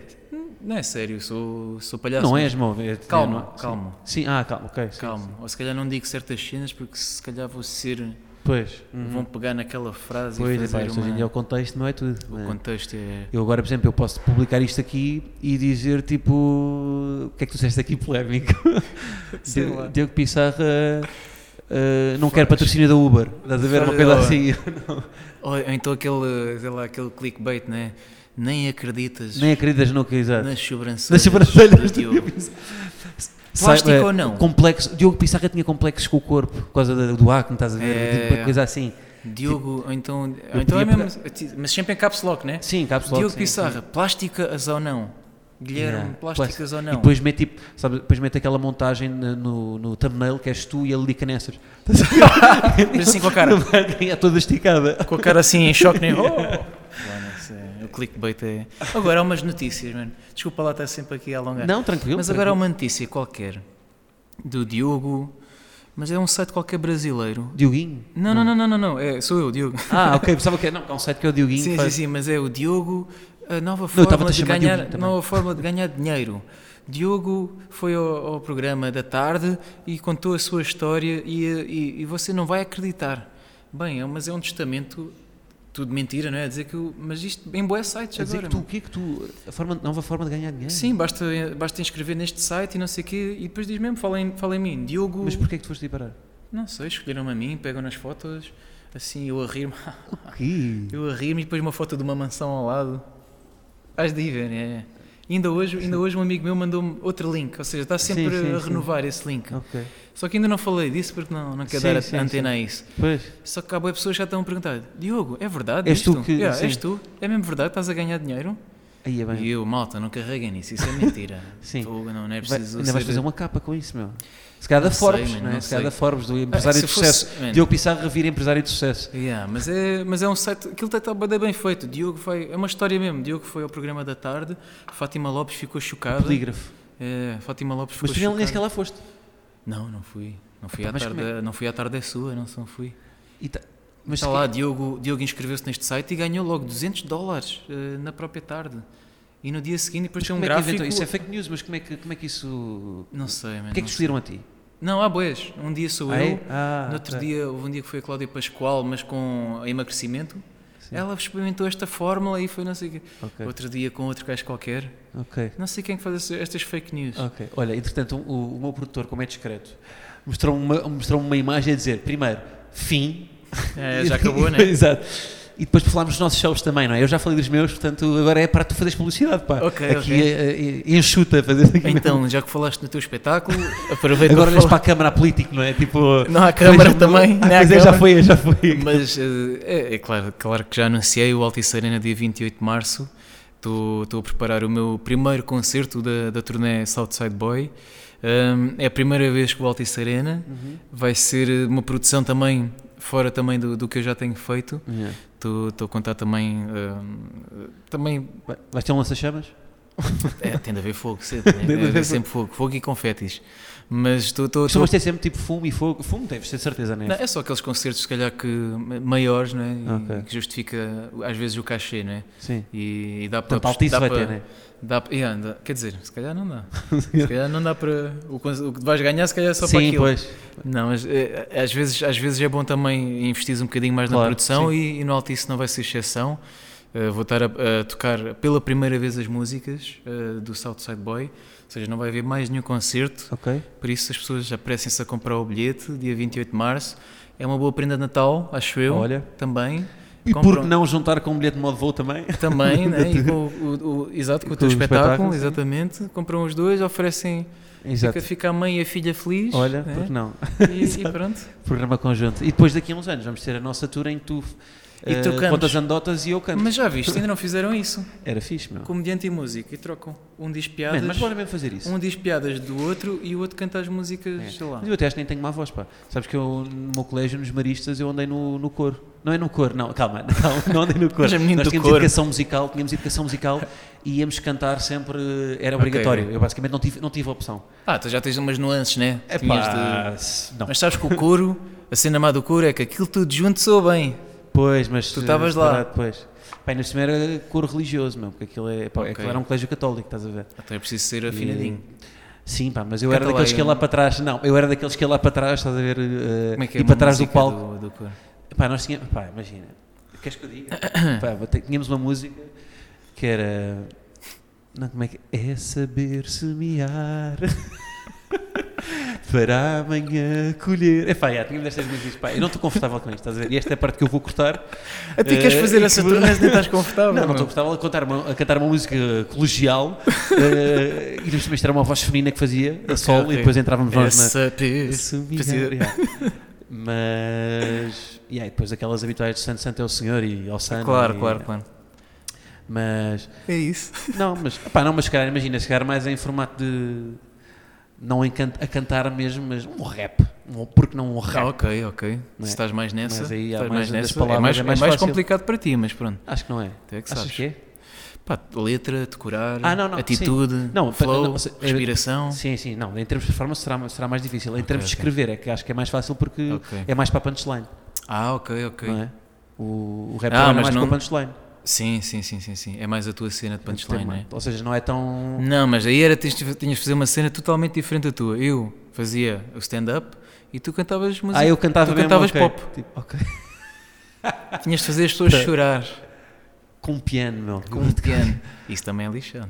B: Não é sério, sou, sou palhaço.
C: não
B: mesmo.
C: és mau. é-
B: Calma,
C: é, não- sim.
B: calma.
C: Sim, ah, calma, ok. sim,
B: Calma,
C: sim.
B: ou se calhar não digo certas cenas porque se calhar vou ser.
C: Pois, hum,
B: vão pegar naquela frase
C: pois,
B: e
C: é, pá,
B: fazer
C: isto hoje em
B: uma...
C: dia o contexto não é tudo.
B: O
C: né?
B: contexto é.
C: Eu agora, por exemplo, eu posso publicar isto aqui e dizer tipo. O que é que tu disseste aqui polémico?
B: *laughs* Sei
C: Di-
B: lá.
C: Diogo Pissarra. eh, não quero patrocínio da Uber, estás a ver? Uma
B: Faz-
C: coisa
B: oh.
C: assim,
B: *laughs*
C: *laughs*
B: Ou então aquele, sei lá, aquele clickbait, né? Nem acreditas
C: nem acreditas no que exato.
B: nas sobrancelhas.
C: Nas sobrancelhas
B: do Diogo.
C: Sai-
B: Plástico
C: eh,
B: ou não?
C: Complexo. Diogo Pissarra tinha complexos com o corpo, por causa da- do acne, estás a ver?
B: É,
C: Tipo,
B: é.
C: coisa assim.
B: Diogo, ou então, ou então é
C: podia
B: mesmo, mas sempre em caps lock, né?
C: Sim, caps lock,
B: Diogo
C: sim,
B: Pissarra, plásticas ou não? Guilherme,
C: Yeah.
B: plásticas ou não?
C: E depois mete, tipo, sabe, depois mete aquela montagem no, no, no thumbnail que és tu e ele de canessas. *laughs*
B: Mas assim com a cara.
C: é toda esticada.
B: com a cara assim em choque, nem. Oh! Foda-se, é, O clickbait é. Agora há umas notícias, mano. Desculpa lá estar sempre aqui a alongar.
C: Não, tranquilo.
B: É. Mas agora há uma notícia qualquer do Diogo, mas é um site qualquer brasileiro.
C: tranquilo. Dioguinho.
B: Não, não, não, não, não, não. É, sou eu, Diogo.
C: Ah, ok, pensava que era. Não, há um site que é o Dioguinho.
B: Sim,
C: que
B: sim,
C: faz-
B: sim, mas é o Diogo, a nova
C: eu
B: forma,
C: estava-te a
B: de,
C: chamar
B: ganhar,
C: Dioguinho também.
B: nova forma de ganhar dinheiro. Diogo foi ao, ao programa da tarde e contou a sua história e, e- e você não vai acreditar. Bem, é, mas é um testamento, tudo mentira, não é? Dizer que o- mas isto em boé sites
C: Quer dizer
B: agora.
C: que tu, o
B: mano.
C: que é que tu. A forma, nova forma de ganhar dinheiro?
B: Sim, basta, basta inscrever neste site e não sei o quê, e depois diz mesmo, fala em, fala em mim, Diogo,
C: Mas porquê é que tu foste ir parar?
B: não sei, escolheram-me a mim, pegam nas fotos, assim, eu a rir-me, *laughs*
C: Que?
B: Eu a rir-me e depois uma foto de uma mansão ao lado. Hás de ir ver, é. E Ainda hoje, ainda hoje um amigo meu mandou-me outro link, ou seja, está sempre
C: Sim, sim,
B: a
C: sim.
B: renovar esse link.
C: Ok.
B: Só que ainda não falei disso porque não, não quero
C: Sim,
B: dar a
C: sim,
B: antena a isso.
C: Pois.
B: Só que há boas pessoas que já estão a perguntar, Diogo, é verdade
C: És tu
B: isto?
C: que-
B: Yeah,
C: sim.
B: és tu? É mesmo verdade? Estás a ganhar dinheiro?
C: Aí é bem.
B: E eu, malta, não carreguem nisso, isso é mentira.
C: *laughs* Sim.
B: Fogo, não, não é
C: Vai,
B: preciso
C: ainda vais
B: ser-
C: fazer um- uma capa com isso, meu. Se calhar da
B: Não sei,
C: Forbes,
B: mano,
C: não é?
B: não
C: Se calhar da
B: sei.
C: Forbes, do empresário
B: se
C: de
B: fosse-
C: sucesso.
B: mano.
C: Diogo Pissarra vira empresário de sucesso.
B: Yeah, mas, é, mas é um site, aquilo está bem, bem feito. Diogo foi, é uma história mesmo. Diogo foi ao programa da tarde, Fátima Lopes ficou chocada.
C: Polígrafo.
B: É, Fátima Lopes
C: Mas
B: ficou
C: tu nem nem
B: chocada.
C: sequer lá foste.
B: Não, não fui. Não fui,
C: Epá,
B: à
C: mas
B: tarde,
C: como
B: não fui à tarde é sua, não, não fui.
C: E tá- Mas
B: Está
C: que-
B: lá, Diogo, Diogo inscreveu-se neste site e ganhou logo 200 dólares eh, na própria tarde. E no dia seguinte depois tinha um
C: como é que
B: gráfico...
C: inventou? Isso é fake news, mas como é que, como é que isso.
B: Não sei, mano.
C: Porquê é que
B: não-
C: escolheram a ti?
B: Não, há boés. Um dia sou
C: Ah,
B: eu,
C: é? Ah,
B: no outro
C: ok.
B: dia, houve um dia que foi a Cláudia Pascoal, mas com emagrecimento.
C: Sim.
B: Ela experimentou esta fórmula e foi não sei o quê.
C: Ok.
B: Outro dia com outro gajo qualquer.
C: Ok.
B: Não sei quem é que faz esse- estas fake news.
C: Ok. Olha, entretanto, o, o meu produtor, como é discreto, mostrou-me uma, mostrou uma imagem a dizer, primeiro, fim. *laughs*
B: É, já acabou, né?
C: Exato. E depois falámos dos nossos shows também, não é? Eu já falei dos meus, portanto, agora é para tu fazeres publicidade, pá.
B: Ok,
C: aqui
B: ok.
C: é- é- é enxuta fazer aqui.
B: Então, já que falaste no teu espetáculo, *laughs* aproveita
C: agora
B: para
C: olhas para
B: falar.
C: a câmara a político, não é? Tipo,
B: Não há câmara também,
C: Ah,
B: nem há
C: pois é, já
B: câmara.
C: foi, já foi.
B: Mas eh, é, é claro, claro que já anunciei o Altice Arena dia 28 de março. Estou estou a preparar o meu primeiro concerto da, da turnê Southside Boy. Ahm, é a primeira vez que vou ao Altice Arena. Vai ser eh, uma produção também fora também do, do que eu já tenho feito. Estou estou a contar também. ahm, também
C: Vai- Vais ter um lança-chamas?
B: é, tem de haver fogo, *laughs* cedo, né?
C: Tem de
B: Deve
C: haver
B: haver sempre fogo, fogo e confetis. Mas estou. estou- estou-
C: Costumas ter sempre tipo fumo e fogo. Fumo deves ter certeza, não é?
B: Não, é só aqueles concertos, se calhar, que maiores, não é? E
C: Ok.
B: que justifica às vezes o cachê, não é?
C: Sim.
B: E, e dá para.
C: Portanto, Altice
B: dá
C: vai
B: para-
C: ter, não é?
B: dá para- yeah, dá- quer dizer, se calhar não
C: *laughs*
B: dá. se calhar não dá para. O, cons- o que vais ganhar, se calhar, é só para
C: Sim,
B: aquilo.
C: pois.
B: Não, mas eh, às vezes, às vezes é bom também investir um bocadinho mais
C: Claro,
B: na produção e, e no Altice não vai ser exceção. Eh, vou estar a, a tocar pela primeira vez as músicas eh, do Southside Boy, ou seja, não vai haver mais nenhum concerto.
C: Ok.
B: Por isso as pessoas apressem-se a comprar o bilhete, dia 28 de março. É uma boa prenda de Natal, acho eu.
C: Olha.
B: Também.
C: E por
B: Compram-
C: que não juntar com um bilhete de modo de voo também?
B: Também, né? E com o, o- o- exato, com o
C: Com
B: teu
C: o
B: espetáculo,
C: espetáculo, sim.
B: exatamente. Compram os dois, oferecem.
C: *laughs* Exato.
B: Fica, fica a mãe e a filha feliz.
C: Olha,
B: né?
C: porque não?
B: e, e pronto.
C: *laughs* Programa conjunto. E depois daqui a uns anos vamos ter a nossa tour em que tu
B: E
C: eh,
B: trocamos.
C: contas anedotas e eu canto.
B: Mas já viste, ainda não fizeram isso.
C: Era fixe, meu.
B: Comediante e música, e trocam. Um diz piadas,
C: Man, mas bora mesmo fazer isso. É.
B: um diz piadas do outro e o outro canta as músicas, sei lá.
C: Mas eu até acho que nem tenho má voz, pá. Sabes que eu, no meu colégio, nos maristas, eu andei no, no coro. Não é no coro, não, calma, *laughs* não, não andei no coro.
B: Mas é menino
C: Nós
B: do
C: tínhamos
B: coro.
C: educação musical, tínhamos educação
B: *laughs*
C: musical e íamos cantar sempre, eh, era obrigatório. Eu basicamente não tive, não tive opção.
B: Ah, tu já tens umas nuances, né?
C: É
B: Tinhas
C: pá,
B: de-
C: se- não.
B: Mas sabes que o couro, a cena má do couro é que aquilo tudo junto soa bem.
C: Pois, mas
B: Tu estavas lá.
C: Depois. Pá, e na cima era coro religioso, meu, porque aquilo, é, pá, aquilo era um colégio católico, estás a ver?
B: Até é preciso ser afinadinho.
C: Sim, pá, mas eu
B: Canta
C: era daqueles
B: lá,
C: que ia
B: eu-
C: lá para trás, não, eu era daqueles que ia lá para trás, estás a ver? eh,
B: Como é que é
C: e
B: uma
C: para trás do
B: música
C: palco.
B: Do, do coro?
C: Pá, nós tínhamos. Pá, imagina. Queres que eu
B: *coughs*
C: diga? Pá, vou ter- tínhamos uma música que era. Não, como é que. É saber semear. *laughs* Para amanhã colher. Epá, já, tínhamos estas músicas. Pá, eu não estou confortável com isto, estás a ver? E esta é a parte que eu vou cortar.
B: A ti queres
C: Eh,
B: fazer
C: e
B: essa
C: que-
B: turnê se nem
C: *laughs*
B: estás confortável? é?
C: Não, não
B: meu?
C: estou confortável a, contar uma- a cantar uma música colegial. eh, e depois era uma voz feminina que fazia a solo
B: ok.
C: e depois entrávamos nós na.
B: Essa pista.
C: Esse
B: Precisa-
C: milhão, yeah. Mas. E aí, depois aquelas habituais de Santo Santo é o Senhor e ao Santo.
B: Claro,
C: e-
B: claro, claro.
C: Mas.
B: É isso.
C: Não, mas. Pá, não, mas se calhar, imagina, se calhar mais é em formato de. Não em can- a cantar mesmo, mas um rap. Um, porque não um rap?
B: Ah, ok, ok.
C: Não é?
B: Se estás mais nessa,
C: Mas aí há
B: estás
C: mais
B: mais
C: das
B: nessa
C: palavras,
B: é mais,
C: é
B: é
C: mais
B: mais,
C: fácil.
B: complicado para ti, mas pronto.
C: Acho que não é.
B: Tu é que
C: Achas
B: sabes.
C: que é?
B: Pá, letra, decorar,
C: Ah, não, não,
B: atitude,
C: sim. Não, pa-
B: flow,
C: não, se- é-
B: respiração.
C: Sim, sim, não. Em termos de forma será, será mais difícil. Em termos de
B: ok.
C: escrever, é que acho que é mais fácil porque
B: Ok.
C: é mais para a punchline,
B: Ah, ok, ok.
C: não é? O, o rap
B: Ah,
C: trabalha
B: mas
C: mais
B: não-
C: para a punchline.
B: Sim, sim, sim, sim, sim. É mais a tua cena
C: Então,
B: de punchline, não é?
C: Ou seja, não é tão.
B: Não, mas aí era, tinhas, tinhas de fazer uma cena totalmente diferente da tua. Eu fazia o stand-up e tu cantavas música.
C: ah, eu cantava
B: tu
C: mesmo,
B: cantavas
C: ok. Tá.
B: pop.
C: Tipo, ok.
B: Tinhas de fazer as pessoas chorar
C: Com piano, meu.
B: com um piano. Isso também é lixado.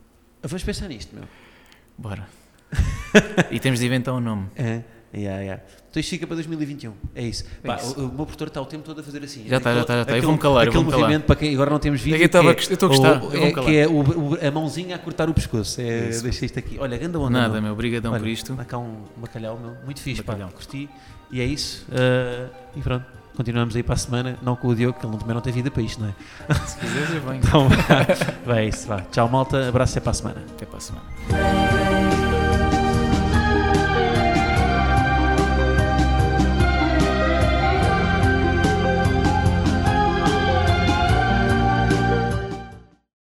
C: *laughs* Vamos pensar nisto, meu. *laughs*
B: Bora. e temos de inventar um nome.
C: É. Yeah, yeah. Então isto fica para 2021. É isso. Pá,
B: isso.
C: O, o meu produtor está o tempo todo a fazer assim.
B: Já está,
C: Aquele-
B: já está, já está. Eu
C: aquele-
B: vou-me calar, eu
C: Aquele
B: vou-me calar. É
C: movimento para quem agora não temos vídeo.
B: Eu
C: que é
B: estava a gost- eu estou a gostar,
C: o-
B: eu vou-me
C: é-
B: calar.
C: Que é o- o- a mãozinha a cortar o pescoço. É, deixa isto aqui. Olha, grande onda.
B: Nada,
C: meu.
B: meu. Obrigadão
C: Olha,
B: por isto.
C: Há cá um bacalhau, meu. Muito fixe,
B: Bacalhau.
C: pá. Curti. E é isso. Ah, e pronto. Continuamos aí para a semana. Não com o Diogo, que ele também não tem vida para isto, não é? *laughs*
B: Se quiseres, eu venho.
C: Então, vá. vai isso, vá. Tchau, malta. Abraço e até para a semana.
B: Até para a semana.
E: Thank